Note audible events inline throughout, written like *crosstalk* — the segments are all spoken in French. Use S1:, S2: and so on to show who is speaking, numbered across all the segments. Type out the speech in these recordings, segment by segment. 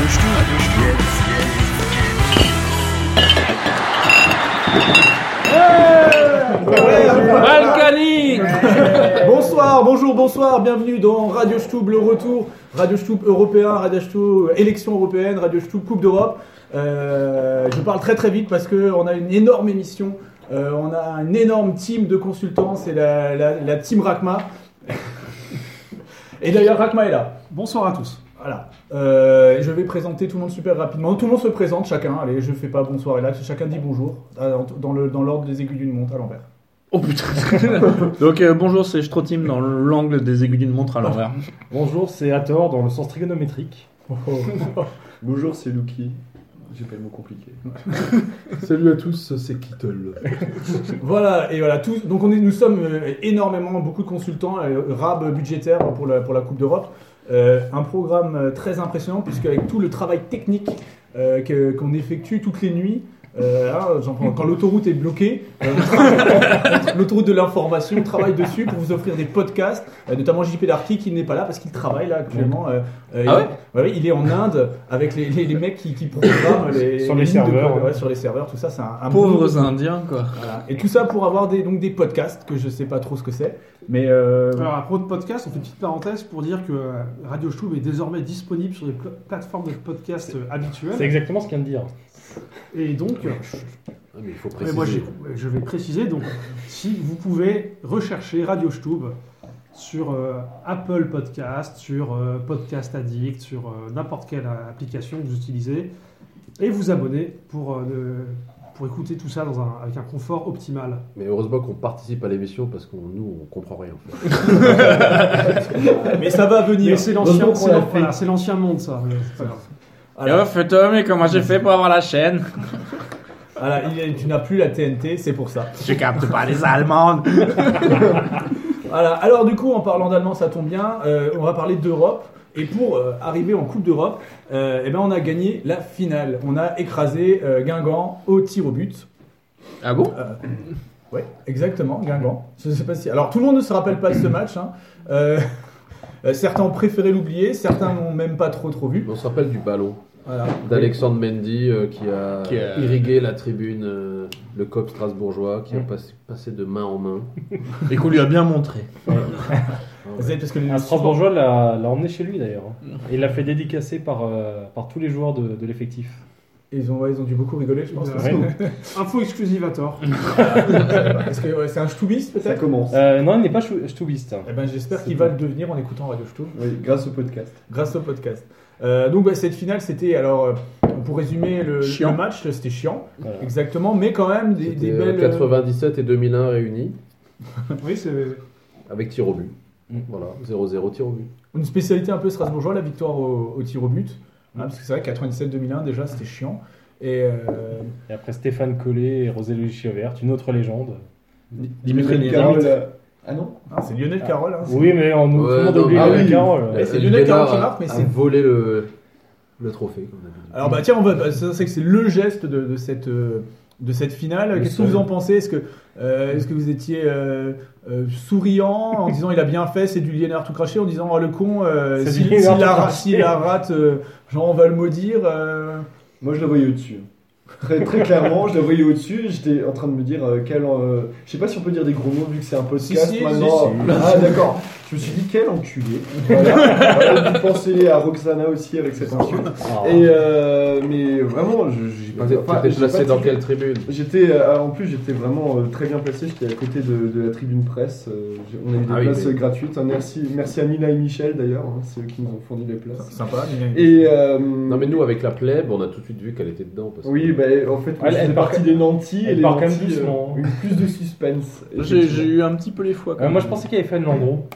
S1: du Stuhl.
S2: Balkany
S3: Bonsoir, bonjour, bonsoir, bienvenue dans Radio Stub, le retour, Radio Stub européen, Radio Stub élection européenne, Radio Stub Coupe d'Europe. Euh, je parle très très vite parce qu'on a une énorme émission, Euh, on a une énorme team de consultants, c'est la, la- la team Rakma. Et d'ailleurs, Rakma est là.
S4: Bonsoir à tous.
S3: Voilà. Euh, je vais présenter tout le monde super rapidement. Tout le monde se présente, chacun. Allez, je fais pas bonsoir et là, chacun dit bonjour Ah, dans le- dans l'ordre des aiguilles d'une montre à l'envers.
S2: Oh putain *laughs* Donc euh, bonjour, c'est Strotim dans l'angle des aiguilles d'une montre à l'envers.
S5: Bonjour, c'est Hathor dans le sens trigonométrique.
S3: Oh, oh.
S6: Bonjour, c'est Lucky. J'ai pas le mot compliqué. *laughs* Salut à tous, c'est Kittle.
S3: *laughs* Voilà, et voilà, tous, donc on est, nous sommes euh, énormément, beaucoup de consultants, euh, RAB budgétaire pour la, pour la Coupe d'Europe. Euh, un programme euh, très impressionnant, puisqu'avec tout le travail technique euh, que- qu'on effectue toutes les nuits, euh, hein, j'en prends- quand l'autoroute est bloquée, euh, *laughs* l'autoroute de l'information, on travaille dessus pour vous offrir des podcasts, euh, notamment JP Darty qui n'est pas là parce qu'il travaille là actuellement. euh, euh,
S2: Ah
S3: il, ouais, ouais, il est en Inde avec les, les- les mecs qui, qui
S5: *laughs*
S3: programment les,
S5: Sur les
S3: lignes de code,
S5: serveurs, ouais.
S3: ouais, sur les serveurs, tout ça, c'est un, un
S2: *laughs*
S3: boulot.
S2: Pauvres Indiens quoi.
S3: Voilà. Et tout ça pour avoir des, donc des podcasts que je sais pas trop ce que c'est, mais euh,
S4: Alors, à propos de podcast, on fait une petite parenthèse pour dire que euh, Radio Stub est désormais disponible sur les pla- plateformes de podcast euh,
S5: C'est
S4: habituelles.
S5: exactement ce qu'il vient de dire.
S4: Et donc, euh,
S6: Ah, Mais il faut
S4: Ah, mais
S6: préciser.
S4: moi, j'ai- je vais préciser, donc, si vous pouvez rechercher Radio Stub sur euh, Apple Podcast, sur euh, Podcast Addict, sur euh, n'importe quelle euh, application que vous utilisez, et vous abonner pour, euh, ne- pour écouter tout ça dans un- avec un confort optimal.
S6: Mais heureusement qu'on participe à l'émission parce qu'on nous on comprend rien. En fait.
S3: *laughs* mais ça va venir.
S4: Mais
S5: hein,
S4: c'est l'ancien, c'est l'an- voilà, c'est l'ancien monde, ça. mais c'est pas grave.
S2: Et oh putain, mais comment j'ai fait pour avoir la chaîne *laughs*
S3: Voilà, il est- tu n'as plus la TNT, c'est pour ça.
S2: Je capte pas les Allemandes
S3: Voilà. Alors du coup, en parlant d'allemand, ça tombe bien. euh, on va parler d'Europe. Et pour euh, arriver en Coupe d'Europe, euh, eh ben on a gagné la finale. On a écrasé euh, Guingamp au tir au but.
S2: *laughs* Ah bon
S3: Ouais, exactement, Guingamp. Je sais pas si. Alors tout le monde ne se rappelle pas de ce match. hein. Euh, *laughs* euh, certains ont préféré l'oublier, certains n'ont même pas trop trop vu.
S6: On se rappelle du ballon
S3: Voilà.
S6: d'Alexandre Mendy euh, qui, a
S2: Qui a-
S6: irrigué la tribune, euh, le COP strasbourgeois, qui a passé, passé de main en main.
S2: Et qu'on lui a bien montré.
S3: Vous savez, parce que les
S5: Un Strasbourgeois l'a l'a emmené chez lui d'ailleurs. Et il l'a fait dédicacer par, euh, par tous les joueurs de, de l'effectif.
S3: Ils ont, ouais, ils ont dû beaucoup rigoler, je pense.
S4: Ouais.
S3: parce que-
S4: Info exclusive à tort.
S3: *laughs* Parce que ouais, c'est un Stubis
S7: Ça
S3: peut-être
S7: commence.
S5: Euh, non, il n'est pas chou- hein. stubiste.
S3: Eh ben, J'espère qu'il va le devenir en écoutant Radio Stub
S7: Oui, grâce au podcast.
S3: grâce au podcast. Euh, donc bah, cette finale, c'était alors, euh, pour résumer le,
S2: Chiant.
S3: le match, c'était chiant,
S5: Voilà.
S3: exactement, mais quand même des, des
S6: C'était, euh,
S3: belles.
S6: 97 et 2001 réunis
S4: Oui, c'est
S6: avec tir au but.
S5: Mm.
S6: Voilà, 0-0 tir au but.
S3: Une spécialité un peu strasbourgeois, la victoire au, au tir au but. Hein, parce que c'est vrai, 97-2001, déjà, c'était chiant. Et euh,
S5: Et après Stéphane Collet et Rosé Louis Chiovert, une autre légende.
S2: Dimitri
S7: Lionel
S2: Léonard.
S7: Carroll, euh, Ah non
S3: hein, c'est Lionel Carroll. hein, c'est-
S5: Oui, mais on nous tout
S6: Ouais,
S5: le monde
S6: non,
S5: oublie
S6: ah
S5: Lionel
S7: oui.
S5: Carroll.
S3: Mais
S6: Et
S3: c'est Lionel
S6: Léonard
S3: Carroll qui
S6: a-
S3: marque, mais
S6: a
S3: c'est-
S6: volé le, le trophée, comme on a dit.
S3: Alors bah tiens, on va, bah, c'est c'est que c'est le geste de, de cette euh, de cette finale.
S6: Le
S3: Qu'est-ce que
S6: seul.
S3: vous en pensez Est-ce que euh, est-ce que vous étiez euh, euh, souriant
S5: *laughs*
S3: en disant il a bien fait, c'est du Lienard tout craché, en disant oh, le con, euh,
S5: C'est
S3: si-
S5: du
S3: s'il
S5: Lienard
S3: la,
S5: tout
S3: ra-
S5: craché.
S3: s'il la rate, euh, genre on va le maudire. euh.
S7: Moi, je la voyais au-dessus. Très, très clairement, je la voyais au-dessus. et J'étais en train de me dire euh, quel. euh, je sais pas si on peut dire des gros mots vu que c'est un podcast
S3: Si, si,
S7: maintenant.
S3: si, si.
S7: Ah, d'accord. Je me suis dit quel enculé. Voilà. Voilà, vous pensez à Roxana aussi avec cette insulte.
S5: Ah.
S7: Et euh, mais vraiment, je- j'ai pas.
S6: T'étais
S7: enfin,
S6: t'étais
S7: j'ai pas
S6: placé dans
S7: tilté.
S6: quelle tribune
S7: J'étais euh, en plus j'étais vraiment euh, très bien placé, j'étais à côté de, de la tribune presse, euh, j'ai- on a eu des
S6: Ah oui,
S7: places
S6: mais-
S7: euh, gratuites, hein, merci, merci à Nina et Michel d'ailleurs, hein, c'est eux qui nous ont fourni les places.
S3: Sympa. mais-
S7: Et euh,
S6: Non mais nous avec la plèbe on a tout de suite vu qu'elle était dedans parce que
S7: oui, bah, en fait
S5: Elle-
S7: elle,
S5: elle
S7: faisait
S5: part-
S7: partie des nantis,
S5: elle
S7: et les
S5: part quand même
S7: nantis, euh,
S5: doucement, hein.
S7: ont eu plus de suspense.
S2: J'ai j'ai eu un petit peu les fois quand
S5: Euh, moi, je
S2: même.
S5: pensais qu'il avait fait une Landro.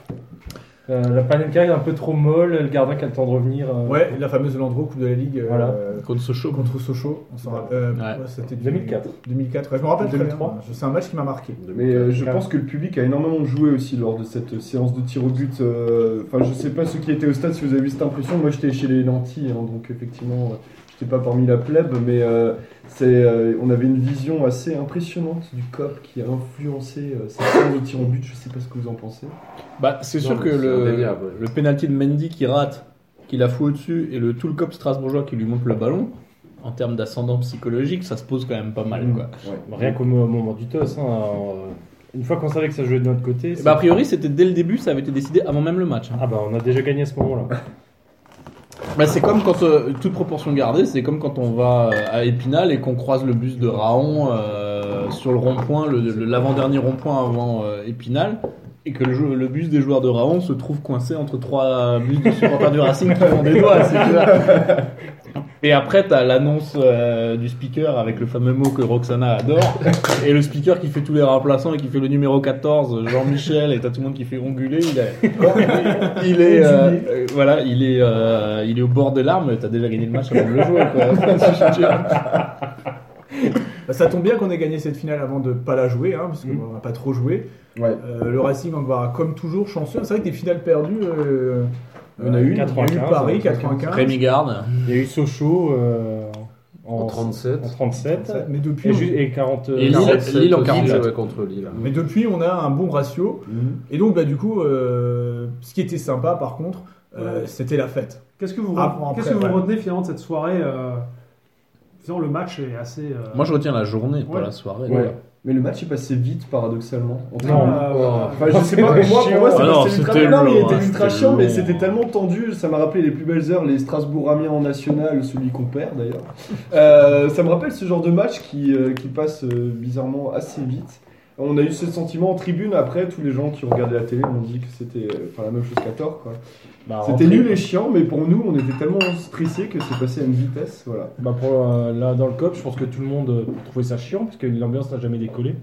S5: Euh, la Panenka est un peu trop molle, le gardien qui a le temps de revenir. euh,
S3: Ouais, la fameuse Landro Coupe de la Ligue. euh,
S5: Voilà.
S2: Ah. Contre Sochaux.
S3: Contre Sochaux, on s'en rappelle. Euh,
S2: Ouais.
S3: ouais, c'était du-
S5: 2004.
S3: 2004, ouais, je me rappelle très bien.
S5: 2003.
S3: C'est un match qui m'a marqué.
S7: Mais euh, je
S5: Ouais.
S7: pense que le public a énormément joué aussi lors de cette euh, séance de tir au but. euh, Enfin, je sais pas ceux qui étaient au stade si vous avez eu cette impression. Moi, j'étais chez les lentilles, hein, donc effectivement, euh, j'étais pas parmi la plèbe, mais euh, c'est, euh, on avait une vision assez impressionnante du COP qui a influencé euh, cette séance de tir au but. Je sais pas ce que vous en pensez.
S2: Bah, c'est sûr
S6: Non,
S2: que
S6: c'est
S2: le,
S6: indéniable, ouais.
S2: le penalty de Mendy qui rate, qui la fout au-dessus et le tout le cop strasbourgeois qui lui monte le ballon, en termes d'ascendant psychologique, ça se pose quand même pas mal. Quoi.
S5: Rien qu'au mo- moment du toss, hein, euh, une fois qu'on savait que ça jouait de notre côté,
S2: Et
S5: c'est-
S2: bah, a priori, c'était dès le début, ça avait été décidé avant même le match. hein.
S5: ah bah on a déjà gagné à ce moment-là.
S2: Bah, c'est comme quand, euh, toute proportion gardée, c'est comme quand on va euh, à Épinal et qu'on croise le bus de Raon euh, sur le rond-point, le- le- l'avant-dernier rond-point avant euh, Épinal, et que le, jou- le bus des joueurs de Raon se trouve coincé entre trois bus de supporters du Racing qui font des doigts. c'est clair. Et après, t'as l'annonce euh, du speaker avec le fameux mot que Roxana adore, et le speaker qui fait tous les remplaçants et qui fait le numéro 14, Jean-Michel, et t'as tout le monde qui fait onguler. Il a- il est, euh, euh, voilà, il est, euh, il est au bord des larmes. T'as déjà gagné le match avant de le jouer. Quoi. Je veux dire.
S3: Bah, ça tombe bien qu'on ait gagné cette finale avant de pas la jouer, hein, parce qu'on
S1: Mm.
S3: va pas trop jouer.
S7: Ouais.
S3: Euh, le Racing, on va comme toujours chanceux. C'est vrai que des finales perdues, euh,
S7: On a eu
S3: il y a
S5: 95,
S3: Paris,
S5: en
S3: 95.
S2: Rémi Garde.
S5: Il y a eu Sochaux euh, en,
S1: En 37.
S5: en 37,
S3: Mais depuis,
S5: et,
S3: on-
S5: ju- et 40.
S2: Et Lille-
S1: 47,
S2: Lille en
S1: ouais,
S2: 47.
S1: contre Lille.
S3: mais depuis, on a un bon ratio. Et donc, bah, du coup, euh, ce qui était sympa, par contre, euh,
S4: Ouais.
S3: c'était la fête.
S4: Qu'est-ce que vous,
S3: Ah, bon,
S4: qu'est-ce
S3: après,
S4: que vous
S3: ouais.
S4: retenez finalement de cette soirée euh, Finalement, le match est assez. euh,
S2: Moi, je retiens la journée, pas
S4: Ouais.
S2: la soirée.
S7: Ouais. Mais le match est passé vite, paradoxalement. Entre-
S4: Non,
S5: euh,
S7: Enfin, je sais pas, pour moi, pour moi,
S2: Ah
S7: c'est
S2: non,
S7: passé ultra
S2: c'était
S7: bien. Non, mais il
S2: long, hein,
S7: était ultra
S2: c'était
S7: chiant, mais
S2: long.
S7: c'était tellement tendu. Ça m'a rappelé les plus belles heures, les Strasbourg amiens en national, celui qu'on perd d'ailleurs. Euh, ça me rappelle ce genre de match qui, euh, qui passe euh, bizarrement assez vite. On a eu ce sentiment en tribune après, tous les gens qui regardaient la télé m'ont dit que c'était euh, enfin, la même chose qu'à tort. Quoi.
S5: bah,
S7: C'était
S5: rentrer-
S7: nul et chiant, mais pour nous, on était tellement stressés que c'est passé à une vitesse. Voilà.
S5: Bah pour, euh, là, dans le COP, je pense que tout le monde euh, trouvait ça chiant parce que l'ambiance n'a jamais décollé.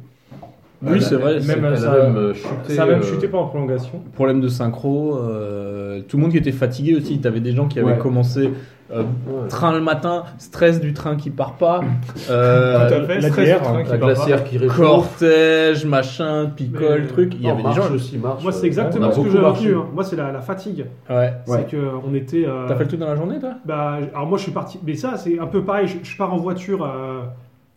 S2: Oui, c'est vrai.
S5: Même,
S2: c'est-
S5: euh,
S1: Elle
S5: ça,
S1: a même euh, chuté.
S5: ça a même
S1: euh,
S5: chuté pendant la prolongation.
S2: Problème de synchro. euh, tout le monde qui était fatigué aussi. T'avais des gens qui avaient
S7: Ouais.
S2: commencé. euh,
S1: ouais.
S2: Train le matin, stress du train qui part
S4: *laughs*
S2: pas, euh,
S3: Tout à fait,
S5: la
S3: stress
S5: bière,
S3: du train
S5: hein,
S3: qui
S1: La
S3: part pas.
S1: glacière qui réchauffe.
S2: cortège, machin, picole,
S4: Mais- euh,
S2: truc. Il y
S1: Non,
S2: avait des
S1: marche
S2: gens.
S1: aussi, marche.
S4: Moi, c'est
S1: On
S4: exactement
S1: a
S4: ce que
S1: beaucoup
S4: j'avais
S1: marché.
S4: retenu. hein. Moi, c'est la, la fatigue.
S2: Ouais.
S7: Ouais.
S4: C'est qu'on était. euh,
S2: T'as fait le truc dans la journée, toi
S4: bah, alors, moi, je suis parti. Mais ça, c'est un peu pareil. Je, je pars en voiture, euh,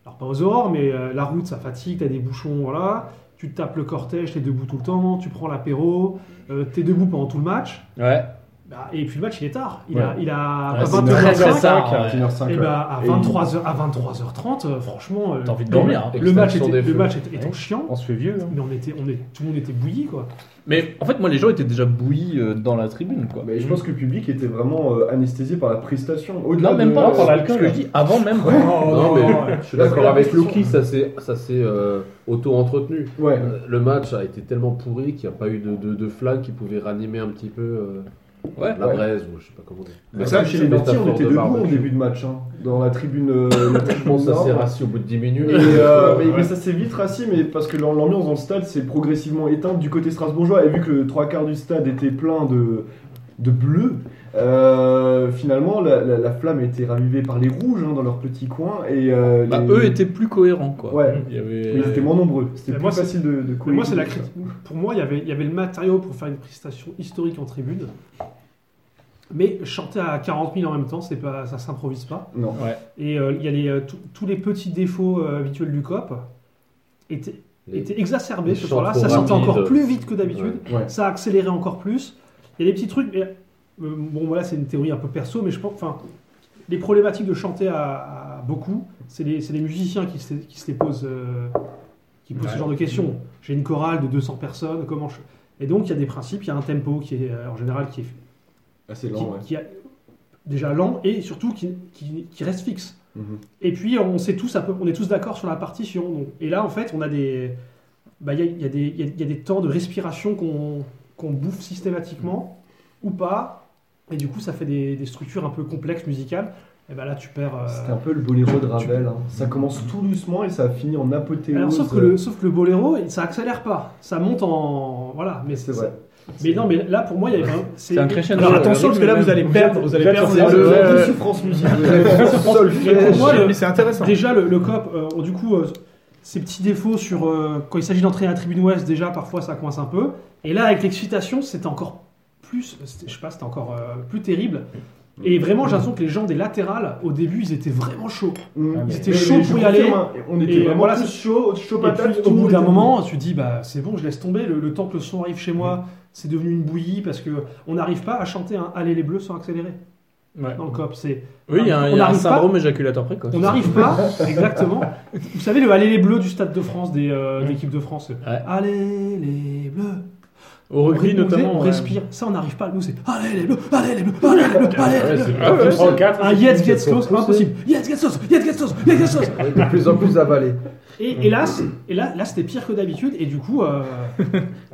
S4: alors pas aux aurores, mais euh, la route, ça fatigue. T'as des bouchons, voilà. Tu te tapes le cortège, t'es debout tout le temps. Tu prends l'apéro, euh, t'es debout pendant tout le match.
S2: Ouais.
S4: Bah, et puis le match, il est tard. Il
S5: Ouais.
S4: a, il a
S2: Ouais, Ah,
S4: à
S2: c'est
S4: 21h05,
S2: très, très tard, Ah ouais.
S7: 21h05.
S4: Et
S2: ben,
S7: ouais.
S4: bah, à
S7: Et-
S4: 23h, à 23h30, euh, franchement, euh,
S2: T'as envie de
S4: le-
S2: dormir, hein.
S4: Le match
S1: Extinction
S4: était,
S1: des
S4: le
S1: feux.
S4: match était- étant chiant,
S5: On se fait vieux. hein.
S4: mais on était, on est, tout le monde était bouilli, quoi.
S2: Mais en fait, moi, les gens étaient déjà bouillis euh, dans la tribune, quoi.
S7: Mais je pense que le public était vraiment euh, anesthésié par la prestation. Au-delà
S2: Mmh. Non, même
S7: de-
S2: pas,
S5: par
S2: par
S5: l'alcool.
S2: l'alcool. Ce que je dis avant même.
S4: Oh,
S1: Non, mais je suis d'accord
S7: Ouais.
S1: avec Loki, ça s'est ça s'est, euh, auto-entretenu.
S7: Ouais.
S1: Euh, Le match a été tellement pourri qu'il n'y a pas eu de, de, de flamme qui pouvait ranimer un petit peu euh,
S2: Ouais.
S1: la
S7: Ouais.
S1: braise ou je sais pas comment dire.
S7: Mais Bah, ça, chez les Nantis, on était debout au début de match, hein, dans la tribune. *coughs* euh,
S1: Je
S7: la
S1: pense que ça
S7: tribune
S1: s'est
S7: nord.
S1: rassis au bout de 10 minutes.
S7: Et, euh, mais,
S4: Ouais.
S7: mais ça s'est vite rassis, mais parce que l'am- l'ambiance dans le stade s'est progressivement éteinte du côté strasbourgeois. Et vu que le trois quarts du stade était plein de, de bleus, euh, finalement la, la- la flamme était ravivée par les rouges hein, dans leur petit coin. Et, euh,
S2: Bah,
S7: les-
S2: eux étaient plus cohérents, quoi.
S7: Ouais.
S2: Il y avait...
S7: Mais ils étaient moins nombreux. C'était
S4: Mais
S7: plus
S4: moi, c'est-
S7: facile de, de
S4: Mais moi, c'est la
S7: coller.
S4: critique. Pour moi, il y avait, il y avait le matériau pour faire une prestation historique en tribune. Mais chanter à 40 000 en même temps, c'est pas, ça s'improvise pas.
S7: Non.
S4: Et euh, il y a les, euh, tous- tous les petits défauts euh, habituels du COP étaient,
S1: Les-
S4: étaient exacerbés
S1: les
S4: ce
S1: chants
S4: soir-là.
S1: trop
S4: Ça sortait
S1: rapides.
S4: encore plus vite que d'habitude.
S7: Ouais.
S4: Ça a accéléré encore plus. Il y a des petits trucs, mais euh, bon, voilà, c'est une théorie un peu perso, mais je pense. Enfin, les problématiques de chanter à, à beaucoup, c'est les, c'est les musiciens qui se, qui se les posent, euh, qui posent ce genre de questions. J'ai une chorale de 200 personnes, comment je. Et donc, il y a des principes, il y a un tempo qui est euh, en général qui est
S7: Assez
S4: qui,
S7: lent, ouais.
S4: qui a- déjà lent et surtout qui, qui- qui reste fixe.
S7: Mhm.
S4: Et puis on sait tous, un peu- on est tous d'accord sur la partition. donc. Et là en fait on a des, bah, il y, a- il y a des- il y a- il y a des temps de respiration qu'on qu'on bouffe systématiquement
S7: Mhm.
S4: ou pas. Et du coup ça fait des, des structures un peu complexes musicales. Et ben là tu perds. euh,
S7: C'était un peu le boléro de Ravel. hein. Ça commence tout doucement et ça finit en apothéose.
S4: Alors sauf que le sauf que le boléro il- ça accélère pas, ça monte en voilà. Mais
S7: C'est vrai.
S4: Mais non mais là pour moi il y a vraiment-
S2: C'est un crescendo.
S3: Alors
S2: Ouais,
S3: attention, parce que là, vous allez perdre. Vous allez
S5: Vous êtes
S3: perdre.
S5: sur
S3: les
S4: Ah,
S5: ces-
S3: deux,
S7: Deux
S3: euh,
S7: souffrances musicales.
S4: pour moi, le-
S3: Mais c'est intéressant.
S4: Déjà, le, le COP, euh, du coup, euh, ses petits défauts sur. euh, quand il s'agit d'entrer à la tribune ouest, déjà, parfois, ça coince un peu. Et là, avec l'excitation, c'était encore plus. c'était- Je sais pas, c'était encore euh, plus terrible. Et vraiment, j'ai l'impression que les gens des latérales, au début, ils étaient vraiment chauds.
S7: Mmh.
S4: Ils étaient
S7: Mais
S4: chauds
S7: je
S4: pour y aller.
S7: confirme, hein, On était
S4: Et
S7: vraiment
S4: voilà,
S7: tous chauds, chauds
S4: Et
S7: patates.
S4: puis,
S7: tout
S4: au
S7: le
S4: bout
S7: monde
S4: d'un
S7: était-
S4: moment, tu te dis, bah, c'est bon, je laisse tomber. Le, le temps que le son arrive chez moi, c'est devenu une bouillie parce que on n'arrive pas à chanter un Allez les bleus sans accélérer
S5: Ouais.
S4: dans le COP. C'est,
S2: Oui, il y a un, il y a
S4: On
S2: un
S4: arrive
S2: syndrome éjaculateur précoce.
S4: on n'arrive pas, exactement. Vous savez, le Allez les bleus du Stade de France, des, euh, de l'équipe de France. Allez les bleus.
S2: Au
S4: On,
S2: rugby
S4: on-
S2: notamment.
S4: on
S2: ouais.
S4: respire. Ça, on n'arrive pas. Nous, c'est Allez les bleus, allez les bleus, allez les bleus, allez les bleus.
S1: Ah ouais, c'est-
S5: En 4,
S4: Un yes gets close, impossible. Yes gets close, yes gets close, yes gets close.
S6: De plus en plus avalé.
S4: Et hélas, et là, là c'était pire que d'habitude. Et du coup, euh,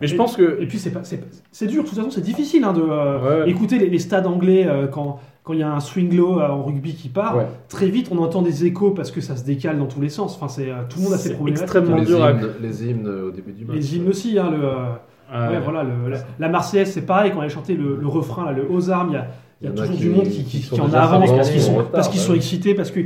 S2: Mais je pense que
S4: et puis c'est pas, c'est, c'est dur. De toute façon, c'est difficile hein, de euh,
S2: Ouais.
S4: écouter les, les stades anglais euh, quand quand il y a un swing low euh, en rugby qui part.
S6: Ouais.
S4: Très vite, on entend des échos parce que ça se décale dans tous les sens. Enfin, c'est euh, tout le monde a ses
S2: C'est
S4: problématiques.
S2: extrêmement
S1: les,
S2: dur à-
S1: hymnes, les hymnes au début du match.
S4: Les hymnes aussi, hein, le, euh,
S2: euh,
S4: ouais, voilà, le- la, la Marseillaise, c'est pareil, quand elle chantait le, le refrain, là, le aux armes, il y a, il
S1: Il y
S4: y a
S1: en a
S4: toujours
S1: qui-
S4: du monde qui,
S1: qui
S4: qui-
S1: sont
S4: qui en
S1: déjà
S4: avance
S1: fatigués,
S4: parce qu'ils
S1: qui sont
S4: sont,
S1: en retard,
S4: parce qu'ils
S1: bah
S4: sont
S1: oui.
S4: excités, parce que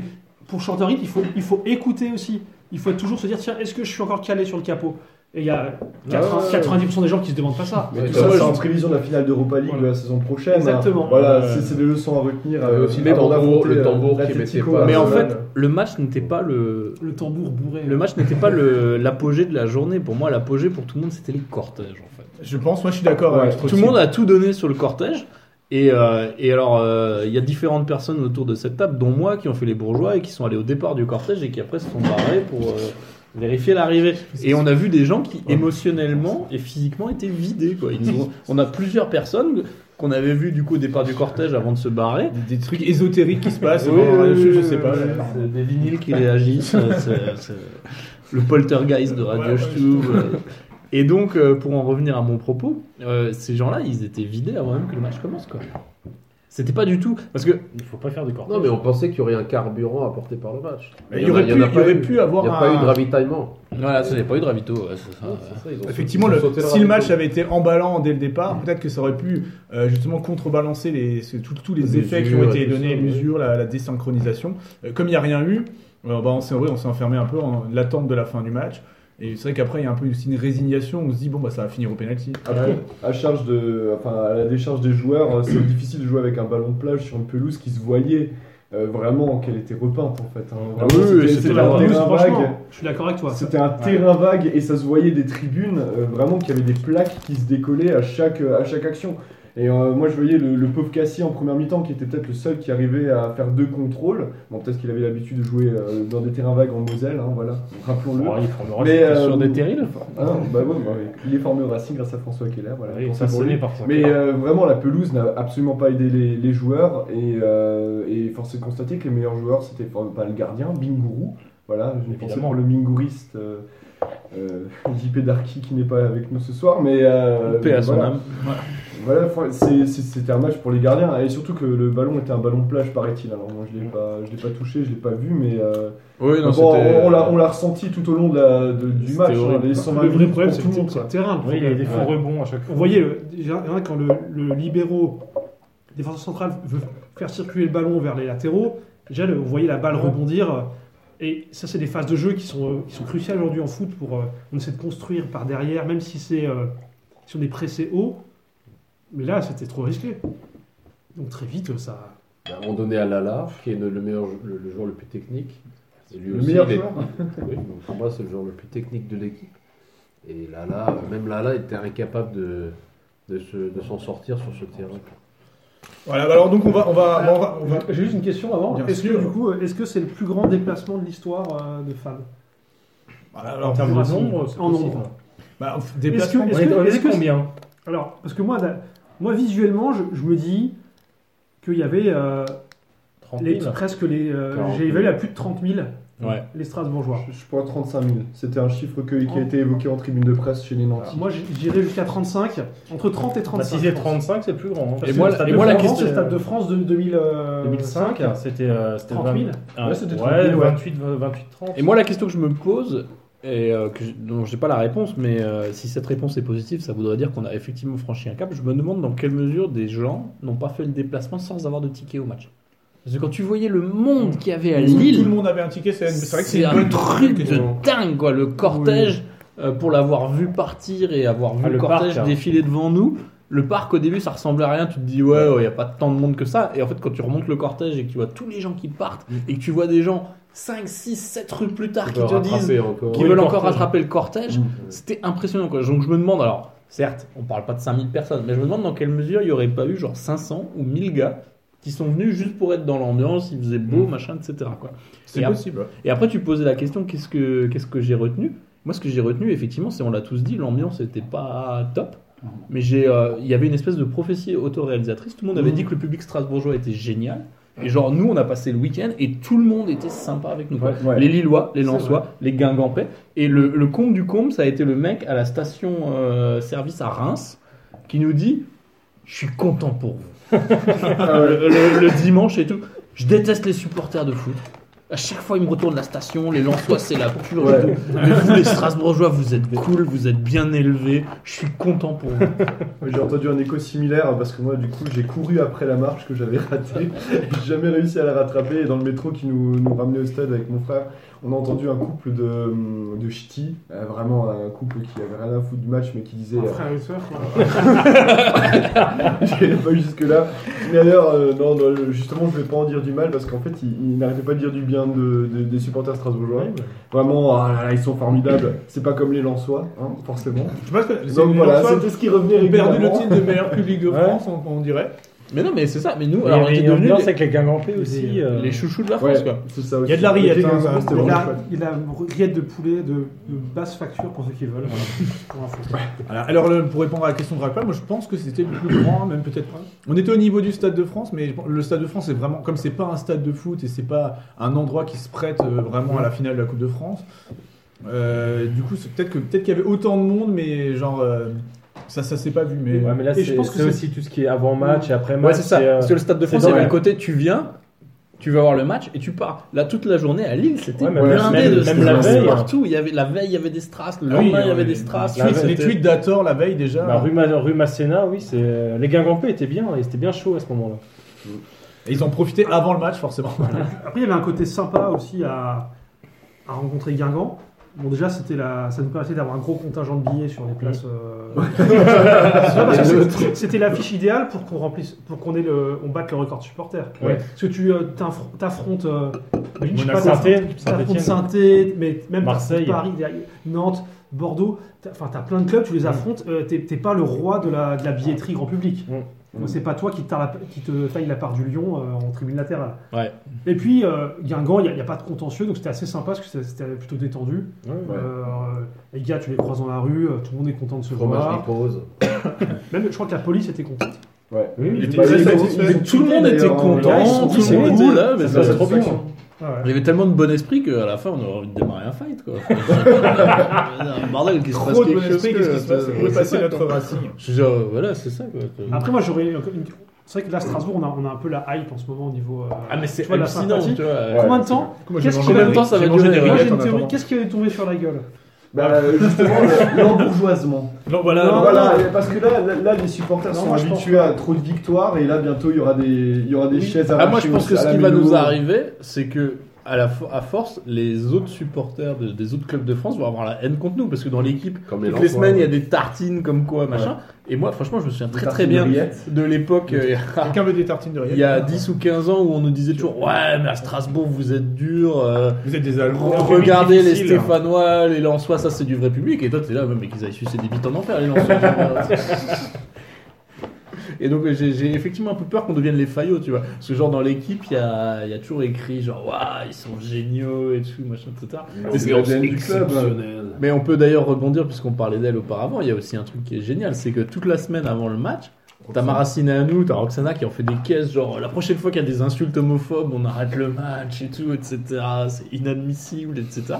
S4: pour chanter en rythme, il faut, il faut écouter aussi. Il faut toujours se dire, tiens, est-ce que je suis encore calé sur le capot Et il y a 80
S7: ouais, ouais.
S4: 90% des gens qui se demandent pas ça.
S7: Mais
S1: Ouais,
S7: tout
S1: ça,
S7: ça,
S1: moi,
S7: c'est
S1: je-
S7: en prévision de la finale d'Europa League
S4: Voilà.
S7: de la saison prochaine.
S4: Exactement.
S7: Voilà,
S2: Euh,
S7: c'est- c'est des leçons à retenir.
S1: Il y avait
S7: euh,
S1: aussi le
S7: avant
S1: tambour- le
S7: d'affronter, euh,
S1: tambour qui
S7: l'Atlético
S1: mettait pas-
S2: Mais en
S7: Barcelone.
S2: fait, le match n'était pas le.
S4: Le tambour bourré.
S2: Le match n'était pas le- l'apogée de la journée. Pour moi, l'apogée pour tout le monde, c'était le cortège en fait.
S3: Je pense, moi je suis d'accord
S7: Ouais,
S3: avec
S2: Tout le monde a tout donné sur le cortège. Et, euh, et alors, euh, il y a différentes personnes autour de cette table, dont moi, qui ont fait les bourgeois et qui sont allés au départ du cortège et qui après se sont barrés pour euh, vérifier l'arrivée. Et on a vu des gens qui émotionnellement et physiquement étaient vidés. Quoi. Ils nous ont- on a plusieurs personnes qu'on avait vues du coup au départ du cortège avant de se barrer.
S3: Des trucs ésotériques qui se passent.
S2: Oui,
S3: enfin,
S2: oui,
S3: je, je
S2: oui,
S3: sais pas.
S2: oui, oui. C'est Des vinyles qui réagissent. euh, c'est- c'est le poltergeist de Radio Stube. euh. Et donc, euh, pour en revenir à mon propos, euh, ces gens-là, ils étaient vidés avant même que le match commence. quoi. C'était pas du tout. Parce que
S5: il faut pas faire de corps.
S1: Non, mais on pensait qu'il y aurait un carburant apporté par le match.
S3: Mais
S1: Il
S3: Il
S1: y
S3: y
S1: en a-
S3: aurait
S1: il
S3: pu,
S1: y en a
S3: il y
S1: pas
S3: aurait
S1: eu.
S3: pu avoir
S1: Il n'y a pas eu de
S3: un...
S1: ravitaillement.
S2: voilà, ça n'est pas eu de ravito. ouais, Ah, c'est ça, ouais.
S3: Effectivement, le- si le match avait été emballant dès le départ, peut-être que ça aurait pu euh, justement contrebalancer les, ce- tout- tous les
S1: Les
S3: effets qui
S1: usures
S3: ont
S1: et
S3: été
S1: tout
S3: donnés,
S1: ça,
S3: l'usure, la, la désynchronisation. Euh, comme il n'y a rien eu, euh, bah, on s'est ouais, on s'est enfermé un peu en l'attente de la fin du match. Et c'est vrai qu'après, il y a un peu aussi une résignation. On se dit, bon, bah, ça va finir au penalty.
S7: Après, à charge de, enfin, à la décharge des joueurs, euh, c'est difficile de jouer avec un ballon de plage sur une pelouse qui se voyait euh, vraiment qu'elle était repeinte en fait. hein.
S2: Ah
S7: Vraiment,
S2: oui, oui, c'était
S7: c'était
S2: la
S7: un
S2: pelouse,
S7: terrain vague.
S4: franchement, je suis d'accord avec toi.
S7: C'était un terrain vague et ça se voyait des tribunes, euh, vraiment qu'il y avait des plaques qui se décollaient à chaque, euh, à chaque action. Et euh, moi je voyais le, le pauvre Cassie en première mi-temps qui était peut-être le seul qui arrivait à faire deux contrôles. Bon, peut-être qu'il avait l'habitude de jouer euh, dans des terrains vagues en Moselle, hein, voilà, rappelons-le.
S5: bah,
S7: Mais, euh,
S5: sur des terrils.
S7: Ah non, bah ouais, bah, il est formé au Racing grâce à François Keller, voilà.
S5: Oui,
S7: pensez
S5: ça
S7: pour
S5: sonnait
S7: lui.
S5: par ça.
S7: Mais euh, vraiment, la pelouse n'a absolument pas aidé les, les joueurs. Et, euh, et force est de constater que les meilleurs joueurs, c'était pas pas le gardien, Bingourou. Voilà, je pensais
S5: Évidemment.
S7: pour le Bingouriste euh, euh, *laughs* JP Darky qui n'est pas avec nous ce soir. Mais, euh,
S2: Paix
S7: mais
S2: à son
S7: voilà.
S2: âme.
S7: Voilà, fr- c'est- c'est- c'était un match pour les gardiens. Et surtout que le ballon était un ballon de plage, paraît-il. Alors moi, je ne l'ai pas je l'ai pas touché, je ne l'ai pas vu. Mais euh,
S2: Mm. Oui, non,
S7: bon,
S2: c'était- euh,
S7: on, on l'a- on l'a ressenti tout au long de la- de- du
S2: C'était
S7: match. hein,
S2: horrible.
S7: les 120
S4: Le vrai
S7: minutes
S4: problème,
S7: pour
S4: c'est
S7: tout
S4: le,
S7: le monde.
S4: c'est
S7: quoi.
S4: le terrain. le
S5: Oui, il y a des
S4: problème.
S5: faux rebonds à chaque fois.
S4: On voyait le, déjà, rien que quand le, le libéraux, le défenseur central, veut faire circuler le ballon vers les latéraux, déjà le- on voyait la balle rebondir. euh, Et ça, c'est des phases de jeu qui sont, euh, qui sont cruciales aujourd'hui en foot pour euh, on essaie de construire par derrière, même si c'est euh, si on est pressé haut. Mais là, c'était trop risqué. Donc très vite, ça.
S1: Bah, On donnait à Lala, qui est le le meilleur, jou- le, le joueur le plus technique. Et lui
S7: Le
S1: aussi,
S7: meilleur
S1: il est-
S7: joueur.
S1: Oui, donc pour moi, c'est le joueur le plus technique de l'équipe. Et Lala, euh, même Lala était incapable de, de, se- de s'en sortir sur ce terrain.
S3: Voilà, bah alors donc on va. On va, on va, on va-
S4: J'ai juste une question avant.
S3: Bien
S4: Est-ce que
S3: sûr.
S4: du coup, euh, est-ce que c'est le plus grand déplacement de l'histoire euh, de femmes
S3: alors,
S5: termes
S4: de
S5: nombre, c'est
S4: En
S5: possible.
S4: nombre.
S3: bah, pff,
S4: Est-ce que,
S3: déplacement.
S5: On
S4: est-ce
S5: est,
S4: que-
S5: on est
S4: est-ce que-
S5: combien
S4: Alors, parce que moi, la- moi visuellement, je, je me dis qu'il y avait euh,
S5: 30
S4: les,
S5: 000.
S4: presque les. euh,
S1: 40 000.
S4: J'ai évalué à plus de 30 000
S2: Ouais.
S4: les Strasbourgeois.
S7: Je, je prends 35 000. C'était un chiffre que- qui a été évoqué en tribune de presse chez les Nantis.
S4: Moi, j- j'irais jusqu'à 35, entre 30 et
S5: Bah,
S4: 35.
S5: si c'est
S4: je pense.
S5: 35, c'est plus grand. hein.
S2: Et
S5: Parce
S2: moi,
S5: que le Stade
S2: et
S5: de
S2: moi, la
S5: France,
S4: France,
S2: question-
S4: le
S5: c'est-
S4: Stade de France de 2000, euh,
S5: 2005, c'était euh, c'était
S4: 30 000.
S5: Ah,
S7: Ouais,
S5: ouais,
S7: c'était 30 000, ouais.
S5: 28, 28, 30.
S2: Et moi, la question que je me pose, et euh, que je- dont je n'ai pas la réponse, mais euh, si cette réponse est positive, ça voudrait dire qu'on a effectivement franchi un cap. Je me demande dans quelle mesure des gens n'ont pas fait le déplacement sans avoir de ticket au match. Parce que quand tu voyais le monde qu'il y avait à
S3: Est-ce que tout
S2: Lille,
S3: le monde avait un ticket C'est c'est vrai que
S2: c'est
S3: c'est une
S2: un
S3: bonne
S2: truc de
S3: question.
S2: dingue, quoi. Le cortège, euh, pour l'avoir vu partir et avoir vu
S5: Ah,
S2: le,
S5: le
S2: cortège
S5: parc, hein.
S2: défiler devant nous, Le parc au début ça ressemblait à rien, tu te dis ouais, il n'y a pas tant de monde que ça. Et en fait, quand tu remontes le cortège et que tu vois tous les gens qui partent et que tu vois des gens 5, 6, 7 rues plus tard qui te disent
S1: encore.
S2: qu'ils
S5: Oui,
S2: veulent
S5: le
S2: encore
S5: cortège.
S2: rattraper le cortège, c'était impressionnant quoi. Donc je me demande, alors certes, on parle pas de 5000 personnes, mais je me demande dans quelle mesure il n'y aurait pas eu genre 500 ou 1000 gars qui sont venus juste pour être dans l'ambiance, il faisait beau, machin, etc. Quoi.
S3: C'est
S2: Et ap-
S3: possible.
S2: Et après, tu posais la question qu'est-ce que, qu'est-ce que j'ai retenu Moi, ce que j'ai retenu, effectivement, c'est on l'a tous dit, l'ambiance n'était pas top.
S3: Mhm.
S2: Mais j'ai, euh, il y avait une espèce de prophétie autoréalisatrice. Tout le monde
S3: Mhm.
S2: avait dit que le public strasbourgeois était génial. Et genre, nous, on a passé le week-end et tout le monde était sympa avec nous. quoi.
S7: Ouais, ouais.
S2: Les Lillois, les Lensois, les Guingampais. Et le, le comble du comble, ça a été le mec à la station euh, service à Reims qui nous dit Je suis content pour vous.
S7: *laughs* Ah
S2: le, le- le dimanche et tout. Je déteste les supporters de foot. À chaque fois, ils me retournent la station. Les Lensois, c'est la pure. et
S7: Ouais.
S2: tout. Mais vous, les Strasbourgeois, vous êtes cool, vous êtes bien élevés. Je suis content pour vous.
S7: Oui, J'ai entendu un écho similaire parce que moi, du coup, j'ai couru après la marche que j'avais ratée. J'ai jamais réussi à la rattraper. Et dans le métro qui nous, nous ramenait au stade avec mon frère, on a entendu un couple de, hum, de ch'tis, euh, vraiment un couple qui avait rien à foutre du match, mais qui disait.
S4: Un
S7: euh, *laughs*
S4: frère et une sœur, quoi.
S2: Ah,
S7: J'irai pas jusque-là. Mais d'ailleurs, euh, non, non, justement, je vais pas en dire du mal parce qu'en fait, ils, ils n'arrêtaient pas de dire du bien de- de- des supporters strasbourgeois. Vraiment, ah là là, ils sont formidables. C'est pas comme les Lensois, hein, forcément.
S3: Je pense que les
S7: Donc voilà,
S3: Lensois
S7: c'était ce qui revenait
S3: ont perdu le
S7: régulièrement.
S3: titre de meilleur public de
S5: Ouais.
S3: France, on, on dirait.
S2: Mais non, mais c'est ça. Mais nous,
S5: Il y
S2: alors, on
S5: avait
S2: était
S5: une
S2: devenus
S5: ambiance
S2: les,
S5: avec les Guingampés aussi. euh,
S2: les chouchous de la France.
S7: Ouais,
S2: quoi.
S7: c'est ça
S3: Il y a de la
S7: aussi.
S3: rillette,
S7: Les
S3: hein,
S7: Guingampés,
S3: ça-
S7: c'était
S4: Il
S7: vraiment
S4: a,
S7: chouette.
S4: il a rillette de poulet de, de basse facture pour ceux qui veulent. Pour info.
S3: Voilà. Alors, le- pour répondre à la question de Raphaël, moi je pense que c'était le plus grand, même peut-être. On était au niveau du Stade de France, mais je pense- le Stade de France, c'est vraiment. Comme c'est pas un stade de foot et c'est pas un endroit qui se prête euh, vraiment à la finale de la Coupe de France, euh, du coup, c'est peut-être que- peut-être qu'il y avait autant de monde, mais genre. euh, ça, ça s'est pas vu, mais.
S5: Ouais, mais là,
S4: Et je
S5: c'est
S4: pense que
S5: c'est
S4: c'est-
S5: aussi tout ce qui est avant match et après match.
S2: Ouais, c'est ça.
S5: et, euh,
S2: Parce que le Stade de France,
S5: c'est
S2: il y avait
S5: dingue.
S2: le côté tu viens, tu vas voir le match et tu pars. Là, toute la journée à Lille, c'était
S5: Ouais, mais
S2: blindé
S5: même-
S2: de
S5: même
S2: strass
S5: la veille,
S2: partout. Il y avait, la veille, il y avait des strass. Le
S3: Ah oui,
S2: lendemain, il y
S3: euh,
S2: avait des
S3: les-
S2: strass.
S5: la
S3: Les tweets-
S5: veille,
S3: les
S5: c'était-
S3: tweets d'Ator la veille déjà.
S5: Bah, rue, Ma- rue Masséna, oui, c'est euh, les Guingampés étaient bien, ils étaient bien chauds à ce moment-là.
S3: Et ils en profitaient avant le match, forcément.
S4: Après, il y avait un côté sympa aussi à, à rencontrer Guingamp. Bon, déjà, c'était la, ça nous permettait d'avoir un gros contingent de billets sur les places. euh, *laughs* c'est vrai, parce que c'est- c'était l'affiche idéale pour qu'on remplisse, pour qu'on ait le, on batte le record de supporters.
S5: Ouais.
S4: Parce que tu euh, t'affr- t'affrontes, euh, je sais pas,
S5: Monaco,
S4: t'affrontes-
S5: Saint-Étienne.
S4: t'affrontes Saint-Étienne, mais même
S5: Marseille.
S4: t'affrontes Paris, derrière, Nantes, Bordeaux. T'as- Enfin, t'as plein de clubs, tu les affrontes. euh, T'es t'es pas le roi de la, de la billetterie grand public. Donc, C'est pas toi qui, t'as la- qui te taille la part du lion euh, en tribune latérale. Et puis, euh, Guingamp, il n'y a, il y a pas de contentieux, donc c'était assez sympa parce que c'était- c'était plutôt détendu. Euh, les gars, tu les croises dans la rue, euh, tout le monde est content de se
S1: Fromage
S4: voir.
S1: ripose.
S4: Même, je crois que la police était contente.
S7: Ouais.
S5: Oui,
S7: Bah, ils étaient- ils étaient
S2: Tout le monde
S7: d'ailleurs,
S2: était
S7: en-
S5: ouais, ils
S2: content,
S5: sont
S2: tout le
S5: tous
S2: monde
S5: cool.
S2: était là. mais
S7: Ça,
S2: ça-
S7: c'est trop bien.
S4: Ah
S2: Il y avait tellement de bon esprit qu'à la fin, on aurait envie de démarrer un fight. *laughs* Quoi. euh, un bordel qui se passe
S3: Trop de
S2: quelque
S3: bon
S2: chose.
S3: esprit, qu'est-ce qui se passe
S2: euh,
S3: On peut
S2: c'est *laughs*
S3: passer
S2: ça,
S3: notre
S2: quoi.
S3: racing.
S2: Je suis genre, voilà, c'est ça. Quoi.
S4: Après, moi, j'aurais. une- une- C'est vrai que là, Strasbourg, on a, on a un peu la hype en ce moment au niveau. euh,
S2: Ah, mais c'est
S4: tu vois, la
S2: hallucinant,
S4: sympathie.
S2: tu vois. euh,
S4: Combien de temps
S3: Moi, j'ai
S4: Qu'est-ce
S3: mangé
S4: qu'on
S3: des-
S4: aime
S2: temps, ça
S3: j'ai
S2: va
S3: mangé
S2: durer,
S3: des
S2: ouais.
S4: Moi,
S3: rillettes
S4: j'ai
S3: en
S4: une théorie.
S3: attendant.
S4: Qu'est-ce qui allait tomber sur la gueule
S7: Bah, euh, justement, *laughs* le- l'embourgeoisement.
S3: Non,
S5: Ah,
S3: voilà,
S7: Non,
S3: non,
S7: Ah, voilà,
S3: non.
S7: parce que là, là, là, les supporters
S4: Non,
S7: sont
S4: moi, je
S7: habitués à trop de victoires et là, bientôt, il y aura des, il y aura des chaises à
S2: Ah, moi, je
S7: arracher
S2: pense
S7: au-
S2: que
S7: à
S2: ce
S7: la
S2: qui va
S7: Melo.
S2: nous arriver, c'est que à, la fo- à force, les autres supporters de- des autres clubs de France vont avoir la haine contre nous parce que dans l'équipe,
S1: Comme les
S2: toutes les
S1: Lensois.
S2: semaines, il y a des tartines comme quoi, machin. Et moi, franchement, je me souviens très très
S7: tartines
S2: bien
S7: de rillettes.
S2: de l'époque. euh,
S3: Quelqu'un veut des tartines de rillettes
S2: Il y a 10 ou 15 ans où on nous disait toujours Ouais, mais à Strasbourg, vous êtes dur.
S3: Vous êtes des Allemands.
S2: regardez les
S3: hein.
S2: Stéphanois, les Lensois, ça c'est du vrai public. Et toi, t'es là, mais qu'ils aillent sucer des bites en enfer, les Lensois.
S3: *laughs*
S2: Et donc j'ai j'ai effectivement un peu peur qu'on devienne les faillots, tu vois. Parce que genre dans l'équipe, il y a, il y a toujours écrit genre waouh ils sont géniaux et tout, machin, etc.
S1: Mais
S7: c'est
S1: c'est
S7: l'ADN du club.
S1: exceptionnel.
S2: Mais on peut d'ailleurs rebondir puisqu'on parlait d'elle auparavant. Il y a aussi un truc qui est génial, c'est que toute la semaine avant le match, t'as Maracine à nous, t'as Roxana qui en fait des caisses, genre la prochaine fois qu'il y a des insultes homophobes, on arrête le match et tout, etc. C'est inadmissible, etc.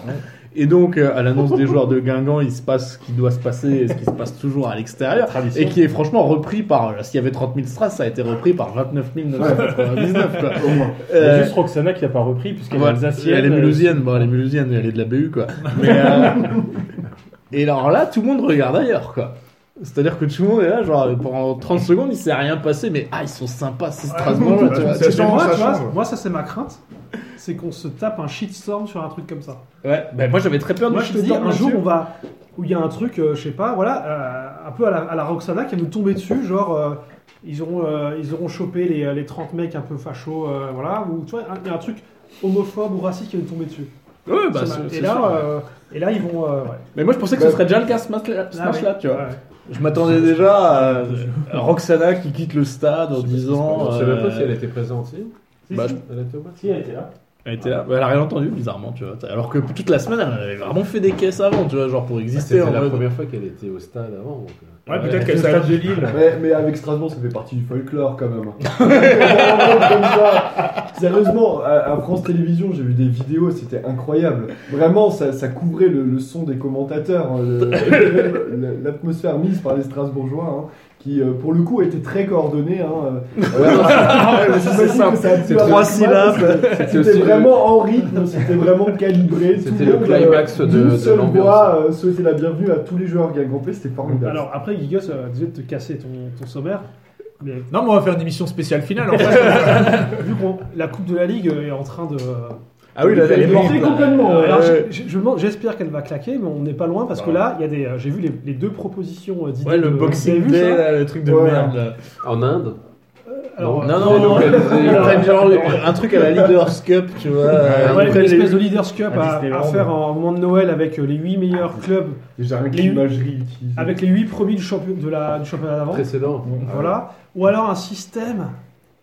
S2: Et donc euh, à l'annonce des joueurs de Guingamp, il se passe ce qui doit se passer, et ce qui se passe toujours à l'extérieur,
S5: tradition.
S2: et qui est franchement repris par. euh, S'il y avait 30 000 strass, ça a été repris par 29 999. Quoi.
S7: Au moins.
S5: Il y a
S2: Euh,
S5: juste Roxana qui n'a pas repris, puisqu'elle
S2: voilà.
S5: est alsacienne.
S2: Elle est
S5: euh,
S2: mulhousienne, bon, elle est mulhousienne, elle est de la BU, quoi. Mais, euh, Et alors là, tout le monde regarde ailleurs, quoi. C'est-à-dire que tout le monde est là, genre pendant 30 secondes, il s'est rien passé, mais ah, ils sont sympas, c'est Strasbourg, là, tu vois.
S3: c'est-
S4: Parce que
S3: Tellement
S4: moi,
S3: ça
S4: tu vois,
S3: change.
S4: moi, ça, c'est ma crainte. C'est qu'on se tape un shitstorm sur un truc comme ça.
S2: Ouais, ben moi j'avais très peur de
S4: Moi, je te dis, un jour, on va. Où il y a un truc, euh, je sais pas, voilà, euh, un peu à la, à la Roxana qui va nous tomber dessus, genre euh, ils, auront, euh, ils auront chopé les, les 30 mecs un peu fachos, euh, voilà, ou tu vois, un- il y a un truc homophobe ou raciste qui va nous tomber dessus.
S2: Ouais, bah,
S4: Ça m'a-
S2: c'est- c'est
S4: et, là,
S2: sûr, ouais.
S4: euh, et là, ils vont. euh, ouais.
S2: Mais moi, je pensais que ce serait déjà le cas ce match-là, ce
S4: Ah,
S2: match-là,
S4: ouais.
S2: tu vois.
S4: Ouais.
S2: Je m'attendais déjà à, à Roxana qui quitte le stade en disant.
S1: Je sais même
S2: euh,
S1: pas si elle était présente. si
S4: Si,
S2: Bah,
S4: si.
S1: Elle était au match
S5: Si, elle était là.
S2: Elle était là, mais elle a rien entendu bizarrement, tu vois. Alors que toute la semaine, elle avait vraiment fait des caisses avant, tu vois, genre pour exister.
S1: C'était
S2: en
S1: la
S2: mode-
S1: première fois qu'elle était au stade avant. donc, euh.
S2: Ouais,
S5: Elle était
S2: qu'elle
S5: au
S2: s'est-
S5: stade de Lille.
S7: Mais, mais avec Strasbourg, ça fait partie du folklore quand même. Comme ça. Sérieusement, à, à France Télévisions, j'ai vu des vidéos, c'était incroyable. Vraiment, ça, ça couvrait le, le son des commentateurs, hein, le- le- l'atmosphère mise par les Strasbourgeois, hein, qui euh, pour le coup étaient très coordonnés. hein, euh, voilà.
S2: Ça, c'est simple.
S7: J'imagine que ça a dû
S2: C'est trois
S7: avoir du mal,
S2: syllabes.
S7: ça- C'était
S1: aussi le-
S7: vraiment en rythme, c'était vraiment calibré. tout
S1: C'était le
S7: monde,
S1: climax
S7: euh,
S1: de-
S7: d'une
S1: de
S7: seule
S1: l'ambiance.
S7: voix, euh, souhaiter la bienvenue à tous les joueurs gagampés, c'était formidable.
S4: Alors après, Gigas, euh, désolé de te casser ton, ton sommaire, mais
S3: Non, mais on va faire une émission spéciale finale en fait.
S4: vu qu'on la Coupe de la Ligue est en train de.
S2: Ah oui, là, elle est morte.
S4: Portée
S2: là.
S4: complètement.
S2: Ouais. Bah.
S4: Alors, j'ai- j'ai- je me demande- j'espère qu'elle va claquer, mais on n'est pas loin parce que là, il y a des. euh, J'ai vu les, les deux propositions euh, d'idées.
S2: Ouais, le
S4: de- vous
S2: boxing
S4: avez vu
S2: day,
S4: ça
S2: là, le truc de
S7: Ouais.
S2: merde. là.
S1: En Inde
S4: Alors,
S2: Non, non, non,
S1: délocalisé.
S2: ils prennent genre un truc à la Leaders Cup, tu vois. euh,
S4: Ouais,
S2: ils
S4: une
S2: prennent les-
S4: espèce de Leaders Cup
S5: à
S4: à,
S5: Disneyland.
S4: à faire en moment de Noël avec euh, les 8 meilleurs clubs,
S7: Déjà, rien que
S4: Les- Ah,
S7: l'imagerie utilisée.
S4: avec les 8 premiers du, champion- de la, du championnat d'avant.
S1: précédent.
S4: Voilà. Ou alors un système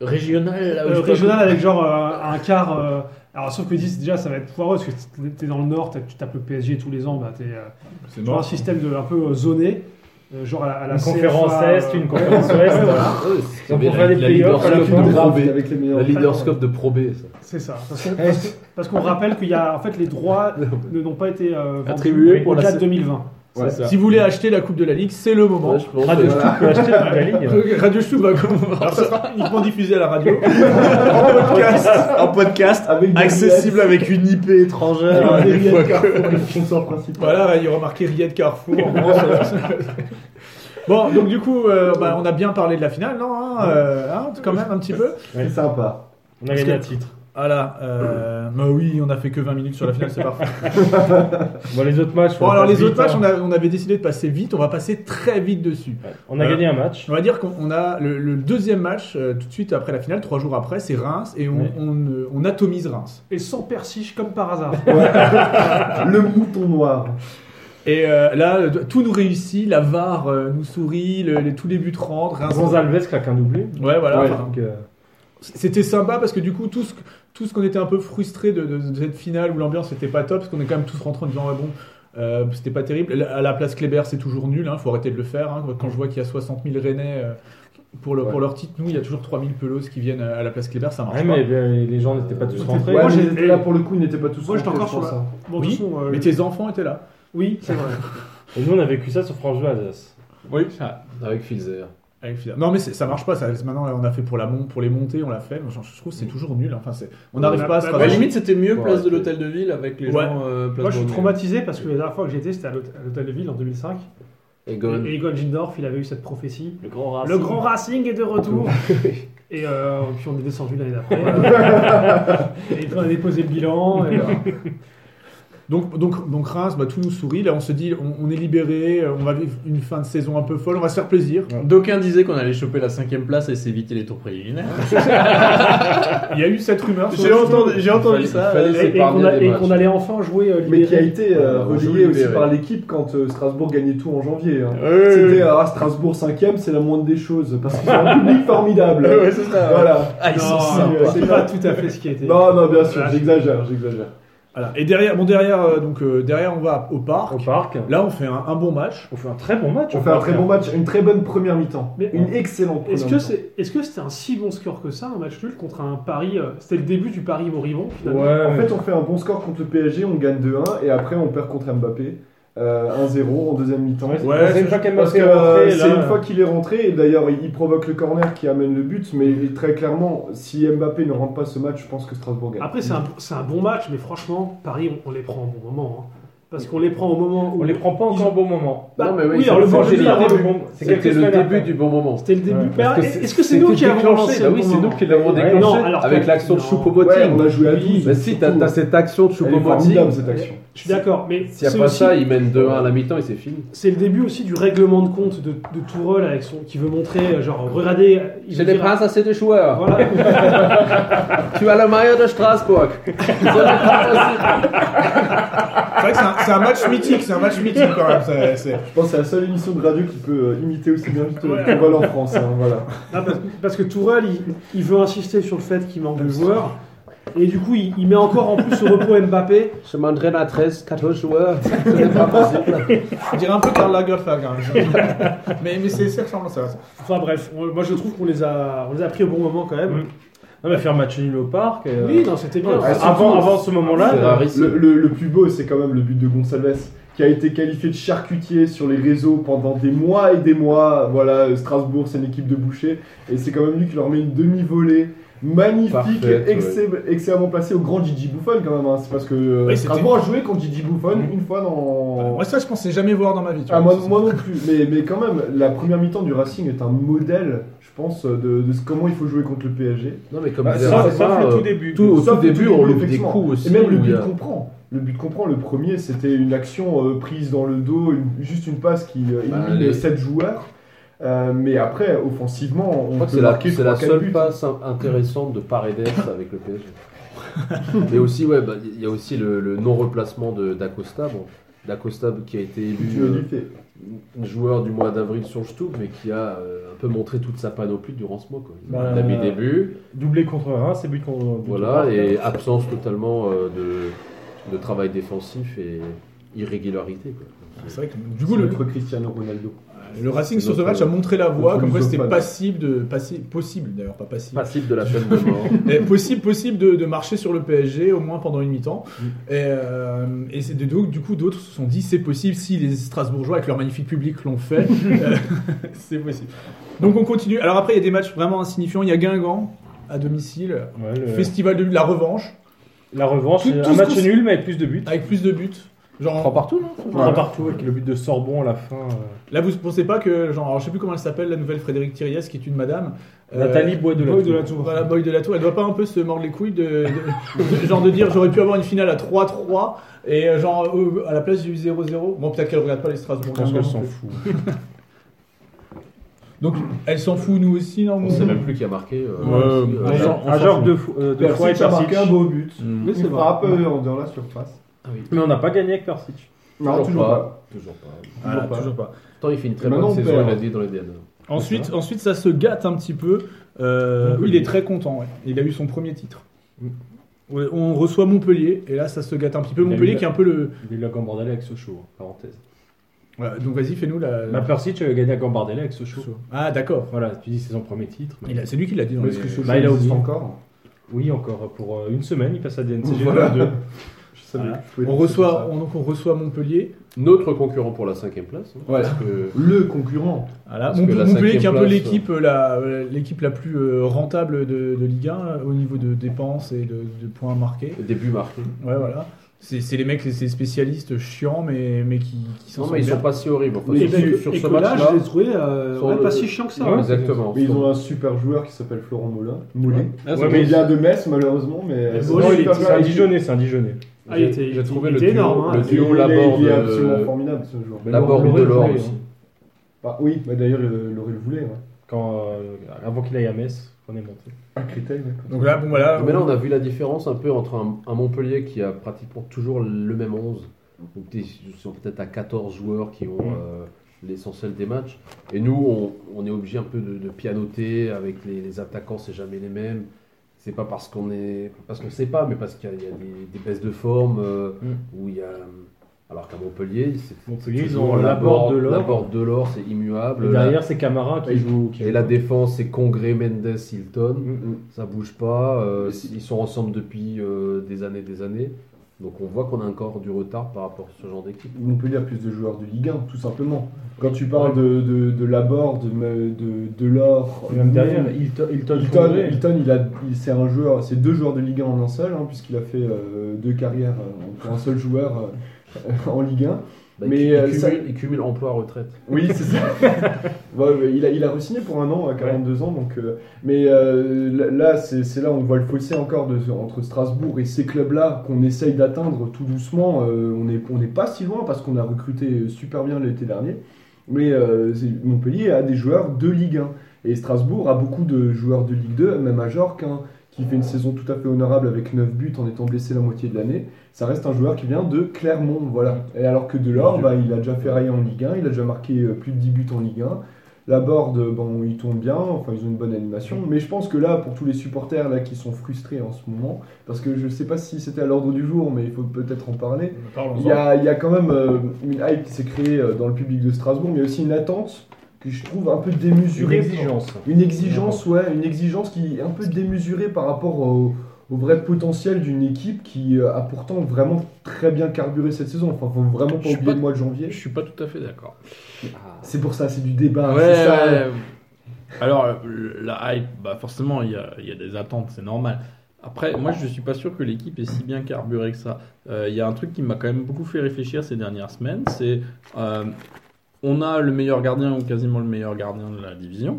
S2: Régional, là, où Ah
S4: euh,
S2: je sais pas
S4: régional avec genre euh, un quart. euh, alors, sauf que 10, déjà, ça va être foireux parce que t'es- t'es dans le Nord, t'as- tu tapes le PSG tous les ans, bah, t'es. euh,
S6: C'est
S4: Genre un
S6: mort.
S4: système de, un peu euh, zoné, euh, genre à la, à la
S5: Une
S4: CFA,
S5: conférence
S4: *laughs*
S5: Est, une conférence
S4: euh, ouais,
S5: Ouest.
S4: voilà.
S1: Ouais, c'est-
S5: Donc,
S1: mais
S5: on fait les playoffs à la
S1: leadership
S5: fin.
S1: de
S7: Grave,
S1: Pro B.
S7: avec les meilleurs.
S1: La leaderscope de Pro B, ça.
S4: C'est ça. Parce qu'on, parce que- parce qu'on rappelle qu'il y a en fait les droits ne n'ont pas été euh, vendus
S2: Attribués pour la
S4: au-delà de
S2: C-
S4: 2020.
S2: Ouais, c'est ça.
S3: si vous voulez acheter la Coupe de la Ligue, c'est le moment.
S1: Ouais, je pense
S5: Radio
S1: que-
S5: Stuck peut acheter toute la Ligue.
S3: *laughs* Radio Chou va comment Alors ça sera uniquement diffusé à la *laughs* radio.
S2: un podcast, un podcast
S7: Avec des
S2: accessible avec une IP étrangère.
S7: Avec
S2: des
S7: des
S2: fois,
S7: rillettes
S2: quoi.
S7: Carrefour, le sponsor principal.
S3: voilà, il y aura marqué Riyad Carrefour. en gros, ça- *laughs* bon, donc du coup, euh, bah, on a bien parlé de la finale, non hein, euh, hein, Quand même, un petit peu.
S7: C'est sympa.
S5: On a gagné un titre.
S3: Voilà. euh, bah oui, on a fait que 20 minutes sur la finale, c'est parfait.
S5: Bon, les autres matchs.
S3: Bon,
S5: on
S3: alors
S5: passe
S3: les autres
S5: vite,
S3: matchs,
S5: hein.
S3: on, a- on avait décidé de passer vite. On va passer très vite dessus.
S5: Ouais. On a
S3: Euh,
S5: gagné un match.
S3: On va dire qu'on on a le, le deuxième match euh, tout de suite après la finale, trois jours après, c'est Reims et on,
S5: Ouais.
S3: on, euh, on atomise Reims.
S4: Et sans persiche comme par hasard.
S7: Le mouton noir.
S3: Et euh, là, euh, tout nous réussit, la VAR euh, nous sourit, le- les- tous les buts rentrent. Reims
S5: Gonzalves claque un doublé.
S3: Ouais, voilà.
S5: Ouais,
S3: enfin,
S5: donc, euh,
S3: C'était sympa parce que du coup, tout ce, que- tout ce qu'on était un peu frustré de, de- de cette finale où l'ambiance n'était pas top, parce qu'on est quand même tous rentrés en disant, ouais, bon, euh, c'était pas terrible. La- À la place Kléber, c'est toujours nul, hein, faut arrêter de le faire. hein. Quand je vois qu'il y a 60 000 Rennais euh, pour, le- pour leur titre, nous, il y a toujours 3000 pelos qui viennent à la place Kléber, ça marche
S5: ouais,
S3: pas.
S5: mais les les gens n'étaient pas tous rentrés.
S7: Ouais,
S4: moi,
S7: mais
S4: j'ai-
S7: là pour le coup, ils n'étaient pas tous
S4: Moi, j'étais
S7: rentrés,
S4: encore
S7: je
S4: sur
S7: pense,
S4: Bon, de
S3: Oui,
S4: toute façon, euh,
S3: Mais tes enfants étaient là.
S4: Oui, c'est vrai.
S5: Et nous, on a vécu ça sur France Bleu Alsace.
S3: Oui,
S1: Avec Filzer.
S3: Avec Fidel. Non, mais c'est- ça marche pas. Ça, maintenant, là, on a fait pour la mon- pour les montées, on l'a fait. Moi, je je trouve que c'est toujours nul. Enfin, c'est, on n'arrive
S4: Ouais,
S3: pas à se
S4: bah,
S2: À la
S3: rattacher.
S2: limite, c'était mieux
S1: Ouais,
S2: place de
S1: c'est-
S2: l'hôtel de ville avec les
S3: Ouais.
S2: gens. euh, place
S4: Moi, je suis
S2: Beauvais.
S4: traumatisé parce que la dernière fois que j'étais, c'était à l'hôtel à l'hôtel de ville en 2005.
S1: Et Gone.
S4: Et Egon Gindorf, il avait eu cette prophétie.
S5: Le grand
S4: Le grand Racing est de retour. et euh, puis on est descendu l'année d'après. et puis on a déposé le bilan. et, euh,
S3: Donc, donc, donc Reims, bah, tout nous sourit. Là, on se dit, on, on est libéré. euh, On va vivre une fin de saison un peu folle. On va se faire plaisir.
S2: D'aucuns disaient qu'on allait choper la cinquième place et s'éviter les tours préliminaires.
S3: Il y a eu cette rumeur. sur
S2: J'ai
S3: le-
S2: entendu, j'ai entendu
S1: Il
S2: ça. euh,
S1: fallait- il
S4: et-
S1: fallait
S4: et qu'on a-
S1: s'épargner
S4: et
S1: des
S4: qu'on
S1: matchs.
S4: allait enfin jouer euh,
S7: hein. Mais qui a
S4: libéré.
S7: été euh,
S1: Ouais, on joue
S7: relayé aussi
S1: libéré.
S7: par l'équipe quand euh, Strasbourg gagnait tout en janvier. hein.
S2: Ouais,
S7: C'était euh, ah, Strasbourg 5ème, c'est la moindre des choses parce qu'ils ont un public
S2: *laughs*
S7: formidable.
S2: ouais, ouais, c'est ça.
S7: Voilà.
S2: Ah, ils sont
S4: Non,
S2: sympas.
S7: sympas.
S4: c'est pas tout à fait ce qui a été.
S7: Non, non, bien sûr,
S4: Voilà.
S7: j'exagère, j'exagère.
S3: Voilà. Et derrière, bon, derrière, euh, donc, euh, derrière, on va au parc.
S5: Au parc.
S3: Là, on fait un, un bon match.
S5: On fait un très bon match.
S4: hein.
S7: On
S5: au
S7: fait un
S5: parc.
S7: très
S2: hein.
S7: bon match, une très bonne première mi-temps.
S4: Mais-
S7: Une excellente première
S4: Est-ce que
S7: mi-temps.
S4: c'est est-ce que c'était un si bon score que ça un match nul contre un Paris euh, C'était le début du Paris moribond.
S5: Ouais,
S4: finalement.
S7: En
S5: mais-
S7: fait, on fait un bon score contre le PSG, on gagne 2-1 et après on perd contre Mbappé. euh, 1-0 en deuxième mi-temps.
S5: Ouais,
S3: Ouais,
S5: c'est une fois qu'Mbappé
S7: Parce que
S5: est
S7: euh,
S5: rentré,
S7: c'est
S5: là,
S7: une fois qu'il est rentré, et d'ailleurs il provoque le corner qui amène le but, mais très clairement, si Mbappé ne rentre pas ce match, je pense que Strasbourg gagne.
S4: Après c'est un, c'est un bon match, mais franchement Paris on, on les prend au bon moment. hein. Parce qu'on les prend au moment où
S5: on les prend pas
S4: Ils
S5: encore au bon moment.
S4: Bah,
S1: Non, mais oui,
S4: oui,
S1: c'est-
S4: alors le
S1: c'est-
S4: bon
S1: c'est
S4: jeu,
S1: le
S4: il y a
S1: début.
S4: des bons-
S5: C'est quelques
S1: C'était le
S5: semaines
S1: début
S5: après.
S1: du bon moment.
S4: C'était le début.
S5: Ouais,
S4: Bah,
S1: parce que
S4: Est-ce
S1: c'est-
S4: que c'est nous qui
S1: c'était
S4: avons lancé
S1: déclenché.
S2: ah
S1: Bah oui, c'est nous qui l'avons
S4: Ouais,
S1: déclenché
S4: non, alors
S1: avec
S4: que-
S1: l'action de
S4: non.
S1: Choupo-Moting.
S7: Ouais, on a joué à
S1: Bah
S7: 12.
S1: si, t'as t'as cette action de
S7: hein. Elle est
S1: Choupo-Moting.
S7: formidable cette action.
S4: Je suis d'accord, mais
S1: S'il n'y a
S4: c'est
S1: pas
S4: aussi-
S1: ça, il mène 2-1 à la mi-temps et c'est fini.
S4: c'est le début aussi du règlement de compte de, de Tourelle avec son qui veut montrer, euh, genre, regardez, euh, il
S2: J'ai
S4: veut
S2: des
S4: dire-
S2: princes assez de joueurs.
S4: Voilà.
S2: Tu as le maillot de Strasbourg.
S3: C'est vrai que c'est un, c'est un match mythique, c'est un match mythique quand même. c'est- c'est-
S7: Je pense que c'est la seule émission de radio qui peut euh, imiter aussi bien que Tourelle en France. hein, voilà.
S4: Ah, parce, parce que Tourelle, il, il veut insister sur le fait qu'il manque de joueurs. Et du coup, il, il met encore en plus au repos Mbappé.
S2: Je m'entraîne à 13, 14 joueurs. Ce n'est pas possible.
S3: On dirait un peu Karl Lagerfeld quand même. *laughs* Mais, mais c'est c'est ressemblant, ça. va.
S4: Enfin bref, on- moi je trouve qu'on les a, on les a pris au bon moment quand même.
S5: Non, mais faire match nul au parc. euh,
S4: Oui, non, c'était bien. Ah,
S5: avant, avant, ce moment-là,
S1: C'est
S5: euh,
S1: rarissime.
S7: Le, le- le plus beau, c'est quand même le but de Gonçalves, qui a été qualifié de charcutier sur les réseaux pendant des mois et des mois. Voilà, euh, Strasbourg, c'est une équipe de bouchers. Et c'est quand même lui qui leur met une demi-volée. Magnifique,
S1: Parfaite, ouais.
S7: excell- excellemment placé au grand Gigi Buffon quand même. hein. C'est parce que euh,
S3: Oui, c'était- Mm-hmm. Bah,
S7: Strasbourg a joué contre Gigi Buffon une fois dans.
S3: Moi, ça, je pensais jamais voir dans ma vie. tu
S7: Ah,
S3: vois.
S7: moi, moi non plus, mais, mais quand même, la première mi-temps du Racing est un modèle, je pense, de, de ce- comment il faut jouer contre le PSG.
S1: Non, mais comme
S5: bah,
S1: disait
S5: sauf-
S1: Rafa,
S5: sauf le
S1: euh,
S5: tout début.
S1: tout- au
S7: Sauf
S1: tout
S7: le
S1: début, on loupe des
S7: effectivement.
S1: coups aussi.
S7: Et même le
S1: où il y
S7: but
S1: a-
S7: qu'on prend. Le but qu'on prend, le premier, c'était une action euh, prise dans le dos, une- juste une passe qui euh,
S1: Bah,
S7: élimine
S1: les-
S7: 7 joueurs. Euh, mais après, offensivement,
S1: Je
S7: on
S1: crois que
S7: peut
S1: c'est la,
S7: marquer
S1: c'est la
S7: 3-4
S1: seule
S7: buts.
S1: passe in- intéressante de Paredes avec le PSG. Mais aussi, ouais, bah, il y a aussi le, le non-replacement de- d'Acosta. Bon, D'Acosta qui a été élu
S7: hein, Tu
S1: euh,
S7: l'as dit,
S1: joueur du mois d'avril sur Stub, mais qui a euh, un peu montré toute sa panoplie durant ce mois. Quoi.
S5: Bah,
S1: il a mis
S5: euh,
S1: des buts,
S5: Doublé contre Reims, c'est but contre. but
S1: voilà,
S5: contre
S1: et
S5: Reims.
S1: absence totalement euh, de, de travail défensif et irrégularité. quoi.
S3: C'est vrai que du
S7: Du
S3: coup, le,
S7: notre Cristiano Ronaldo.
S3: le Racing sur ce
S1: notre-
S3: match a montré la voie,
S7: notre
S3: comme quoi c'était
S7: lusophone.
S3: passible de. passi- possible d'ailleurs, pas passible.
S1: Passible de la peine de mort.
S3: Mais possible, possible de, de marcher sur le PSG au moins pendant une mi-temps. Et, euh, et c'est- donc, du coup, d'autres se sont dit c'est possible si les Strasbourgeois avec leur magnifique public l'ont fait. euh, c'est possible. Donc on continue. Alors après, il y a des matchs vraiment insignifiants. Il y a Guingamp à domicile,
S5: Ouais, le-
S3: Festival de la revanche
S5: La revanche,
S3: Tout-
S5: c'est
S3: tout
S5: un
S3: ce
S5: match
S3: qu'on-
S5: nul, mais avec plus de buts.
S3: avec plus de buts.
S2: Trois
S3: Genre,
S2: partout, non
S5: Trois partout, avec le but de Sorbon à la fin. euh.
S3: là, vous pensez pas que, genre, alors, je sais plus comment elle s'appelle, la nouvelle Frédéric Thiriez, qui est une madame. euh,
S5: Nathalie Bois de la
S4: Bois de la
S5: Tour.
S4: Tour.
S3: Voilà, Boy de la Tour, elle doit pas un peu se mordre les couilles de, de- de- genre de dire j'aurais pu avoir une finale à 3-3 et euh, genre euh, à la place du 0-0. Bon, peut-être qu'elle regarde pas les Strasbourg.
S5: Je pense qu'elle s'en fout.
S3: Donc elle s'en fout, nous aussi, non
S1: *laughs* On
S3: mon-
S1: sait même plus qui a marqué. euh,
S2: Ouais,
S1: aussi, euh,
S2: on s'en-
S5: Un genre de, fou- euh, de fois et
S7: Persic a
S5: Persic.
S7: marqué un beau but.
S2: Mm.
S5: Mais c'est
S7: Il
S5: vrai.
S7: frappe euh, en dehors de la surface.
S5: Mais on n'a pas gagné avec Persic.
S7: Non, toujours pas.
S1: Toujours pas.
S3: Voilà, toujours pas.
S1: Pourtant, il fait une très
S7: Et
S1: bonne
S7: maintenant, on
S1: saison,
S7: perd.
S1: il a dit dans les DNA.
S3: Ensuite, ensuite, ça se gâte un petit peu. Euh, oui, il est très content, ouais. il a eu son premier titre. Ouais, on reçoit Montpellier et là ça se gâte un petit peu.
S5: Il a eu
S3: Montpellier
S5: la-
S3: qui est un peu le.
S5: Il est là Gambardella avec Sochaux, hein, parenthèse.
S3: Voilà, donc vas-y, fais-nous la.
S5: Bah, Persic avait gagné à Gambardella avec Sochaux.
S3: Ah, d'accord.
S5: Voilà, tu dis c'est son premier titre. mais-
S3: Il a- C'est lui qui l'a dit dans
S7: Mais
S3: les...
S7: est-ce que
S5: Bah, il a
S7: Sochaux existe
S5: oublié.
S7: encore
S5: Oui, encore pour euh, une semaine, il passe à DNCG.
S7: Voilà.
S5: 2.
S7: Je savais
S3: Voilà.
S7: que je pouvais
S3: On
S7: penser
S3: reçoit,
S7: comme
S3: on- donc on reçoit Montpellier.
S1: Notre concurrent pour la cinquième place. hein,
S7: Voilà.
S1: parce que-
S7: ça. Le concurrent.
S3: Voilà,
S1: Parce
S3: Mont-
S1: que la
S3: Montpellier qui est un peu
S1: cinquième place,
S3: l'équipe euh, la, euh, l'équipe la plus euh, rentable de, de Ligue 1 là, au niveau de dépenses et de, de points marqués.
S1: Début marqué.
S3: Ouais, voilà. C'est c'est les mecs, c'est les spécialistes chiants, mais, mais qui, qui s'en
S1: Non,
S3: sortent
S1: mais ils
S3: bien.
S1: sont pas si horribles. Enfin,
S4: Et,
S1: sur,
S4: que-
S1: sur
S4: et
S1: ce
S4: que là,
S1: match-là.
S4: je les ai trouvés euh,
S1: sur
S4: ouais,
S1: le-
S4: pas si chiants que ça.
S1: Ouais,
S4: hein.
S1: exactement.
S7: Mais ils ont un super joueur qui s'appelle Florent Molin. Moulin.
S2: Ah, c'est
S5: Ouais,
S2: bon.
S7: mais il vient de Metz, malheureusement, mais.
S4: Molin,
S5: Non, il
S7: un
S5: est-
S7: super
S5: c'est
S7: joueur.
S5: un Dijonais, c'est un Dijonais.
S4: Ah, il était-
S1: J'ai trouvé
S4: il
S1: le
S4: était
S1: duo,
S4: énorme, hein.
S1: le
S7: Il
S1: duo
S7: est- il est- Il est
S1: Laborde,
S7: absolument
S1: euh,
S7: formidable ce joueur.
S5: Mais
S1: Laborde
S5: Laurent
S1: de
S5: Laurent
S1: l'or
S5: voulait,
S1: aussi.
S5: hein.
S7: Bah oui, bah d'ailleurs, le- Laurent le voulait. ouais.
S5: Quand, euh, avant qu'il aille à Metz, on est monté.
S7: À Créteil, d'accord.
S3: Donc là, bon,
S5: Euh,
S3: voilà.
S1: Mais là, on a vu la différence un peu entre un, un Montpellier qui a pratiquement toujours le même 11. Donc, ils sont peut-être à 14 joueurs qui ont euh, l'essentiel des matchs. Et nous, on, on est obligé un peu de, de pianoter avec les, les attaquants, c'est jamais les mêmes. C'est pas parce qu'on est, parce qu'on sait pas, mais parce qu'il y a, il y a des, des baisses de forme euh, où il y a. Alors qu'à Montpellier, c'est
S5: Mm. Montpellier, ils
S1: toujours
S5: ont la borde de
S1: la
S5: l'or.
S1: borde de l'or, c'est immuable.
S5: Et derrière, c'est Camara qui joue. qui
S1: Et la
S5: joue.
S1: défense, c'est Congré, Mendes, Hilton.
S5: Mm.
S1: Ça bouge pas. euh,
S7: Mais si-
S1: ils sont ensemble depuis euh, des années, des années. Donc on voit qu'on a encore du retard par rapport à ce genre d'équipe.
S7: On peut dire plus de joueurs de Ligue 1, tout simplement. Quand tu parles de, de, de Laborde, de, de, de l'or,
S5: Même derrière, Hilton, Hilton,
S7: Hilton,
S5: Condé.
S7: Hilton, il a, il- c'est un joueur, c'est deux joueurs de Ligue 1 en un seul, hein, puisqu'il a fait euh, deux carrières euh, pour un seul joueur euh, *laughs* en Ligue 1.
S1: Bah,
S7: Mais,
S1: il,
S7: euh,
S1: cumule,
S7: ça-
S1: il cumule emploi-retraite.
S7: Oui, c'est ça. Ouais, ouais, il a, il a re-signé pour un an à 42 ans. Donc, euh, mais euh, là- là, c'est c'est là où on voit le fossé encore de- entre Strasbourg et ces clubs-là qu'on essaye d'atteindre tout doucement. Euh, on n'est on n'est pas si loin parce qu'on a recruté super bien l'été dernier. Mais euh, c'est- Montpellier a des joueurs de Ligue 1. Et Strasbourg a beaucoup de joueurs de Ligue 2, même à Jorque, hein, qui fait une saison tout à fait honorable avec 9 buts en étant blessé la moitié de l'année ça reste un joueur qui vient de Clermont, voilà. Et alors que Delors, bah, il a déjà fait railler en Ligue 1, il a déjà marqué euh, plus de 10 buts en Ligue 1. La board, euh, bon, ils tournent bien, enfin ils ont une bonne animation, mais je pense que là, pour tous les supporters là qui sont frustrés en ce moment, parce que je ne sais pas si c'était à l'ordre du jour, mais il faut peut-être en parler. Il y a, il y a quand même euh, une hype qui s'est créée euh, dans le public de Strasbourg, mais aussi une attente que je trouve un peu
S5: Une
S7: démesurée.
S5: exigence.
S7: Une exigence, ouais, une exigence qui est un peu démesurée par rapport au, au vrai potentiel d'une équipe qui euh, a pourtant vraiment très bien carburé cette saison. Enfin, faut
S2: Je
S7: vraiment pas
S2: suis
S7: oublier
S2: pas-
S7: le mois de janvier.
S2: Je suis pas tout à fait d'accord.
S7: C'est pour ça, c'est du débat.
S2: Ouais,
S7: Bah, c'est ça. euh,
S2: ouais. Alors, le- la hype, bah forcément, il y a, il y a des attentes, c'est normal. Après, moi, je suis pas sûr que l'équipe est si bien carburée que ça. Euh, Il y a un truc qui m'a quand même beaucoup fait réfléchir ces dernières semaines, c'est euh, on a le meilleur gardien ou quasiment le meilleur gardien de la division.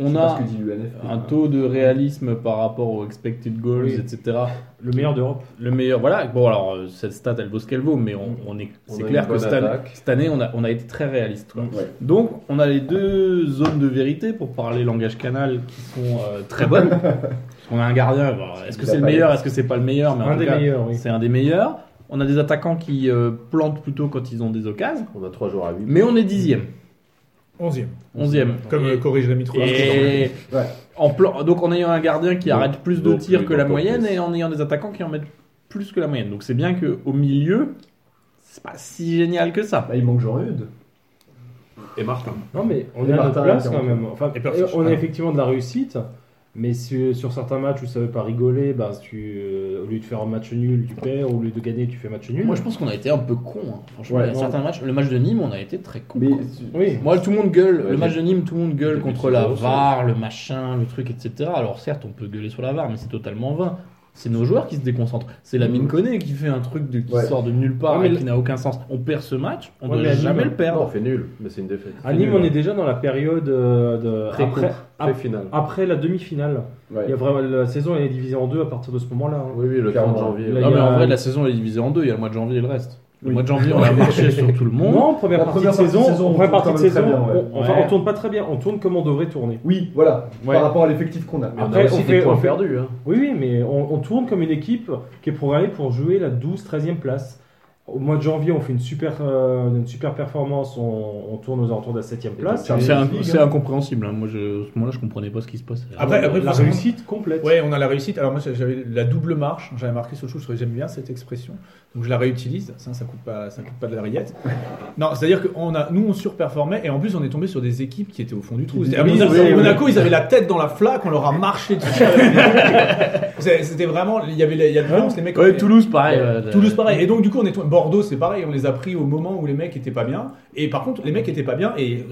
S2: On
S7: C'est pas
S2: a
S7: ce que dit l'UNF.
S2: un taux de réalisme par rapport aux expected goals,
S5: Oui.
S2: etc.
S5: Le meilleur d'Europe.
S2: Le meilleur, voilà. Bon, alors, euh, cette stat, elle vaut ce qu'elle vaut, mais on, on est,
S1: On
S2: c'est
S1: a
S2: clair
S1: une
S2: que
S1: bonne
S2: cette année,
S1: attaque.
S2: cette année, on a, on a été très réaliste. quoi.
S7: Ouais.
S2: Donc, on a les deux zones de vérité, pour parler langage canal, qui sont euh, très
S1: *laughs*
S2: bonnes. on a un gardien, alors, est-ce que
S7: Il a
S2: c'est le
S7: pas
S2: meilleur, est-ce que c'est pas le meilleur, mais en
S5: Un
S2: tout
S5: des
S2: cas,
S5: meilleurs, oui.
S2: c'est un des meilleurs. On a des attaquants qui euh, plantent plutôt quand ils ont des occasions,
S1: On a 3 joueurs à 8.
S2: mais on est dixième,
S3: 11
S2: onzième.
S3: Comme
S2: Et-
S3: euh, corrige la mitre.
S2: et
S7: Ouais.
S2: en plan, donc en ayant un gardien qui
S1: Donc,
S2: arrête plus de
S1: donc,
S2: tirs que la
S1: donc,
S2: moyenne
S1: plus.
S2: et en ayant des attaquants qui en mettent plus que la moyenne. Donc c'est bien que au milieu, c'est pas si génial que ça.
S7: Bah, il manque Jean-Eudes.
S1: Et Martin.
S5: Non, mais on
S7: Et
S5: est à
S7: Martin,
S5: notre place
S7: il est
S5: quand
S7: en
S5: même. Enfin,
S3: Et Persic.
S5: on a
S3: Ah.
S5: effectivement de la réussite, mais si- sur certains matchs où ça veut pas rigoler, bah, tu, euh, au lieu de faire un match nul, tu perds, au lieu de gagner, tu fais match nul.
S2: Moi je pense qu'on a été un peu con. hein. Franchement,
S7: Ouais,
S2: il y a
S7: non.
S2: certains matchs, le match de Nîmes, on a été très con.
S7: Mais
S2: quoi.
S5: Oui,
S2: Moi, tout le monde gueule.
S1: Ouais,
S2: le
S1: j'ai-
S2: match de Nîmes, tout le monde gueule
S1: j'ai
S2: contre
S1: vu
S2: la
S1: ça aussi.
S2: VAR, le machin, le truc, etc. Alors certes, on peut gueuler sur la VAR, mais c'est totalement vain. C'est nos joueurs qui se déconcentrent. C'est
S1: Mm.
S2: la mine qui fait un truc de, qui
S7: Ouais.
S2: sort de nulle part
S5: Ouais, mais
S2: et
S5: le-
S2: qui n'a aucun sens. On perd ce match, on
S5: Ouais,
S2: ne
S5: mais
S2: doit
S5: à Nîmes,
S2: jamais le
S1: Non,
S2: perdre.
S1: on fait nul, mais c'est une défaite.
S5: à Nîmes, on est déjà dans la période euh, de,
S1: Pré-coupe,
S5: après, ap-
S1: Pré-finale.
S5: après la demi-finale.
S7: Ouais.
S5: Il y a vraiment- la saison elle est divisée en deux à partir de ce moment-là. hein.
S1: Oui, oui, le 30
S7: Clairement.
S1: janvier.
S5: Là,
S1: ouais.
S2: Non,
S5: Il y
S2: mais
S5: a-
S2: en vrai, la saison elle est divisée en deux. Il y a le mois de janvier et le reste. Le
S7: Oui.
S2: mois de janvier, on a marché sur tout le monde.
S5: Non, première
S7: La
S5: partie de
S7: première partie de
S5: saison,
S7: saison, on
S5: première
S7: tourne
S5: partie de
S7: quand même très
S5: saison,
S7: bien, ouais.
S5: on, enfin,
S2: Ouais.
S5: on tourne pas très bien, on tourne comme on devrait tourner.
S7: Oui, voilà,
S5: Ouais.
S7: par rapport à l'effectif qu'on a.
S1: Mais on
S5: après,
S1: a aussi
S5: on
S1: des
S5: fait-
S1: points
S5: on fait-
S1: perdus. hein.
S5: Oui, oui, mais on, on tourne comme une équipe qui est programmée pour jouer la 12-13e place. Au mois de janvier, on fait une super, euh, une super performance, on, on tourne aux alentours de la 7e place.
S2: C'est un-
S7: Ligue,
S2: c'est
S7: hein.
S2: incompréhensible. hein. Moi, je, à ce moment-là, je comprenais pas ce qui se passait.
S3: Après, après,
S5: la
S3: forcément-
S5: réussite complète.
S3: Ouais, on a la réussite. Alors moi, j'avais la double marche. J'avais marqué sur le chou, parce que j'aime bien cette expression. Donc je la réutilise. Ça, ça coûte pas, ça coûte pas de la
S5: *laughs*
S3: rillette. Non, c'est-à-dire que on a, nous, on surperformait et en plus, on est tombé sur des équipes qui étaient au fond du trou. C'est-à-dire,
S5: Oui,
S3: Monaco,
S5: oui, oui.
S3: Monaco, ils avaient la tête dans la flaque. On leur a marché
S5: *laughs*
S3: dessus. C'est- C'était vraiment, il y avait, la- il y a de la violence, les mecs.
S2: Ouais, Toulouse, pareil. ouais,
S3: Toulouse pareil. Et donc du coup on est Bordeaux c'est pareil, on les a pris au moment où les mecs étaient pas bien. Et par contre les mecs étaient pas bien et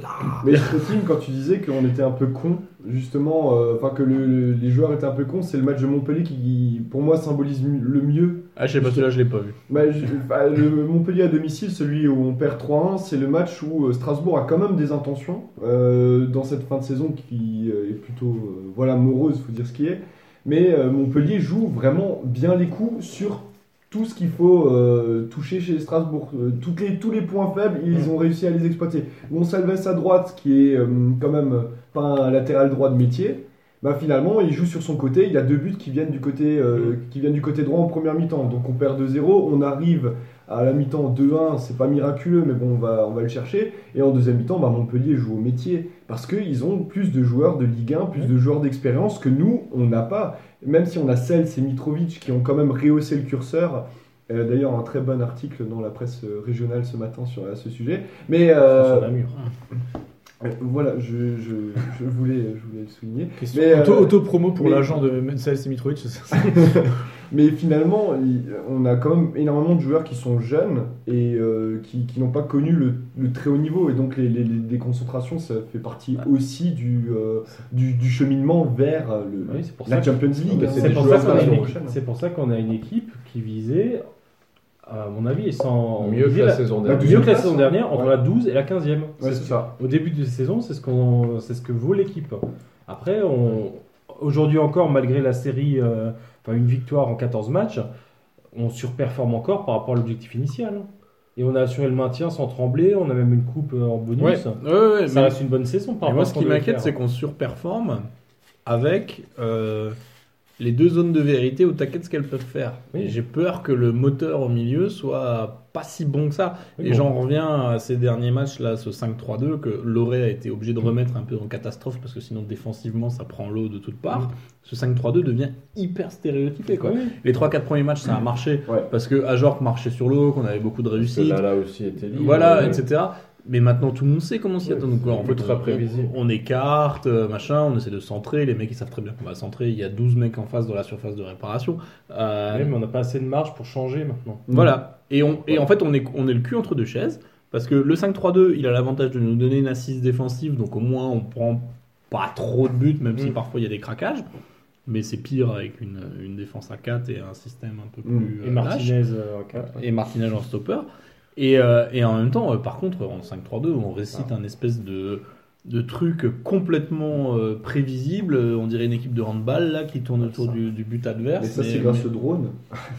S7: Mais je continue quand tu disais qu'on était un peu con, justement, euh, enfin que le- les joueurs étaient un peu cons, c'est le match de Montpellier qui, pour moi, symbolise le mieux
S2: Ah, je sais pas, celui-là, je l'ai pas vu.
S7: Bah, je- bah, le Montpellier à domicile, celui où on perd 3-1, c'est le match où euh, Strasbourg a quand même des intentions euh, dans cette fin de saison qui euh, est plutôt euh, voilà morose, faut dire ce qui est. Mais euh, Montpellier joue vraiment bien les coups sur tout ce qu'il faut euh, toucher chez Strasbourg. Euh, toutes les, tous les points faibles,
S2: Mm.
S7: ils ont réussi à les exploiter. Gonsalves à droite, qui est euh, quand même pas un latéral droit de métier, bah finalement il joue sur son côté. Il a deux buts qui viennent du côté, euh, qui viennent du côté droit en première mi-temps. Donc on perd 2-0, on arrive à la mi-temps 2-1. C'est pas miraculeux, mais bon, on va, on va le chercher. Et en deuxième mi-temps, bah, Montpellier joue au métier parce qu'ils ont plus de joueurs de Ligue 1, plus de joueurs d'expérience que nous, on n'a pas. Même si on a Cels et Mitrovic qui ont quand même rehaussé le curseur. Euh, D'ailleurs, un très bon article dans la presse euh, régionale ce matin sur à ce sujet. Mais euh,
S5: Sur la mur.
S7: euh, voilà, je, je, je voulais, je voulais le souligner.
S3: Question
S7: Mais, euh,
S3: auto- auto-promo pour
S7: mais-
S3: l'agent de Mensel Semitrovic.
S5: Ah,
S7: Mais finalement, il- on a quand même énormément de joueurs qui sont jeunes et euh, qui, qui n'ont pas connu le, le très haut niveau. Et donc, les, les- les- les concentrations, ça fait partie aussi du, euh, du, du cheminement vers euh, le,
S5: Oui, c'est pour ça
S7: la
S5: que-
S7: Champions League. hein.
S5: C'est
S7: Des
S5: pour ça
S7: joueurs
S5: qu'on a
S7: de
S5: une
S7: la
S5: équipe-
S7: prochaine.
S5: c'est pour ça qu'on a une équipe qui visait à mon avis, est sans.
S1: Mieux que
S5: Olivier,
S1: la
S5: la-
S1: saison
S5: Ah, la-
S1: dernière.
S5: mieux que la saison dernière, entre la 12 et la 15e.
S7: Ouais, c'est ça.
S5: Au début de saison, c'est ce, qu'on- c'est ce que vaut l'équipe. Après, on- aujourd'hui encore, malgré la série, euh, enfin une victoire en 14 matchs, on surperforme encore par rapport à l'objectif initial. Et on a assuré le maintien sans trembler, on a même une coupe euh, en bonus.
S2: Ouais, ouais, ouais,
S5: Ça
S2: mais-
S5: reste une bonne saison par
S2: Mais
S5: rapport hein.
S2: moi,
S5: à
S2: ce
S5: qu'on
S2: qui
S5: devait
S2: m'inquiète,
S5: faire.
S2: c'est qu'on surperforme avec euh, les deux zones de vérité au taquet de ce qu'elles peuvent faire.
S5: Oui.
S2: Et J'ai peur que le moteur au milieu soit pas si bon que ça.
S5: Oui,
S2: et
S5: bon.
S2: j'en reviens à ces derniers matchs, là, ce 5-3-2, que Loré a été obligé de remettre un peu en catastrophe parce que sinon, défensivement, ça prend l'eau de toutes parts. Ce 5-3-2 devient hyper stéréotypé, quoi.
S5: Oui.
S2: Les 3-4 premiers matchs, ça a marché
S7: Ouais.
S2: parce que Ajorc marchait sur l'eau, qu'on avait beaucoup de
S1: Parce que
S2: réussite.
S1: Lala aussi était libre.
S2: Voilà,
S5: euh,
S1: Ouais.
S2: etc. Mais maintenant, tout le monde sait comment s'y
S1: Ouais,
S2: attendre. Donc,
S1: c'est
S2: en fait,
S1: ultra
S2: on-
S1: prévisible.
S2: On, on écarte, euh, machin, on essaie de centrer. Les mecs, ils savent très bien qu'on va centrer. Il y a 12 mecs en face dans la surface de réparation. Euh,
S5: Ouais, mais on n'a pas assez de marge pour changer maintenant.
S2: Voilà. Et, on, et en fait, on est, on est le cul entre deux chaises. Parce que le 5-3-2, il a l'avantage de nous donner une assise défensive. Donc, au moins, on prend pas trop de buts, même si
S5: Mm.
S2: parfois il y a des craquages. Mais c'est pire avec une, une défense à 4 et un système un peu
S7: Mm.
S2: plus.
S5: Et
S2: euh, lâche
S5: Martinez euh, en quatre.
S2: et Martinez en stopper. Et, euh, et en même temps, euh, par contre, en 5-3-2, on récite
S1: Ah.
S2: un espèce de, de truc complètement euh, prévisible. Euh, On dirait une équipe de handball là, qui
S1: Ah,
S2: tourne autour du, du but adverse.
S7: Mais ça,
S2: Mais-
S7: c'est grâce au drone.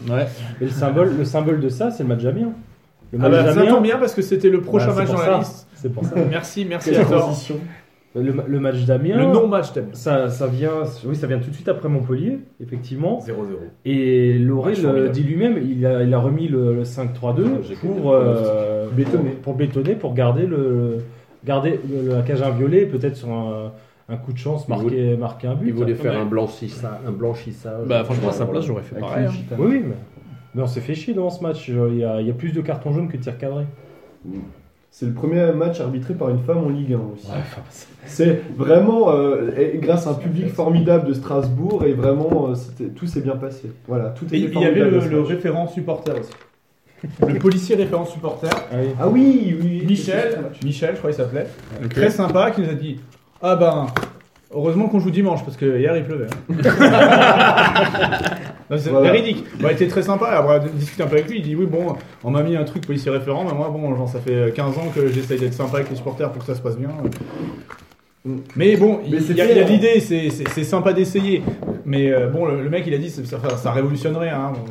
S2: Ouais.
S5: Et le symbole, le symbole de ça, c'est le match Amiens. Le
S3: Ah
S5: match
S3: bah, ça
S5: d'Amiens,
S3: tombe bien parce que c'était le prochain
S5: Bah, c'est
S3: match
S5: pour
S3: dans
S5: ça.
S3: la liste.
S5: *laughs* c'est pour ça.
S3: Merci, merci
S5: Quelle
S3: à toi.
S5: Le, le match d'Amiens.
S3: Le non-match, t'aimes.
S5: Ça, ça vient, oui, ça vient tout de suite après Montpellier, effectivement.
S3: 0-0.
S5: Et Loré
S3: Ouais,
S5: le
S3: formidable.
S5: dit lui-même, il a, il a remis le, le 5-3-2 pour, euh,
S7: Bétonner.
S5: pour, pour bétonner, pour garder le, garder le- la cage inviolée, et peut-être sur un, un coup de chance
S1: Il
S5: marquer, marquer un but. Ah,
S1: Il voulait faire un blanchissage. Un blanchissage
S2: Bah, franchement, à sa
S1: Euh, Voilà.
S2: place, j'aurais fait
S7: Avec
S2: pareil.
S7: le
S2: hein.
S7: gitane.
S5: Oui, oui, mais, mais on s'est fait chier dans ce match. Il y a, il y a plus de cartons jaunes que de tirs cadrés.
S7: C'est le premier match arbitré par une femme en Ligue 1 aussi. c'est vraiment euh, et grâce à un public formidable de Strasbourg et vraiment euh, c'était- tout s'est bien passé. Voilà, tout
S3: Et
S7: était
S3: il y avait
S7: formidable.
S3: le,
S7: à ce
S3: le
S7: match.
S3: référent supporter aussi. *laughs* Le policier référent supporter.
S5: Ah oui.
S7: Ah oui, oui.
S3: Michel, Michel, je crois qu'il s'appelait. Très sympa, qui nous a dit Ah ben, heureusement qu'on joue dimanche parce que hier il pleuvait. hein.
S7: *laughs*
S3: Non, C'est
S7: Voilà.
S3: véridique. Bon, il était très sympa. Après, on a discuté un peu avec lui. Il dit Oui, bon, on m'a mis un truc policier référent, mais moi, bon, genre, ça fait 15 ans que j'essaye d'être sympa avec les supporters pour que ça se passe bien. Mais bon, il
S7: Mais c'est hein.
S3: il y a, il y a
S7: clair.
S3: l'idée, c'est- c'est c'est sympa d'essayer. Mais euh, bon, le, le mec, il a dit Ça, ça- ça révolutionnerait. hein. Bon.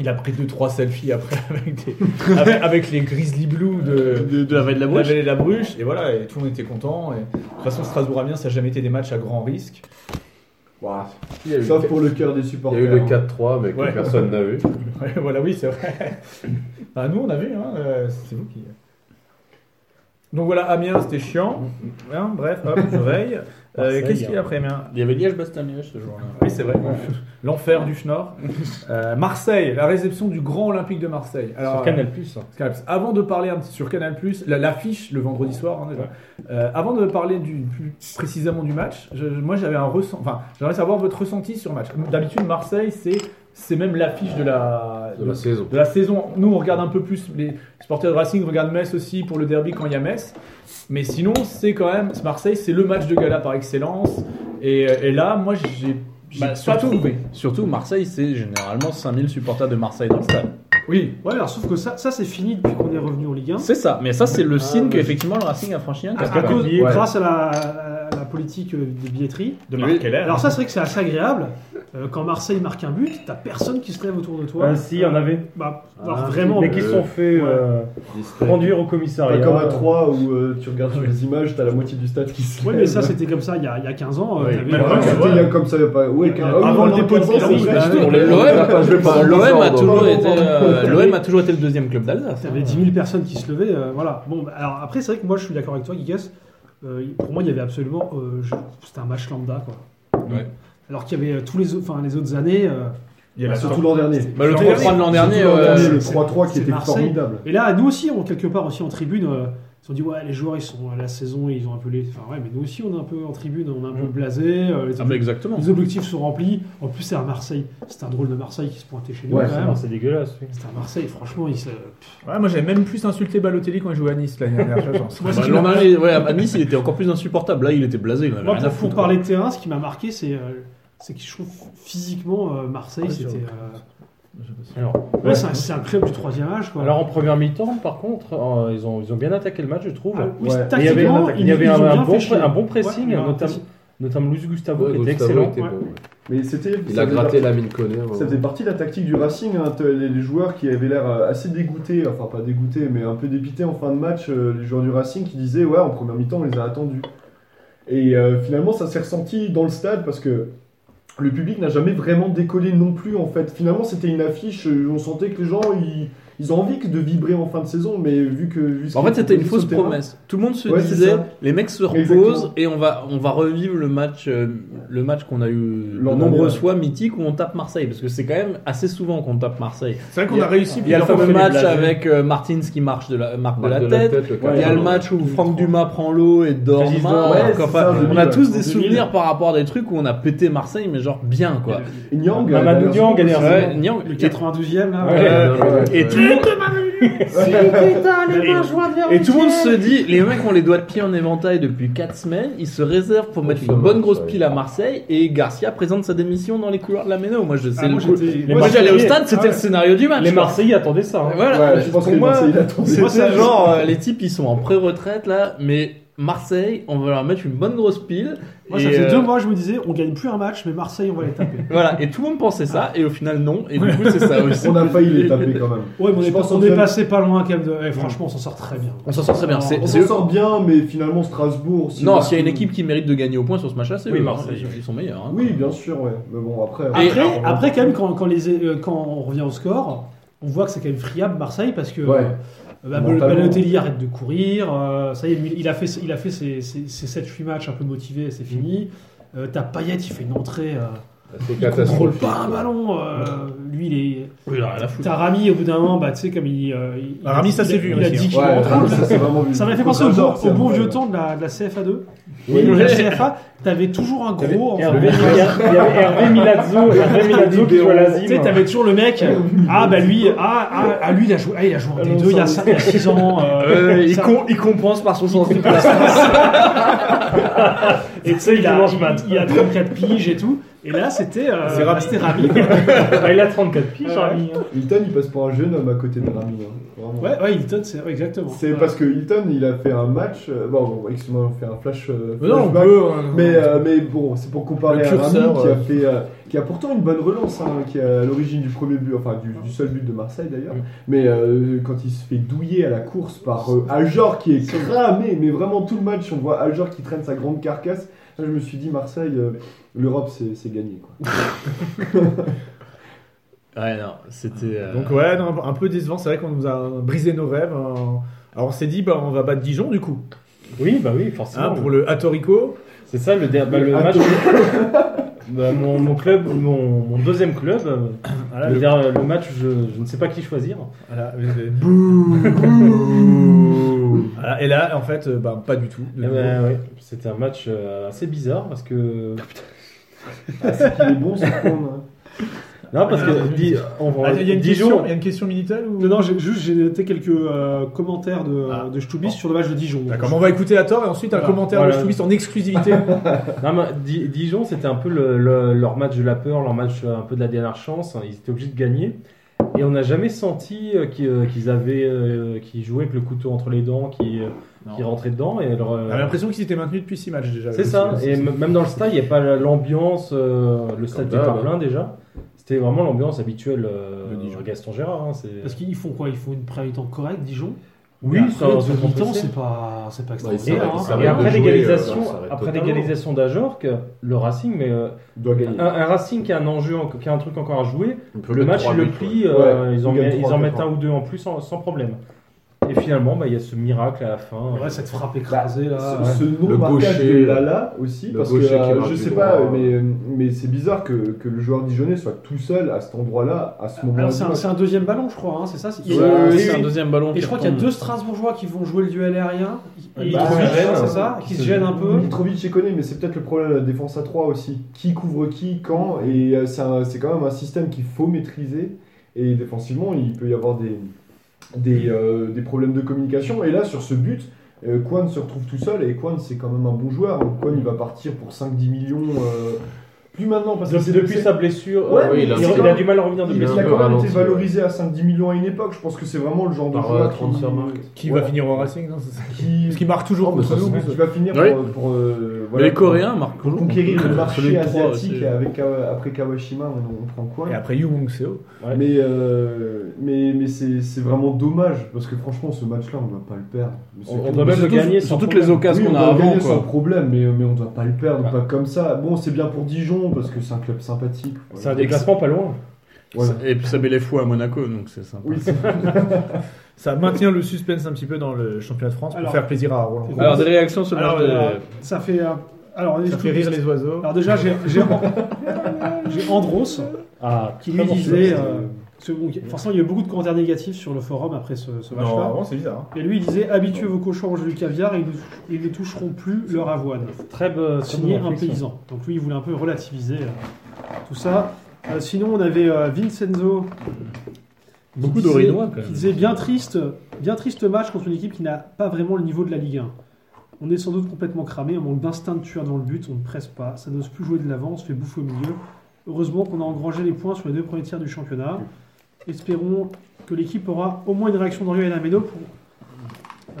S3: Il a pris 2-3 selfies après *laughs* avec, des- avec- avec les Grizzly Blues de,
S2: De, de la veille de la
S3: la
S2: bouche.
S3: Vallée de la Bruche, et voilà, et tout le monde était content. Et... De toute façon, Strasbourg-Amiens, ça n'a jamais été des matchs à grand risque. *laughs*
S7: Ouah,
S1: Il y a eu
S7: Sauf
S1: le-
S7: pour le cœur des
S1: il y
S7: supporters. Hein.
S1: a eu le 4-3, mais que
S3: Ouais.
S1: personne n'a vu.
S3: Ouais, voilà, oui, c'est vrai. bah, nous, on a vu, hein, euh, c'est vous qui. Donc voilà, Amiens, c'était chiant.
S2: Mm,
S3: Hein, bref, hop, je veille. Euh,
S5: Marseille,
S3: Qu'est-ce qu'il y a
S5: hein.
S3: après Amiens
S2: Il y avait Liège-Bastogne-Liège ce jour-là.
S3: Oui, c'est vrai. *laughs* L'enfer du Schnorr. Euh, Marseille, la réception du Grand Olympique de Marseille. Alors,
S5: sur Canal Plus. hein.
S3: Canal+. Avant de parler un petit sur Canal+, la- l'affiche le vendredi soir hein, déjà. Euh, avant de parler du, plus précisément du match, je- je- moi j'avais un ressenti, enfin j'aimerais savoir votre ressenti sur le match. D'habitude Marseille c'est c'est même l'affiche de la
S1: De la saison.
S3: de la saison. Nous on regarde un peu plus les supporters de Racing regardent Metz aussi pour le derby quand il y a Metz, mais sinon c'est quand même Marseille c'est le match de gala par excellence et, euh, et là moi j'ai j'ai
S2: Bah,
S3: pas
S2: surtout,
S3: trouvé.
S2: surtout, Marseille, c'est généralement 5000 supporters de Marseille dans le stade.
S3: Oui,
S4: Ouais, alors sauf que ça, ça c'est fini depuis qu'on est revenu en Ligue 1.
S2: C'est ça. Mais ça, c'est
S3: Ah,
S2: le signe
S1: mais-
S3: bah,
S2: qu'effectivement, le Racing a franchi un
S4: À,
S2: cap.
S4: à cause,
S5: billets, ouais.
S4: Grâce à la, à la politique euh, des billetteries.
S3: de Marc Keller.
S4: Alors ça, c'est vrai que c'est assez agréable. Euh, quand Marseille marque un but, t'as personne qui se lève autour de toi.
S5: Ah, si, il y en avait.
S4: Bah,
S1: Ah,
S4: alors
S1: si,
S4: vraiment.
S5: mais qui
S1: euh,
S5: se sont fait
S4: ouais.
S5: euh,
S1: Distrait.
S5: conduire au
S7: Pas
S5: commissariat.
S4: Ah,
S7: comme à 3 où euh, tu regardes sur les images, t'as la moitié du stade qui Bah, se
S4: Ouais,
S7: lève.
S4: mais ça, c'était comme ça il y a, il y a 15 ans. euh,
S1: Oui.
S4: t'avais-
S7: Mais après,
S4: Ouais,
S7: c'était
S4: ouais.
S7: il y a comme ça, il y a pas. Ouais, car-
S4: Avant
S7: ouais,
S4: le
S7: dans
S4: dépôt de
S7: 15 ans,
S4: Clermont,
S7: c'est
S4: bah,
S7: vrai,
S4: oui.
S7: j'étais-
S1: Pour les-
S2: L'OM
S1: L'OM, Euh, je vais pas-
S2: l'OM a toujours
S7: Pardon,
S2: été,
S7: pardon.
S1: *laughs*
S2: euh, l'OM a toujours été le deuxième club d'Alsace. hein.
S4: T'avais 10 000 personnes qui se levaient, euh, voilà. Bon, bah, alors après, c'est vrai que moi, je suis d'accord avec toi, Gigas. Euh, pour moi, il y avait absolument. euh, je- C'était un match lambda, quoi.
S2: Ouais.
S4: Alors qu'il y avait euh, tous les, au- enfin, les autres années. euh,
S3: Il y a la
S7: Bah, Surtout l'an dernier.
S2: Bah, le
S3: Surtout
S2: 3-3 de l'an dernier,
S7: Surtout l'an
S2: euh,
S7: dernier, le
S4: c'est-
S7: 3-3 qui
S4: c'est
S7: était
S4: Marseille.
S7: formidable.
S4: Et là, nous aussi, on, quelque part aussi en tribune, euh, ils se sont dit, ouais, les joueurs, ils sont à la saison, ils ont un peu les. Enfin, ouais, mais nous aussi, on est un peu en tribune, on est un peu blasé. euh, les,
S2: Ah, bah,
S4: objectifs-
S2: exactement.
S4: les objectifs sont remplis. En plus, c'est à Marseille. C'est un drôle de Marseille qui se pointait chez nous,
S7: Ouais,
S4: quand
S5: Ah,
S4: même.
S5: non, c'est dégueulasse. oui.
S4: C'est à Marseille, franchement, ils se.
S3: Ouais, moi j'avais même plus insulté Balotelli quand il jouait à Nice l'année dernière. je pense.
S2: Bah, l'an dernier, ouais, à Nice, il était encore plus insupportable. Là, il était blasé. Il en avait
S4: Moi,
S2: rien à
S4: pour,
S2: foutre.
S4: pour parler de terrain, ce qui m'a marqué, c'est euh, c'est que je trouve physiquement euh, Marseille,
S2: Ouais,
S4: c'était
S2: c'est
S4: euh,
S5: Alors,
S4: Ouais, c'est un- c'est un club du troisième âge, quoi.
S5: alors en première mi-temps, par contre, euh, ils, ont, ils ont bien attaqué le match, je trouve.
S4: Ah, oui,
S7: Ouais.
S4: tactiquement,
S5: Il y avait un,
S4: ils-
S5: il y avait
S4: ils
S5: un,
S4: ont
S5: un
S4: bien
S5: bon,
S4: fait chier.
S5: un bon pressing,
S4: Ouais,
S5: notam- notamment Luis Gustavo qui était
S1: Gustavo
S5: excellent.
S1: était
S4: ouais.
S1: bon, ouais.
S7: Mais c'était.
S1: Il
S7: ça
S1: a
S7: faisait
S1: gratté hein.
S7: partie-
S1: la mine Conner.
S7: Ça faisait partie de la tactique du Racing, hein, t- les, les joueurs qui avaient l'air euh, assez dégoûtés, enfin pas dégoûtés, mais un peu dépités en fin de match, euh, les joueurs du Racing qui disaient ouais en première mi-temps on les a attendus. Et euh, finalement ça s'est ressenti dans le stade parce que le public n'a jamais vraiment décollé non plus en fait. Finalement c'était une affiche, euh, on sentait que les gens ils, ils ont envie que de vibrer en fin de saison, mais vu que vu ce
S2: En
S7: qui
S2: fait,
S7: était
S2: c'était une
S7: proposé
S2: fausse
S7: sur le terrain-
S2: promesse. Tout le monde se
S7: Ouais, c'est
S2: disait,
S7: ça.
S2: les mecs se reposent
S7: Exactement.
S2: et on va, on va revivre le match, euh, le match qu'on a eu de
S7: L'an
S2: nombreuses
S7: dernier,
S2: fois mythique où on tape Marseille, parce que c'est quand même assez souvent qu'on tape Marseille.
S3: C'est vrai qu'on a réussi.
S2: Il y a le
S3: plusieurs
S2: fameux
S3: fois,
S2: match
S3: les blagues.
S2: avec euh, Martins qui marche de la, marque de la,
S1: Marque
S2: tête.
S1: le
S2: Il y a le
S1: 14.
S2: match où Franck Dumas prend l'eau et dort.
S5: Régis
S2: main.
S7: Dorn, ouais,
S2: Donc,
S7: c'est
S2: enfin,
S7: ça, en
S2: on a
S7: 2000,
S2: tous
S7: en
S2: des
S7: 2000.
S2: souvenirs par rapport à des trucs où on a pété Marseille, mais genre bien quoi.
S7: Et Nyang,
S5: Mamadou
S7: euh,
S5: Diang a
S7: Ouais.
S2: Ouais, Nyang-
S4: Le 92e, là.
S5: Ouais.
S2: *laughs*
S1: Ouais, ouais, ouais.
S2: Et tout le monde, et tout le monde se dit, les mecs ont les doigts de pied en éventail depuis 4 semaines, ils se réservent pour mettre une bonne grosse pile à Marseille, et Garcia présente sa démission dans les couloirs de la Méno. Moi, je sais
S4: Ah, moi,
S2: le coup-
S4: j'étais-
S5: les
S2: Moi, j'allais au
S5: Marseillais-
S2: stade, c'était
S4: Ah ouais.
S2: le scénario du match.
S5: Les
S2: quoi.
S5: Marseillais attendaient ça. hein.
S2: Voilà,
S7: Ouais, je pense
S2: pour
S7: que
S2: moi,
S7: Marseille l'attendait.
S2: C'était
S4: Moi, ça-
S2: genre euh, les types ils sont en pré-retraite là, mais Marseille, on va leur mettre une bonne grosse pile.
S4: Moi, ça
S2: et,
S4: faisait
S2: euh,
S4: deux mois, je me disais, on gagne plus un match, mais Marseille, on va les taper.
S2: Voilà, et tout le monde pensait ça, et au final non, et du coup c'est ça aussi.
S7: On a failli les taper quand même.
S4: Ouais, mais on
S7: Je
S4: est,
S7: pense
S4: on
S7: qu'on
S4: est
S7: fait-
S4: passé pas loin, quand même. De... eh, franchement, on s'en sort très bien.
S2: On s'en sort très bien. C'est-
S7: On
S2: c'est
S7: s'en
S2: eux-
S7: sort bien, mais finalement Strasbourg. si
S2: Non,
S7: on-
S2: s'il y a une équipe qui mérite de gagner au point sur ce match-là, c'est
S5: Oui,
S2: eux, hein.
S5: Marseille.
S2: Ils- Ils sont meilleurs. hein.
S7: Oui, bien sûr, ouais. Mais bon, après.
S4: Après,
S2: Et-
S4: après, quand même, quand, quand les, euh, quand on revient au score, on voit que c'est quand même friable Marseille parce que
S7: Ouais.
S4: euh, bah,
S7: Mentalement.
S4: Balotelli arrête de courir. euh, ça y est, il a fait, il a fait ses, ses, 7-8 matchs un peu motivés,
S7: Mm.
S4: c'est fini. Euh, T'as Payet, il fait une entrée. euh,
S1: C'est
S4: il contrôle
S1: catastrophique.
S4: pas un ballon. euh, lui, il est.
S2: Oui, là, la foule.
S4: T'as Rami au bout d'un moment, bah, tu sais, comme il. euh, il-
S3: Ah, Rami, ça,
S4: il-
S3: c'est vu
S4: Il a
S3: aussi,
S4: dit qu'il
S7: Ouais,
S4: rentrait.
S7: vraiment, ça, c'est vraiment vu.
S4: Ça m'a fait penser au,
S7: Contre
S4: bon,
S7: Ajorc,
S4: au bon
S7: c'est
S4: vieux
S7: incroyable.
S4: temps de la, de la CFA2.
S7: Oui.
S4: Où la CFA, t'avais toujours un
S5: Il y avait
S4: gros. en
S5: Hervé-
S4: fait.
S5: il y a- il y avait Hervé Milazzo, Hervé Milazzo qui joue à
S4: Tu sais,
S5: l'asile.
S4: t'avais toujours le mec. Ah, bah lui, ah, ah, ah, lui, il a joué, ah, il a joué en
S7: Ah,
S4: D2
S7: non,
S4: il y a
S7: ça,
S4: 6 ans.
S3: *laughs*
S4: euh,
S2: Euh, il,
S4: ça-
S2: com- il compense par son sens du
S4: et tu sais, il, a-
S5: Il mange mat.
S4: il il a 34 piges et tout. Et là, c'était euh,
S3: C'est Rami.
S4: c'était Rami. quoi.
S5: Ah, Il a 34 piges,
S4: Ouais.
S5: Rami. hein.
S7: Hilton, il passe pour un jeune homme à côté de Rami. hein. Vraiment.
S4: Ouais, ouais, Hilton, c'est ouais, exactement.
S7: C'est parce que Hilton, il a fait un match. euh, Bon, bon, excuse-moi, on fait un flash. euh,
S3: Mais Non, on
S7: flashback.
S3: peut. hein,
S7: Mais, euh, mais bon, c'est pour comparer
S2: Le
S7: à
S2: curseur,
S7: Rami qui a,
S2: euh.
S7: fait, euh, qui a pourtant une bonne relance, hein, qui est à l'origine du premier but, enfin du, du seul but de Marseille d'ailleurs. Mais euh, quand il se fait douiller à la course par euh, Aljor qui est cramé, mais vraiment tout le match, on voit Aljor qui traîne sa grande carcasse. Là, je me suis dit, Marseille, euh, l'Europe, c'est c'est gagné. Quoi.
S2: Ouais, non, c'était. euh,
S3: Donc ouais, non, un peu décevant. C'est vrai qu'on nous
S4: Euh,
S3: a brisé nos rêves. hein. Alors on s'est dit, bah, on va battre Dijon du coup,
S5: Oui, bah oui,
S3: hein,
S5: forcément.
S3: pour le Atorico.
S5: C'est ça le, der- bah, le match. *laughs* Bah, mon, mon club, mon, mon deuxième club, euh,
S3: Voilà,
S5: le,
S3: le-
S5: der- le match, je, je ne sais pas qui choisir.
S3: voilà, euh, bouh. Voilà, et là, en fait, euh, bah, pas du tout. de
S5: Eh
S3: nouveau.
S5: ben, ouais, C'était un match euh, assez bizarre parce
S3: *laughs*
S5: que.
S7: C'est qu'il est bon ce con, hein.
S5: Non, parce que. Di- on va-
S3: Ah, Il y, a une question-
S5: Dijon.
S3: il y a une question Minitel ou
S4: Non, non, j'ai- juste, j'ai noté quelques euh, commentaires de,
S3: Ah.
S4: de Stubis sur le match de Dijon.
S3: D'accord, mais on va écouter la tort et ensuite un
S4: Voilà.
S3: commentaire
S5: Voilà.
S3: de Stoubis en *laughs* exclusivité.
S5: Non, mais Di- Dijon, c'était un peu le- le- leur match de la peur, leur match euh, un peu de la dernière chance. hein. Ils étaient obligés de gagner. Et on n'a jamais senti euh, qu'ils euh, qu'ils avaient, euh, qu'ils jouaient avec le couteau entre les dents, qui
S2: Non.
S5: rentraient dedans. Et leur, euh,
S3: On a l'impression qu'il s'était maintenu depuis 6 matchs déjà.
S5: C'est ça. Et m- même dans le stade, il n'y a pas l'ambiance. euh, le stade
S1: Comme
S5: était pas
S1: d'hab.
S5: plein déjà. C'était vraiment l'ambiance habituelle euh,
S1: De Dijon.
S5: Gaston Gérard. hein, c'est-
S4: Parce qu'ils font quoi Ils font une première mi-temps correcte, Dijon
S5: Oui,
S4: Mais
S5: ça-
S4: après,
S5: ça
S4: le deuxième
S5: compensait.
S4: mi-temps, c'est pas, c'est
S3: Bah,
S4: pas
S1: Ouais, c'est
S4: extraordinaire. hein.
S1: vrai,
S5: Et après
S1: de jouer,
S5: l'égalisation,
S1: euh, ça s'arrête
S5: après
S1: totalement.
S5: l'égalisation d'Ajorc, le Racing, mais euh,
S7: Il doit
S5: un,
S7: gagner.
S5: un Racing qui a un enjeu, en- qui a un truc encore à jouer,
S1: On peut
S5: le
S1: mettre
S5: match
S1: trois
S5: ils le
S1: buts, ouais.
S5: plient, euh,
S7: Ouais,
S5: ils en,
S7: ils gagnent
S5: met- ils en mettent
S7: 3-4.
S5: un ou deux en plus sans, sans problème. Et finalement, bah, il y a ce miracle à la fin.
S4: Ouais,
S5: euh,
S4: cette frappe écrasée là.
S7: Ce, ce
S1: Ah, Le
S7: non-marquage
S1: gaucher, euh,
S7: de Lala aussi,
S1: le
S7: parce que
S1: gaucher qui
S7: euh,
S1: marque
S7: je
S1: du
S7: sais
S1: droit.
S7: pas, mais, mais c'est bizarre que, que le joueur dijonnais soit tout seul à cet endroit-là, à ce moment-là.
S4: Alors, c'est un, c'est un deuxième ballon, je crois, hein, c'est ça c'est-
S2: Oui,
S4: il y a-
S2: oui,
S4: oui,
S2: c'est
S4: oui.
S2: un deuxième ballon.
S4: Et
S2: qui
S4: je crois qu'il y a
S2: retombe.
S4: deux Strasbourgeois qui vont jouer le duel aérien. Et
S5: Bah,
S4: Mitrovic,
S5: ouais,
S4: c'est
S5: ouais.
S4: ça Qui se gênent un peu.
S7: Mitrovic est connu, mais c'est peut-être le problème de la défense à 3 aussi. Qui couvre qui, quand, et euh, c'est un- c'est quand même un système qu'il faut maîtriser. Et défensivement, il peut y avoir des, des, euh, des problèmes de communication. Et là, sur ce but, euh, Kwan se retrouve tout seul, et Kwan, c'est quand même un bon joueur. Kwan, il va partir pour 5-10 millions. euh, Plus maintenant, parce que
S5: Depuis,
S7: c'est
S5: depuis
S7: c'est-
S5: sa blessure,
S7: Ouais,
S5: euh,
S7: mais
S5: il,
S7: il est-
S5: il a du mal à revenir
S7: Il
S5: depuis.
S1: est
S7: a
S1: un peu
S7: quand même
S1: ralenti,
S7: été valorisé à 5-10 millions à une époque. Je pense que c'est vraiment le genre de
S1: Par,
S7: joueur
S1: euh,
S7: qui-
S1: Transfer Market.
S3: Qui
S7: Ouais.
S3: va finir au Racing non, c'est ça.
S7: qui,
S3: Parce qu'il marque toujours contre
S7: Ouais,
S3: nous.
S7: c'est vrai, qui va finir
S2: Oui.
S7: pour, pour, euh,
S2: Mais
S7: voilà,
S2: les Coréens marquent
S7: pour
S2: toujours.
S7: conquérir
S2: contre-
S7: le
S2: sur
S7: marché
S2: les trois,
S7: asiatique
S2: c'est-
S7: avec Kawa- après Kawashima, on, on prend quoi
S3: Et après Young Seo.
S5: Ouais.
S7: Mais, euh, mais, mais c'est c'est vraiment dommage parce que franchement, ce match-là, on ne doit pas le perdre. Mais c'est
S5: On- on
S7: comme-
S5: doit même le
S2: Surtout-
S5: gagner sans
S2: Surtout que
S5: problème.
S2: les occasions
S7: Oui,
S2: qu'on a
S7: doit le
S2: avant,
S7: gagner sans
S2: quoi.
S7: problème, mais, mais on ne doit pas le perdre,
S5: Ouais.
S7: pas comme ça. Bon, c'est bien pour Dijon parce que c'est un club sympathique. voilà.
S5: C'est un déplacement pas loin.
S7: Ouais.
S2: Et puis ça met les fous à Monaco, donc c'est sympa.
S7: Oui, c'est-
S3: Ça maintient le suspense un petit peu dans le championnat de France pour
S4: Alors-
S3: faire plaisir à Roland.
S4: Alors,
S2: Alors, des réactions sur le
S4: Alors,
S2: match de-
S4: euh, ça fait. euh, alors, les
S3: Ça fait
S4: touristes-
S3: rire les oiseaux.
S4: Alors déjà, j'ai j'ai- *laughs* j'ai Andros
S5: Ah,
S4: qui lui disait... euh, ce- bon, forcément, il y a eu beaucoup de commentaires négatifs sur le forum après ce, ce
S3: Non,
S4: match-là.
S3: vraiment, c'est bizarre. hein.
S4: Et lui, il disait « Habituez vos cochons au jeu du caviar et ils ne- ils ne toucheront plus leur avoine.
S5: très beau. »
S4: euh, Signé un paysan. Donc lui, il voulait un peu relativiser euh, tout ça. Euh, sinon, on avait euh, Vincenzo qui
S2: Beaucoup
S4: disait-
S2: d'Orinois, quand même.
S4: qui disait bien triste, bien triste match contre une équipe qui n'a pas vraiment le niveau de la Ligue 1. On est sans doute complètement cramé, on manque d'instinct de tueur dans le but, on ne presse pas, ça n'ose plus jouer de l'avant, on se fait bouffer au milieu. Heureusement qu'on a engrangé les points sur les deux premiers tiers du championnat. Espérons que l'équipe aura au moins une réaction d'Oriol et d'Amedo pour,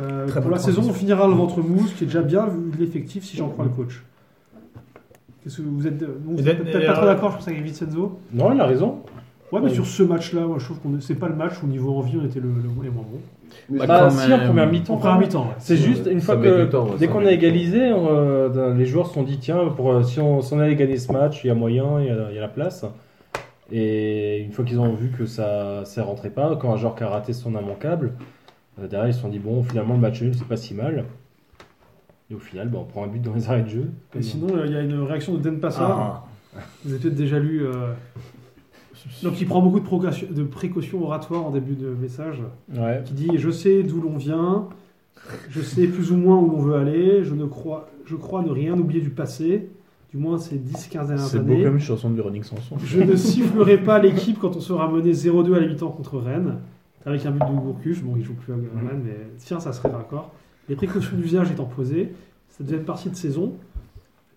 S4: euh,
S3: Très
S4: pour
S3: bonne
S4: la saison.
S3: transition.
S4: On finira le ventre mou, ce qui est déjà bien vu l'effectif si j'en crois le coach. Qu'est-ce que vous êtes, euh, vous
S3: Et
S4: êtes
S3: d'être-
S4: peut-être
S3: et
S4: pas trop
S3: alors-
S4: d'accord, je pense, avec Vincenzo
S5: Non, il a raison.
S4: Ouais, mais
S5: Oui.
S4: sur ce match-là, moi, je trouve qu'on est- c'est pas le match où niveau envie, on était le, le- les moins bons.
S7: mais
S2: Bah,
S7: c'est-
S5: Bah,
S2: quand
S5: si, en
S2: même.
S5: première mi-temps.
S4: En première mi-temps, ouais.
S5: C'est juste, une
S1: Ça
S5: fois
S1: met
S5: que.
S1: du temps, ouais,
S5: Dès
S1: ça
S5: qu'on
S1: met
S5: a
S1: du temps.
S5: égalisé, on, euh, dans- les joueurs se sont dit tiens, pour, euh, si, on, si on allait gagner ce match, il y a moyen, il y a, il y a la place. Et une fois qu'ils ont vu que ça ne rentrait pas, quand un joueur qui a raté son immanquable, euh, derrière ils se sont dit bon, finalement le match nul, c'est pas si mal. Et au final, bah, on prend un but dans les arrêts de jeu.
S4: Et sinon, euh, il y a une réaction de Den
S2: Ah.
S4: Passard. Vous avez peut-être déjà lu. euh, Donc, il prend beaucoup de, proca- de précautions oratoires en début de message.
S5: Ouais.
S4: Qui dit Je sais d'où l'on vient, je sais plus ou moins où l'on veut aller, je, ne crois, je crois ne rien oublier du passé, du moins ces 10-15 dernières
S2: C'est beau
S4: années.
S2: comme une chanson de Véronique Sanson.
S4: Je ne sifflerai pas l'équipe quand on sera mené 0-2 à la mi-temps contre Rennes, avec un but de Gourcuff. Bon, il joue plus à Rennes, mais tiens, ça serait raccord. Les précautions d'usage étant posées, cette deuxième partie de saison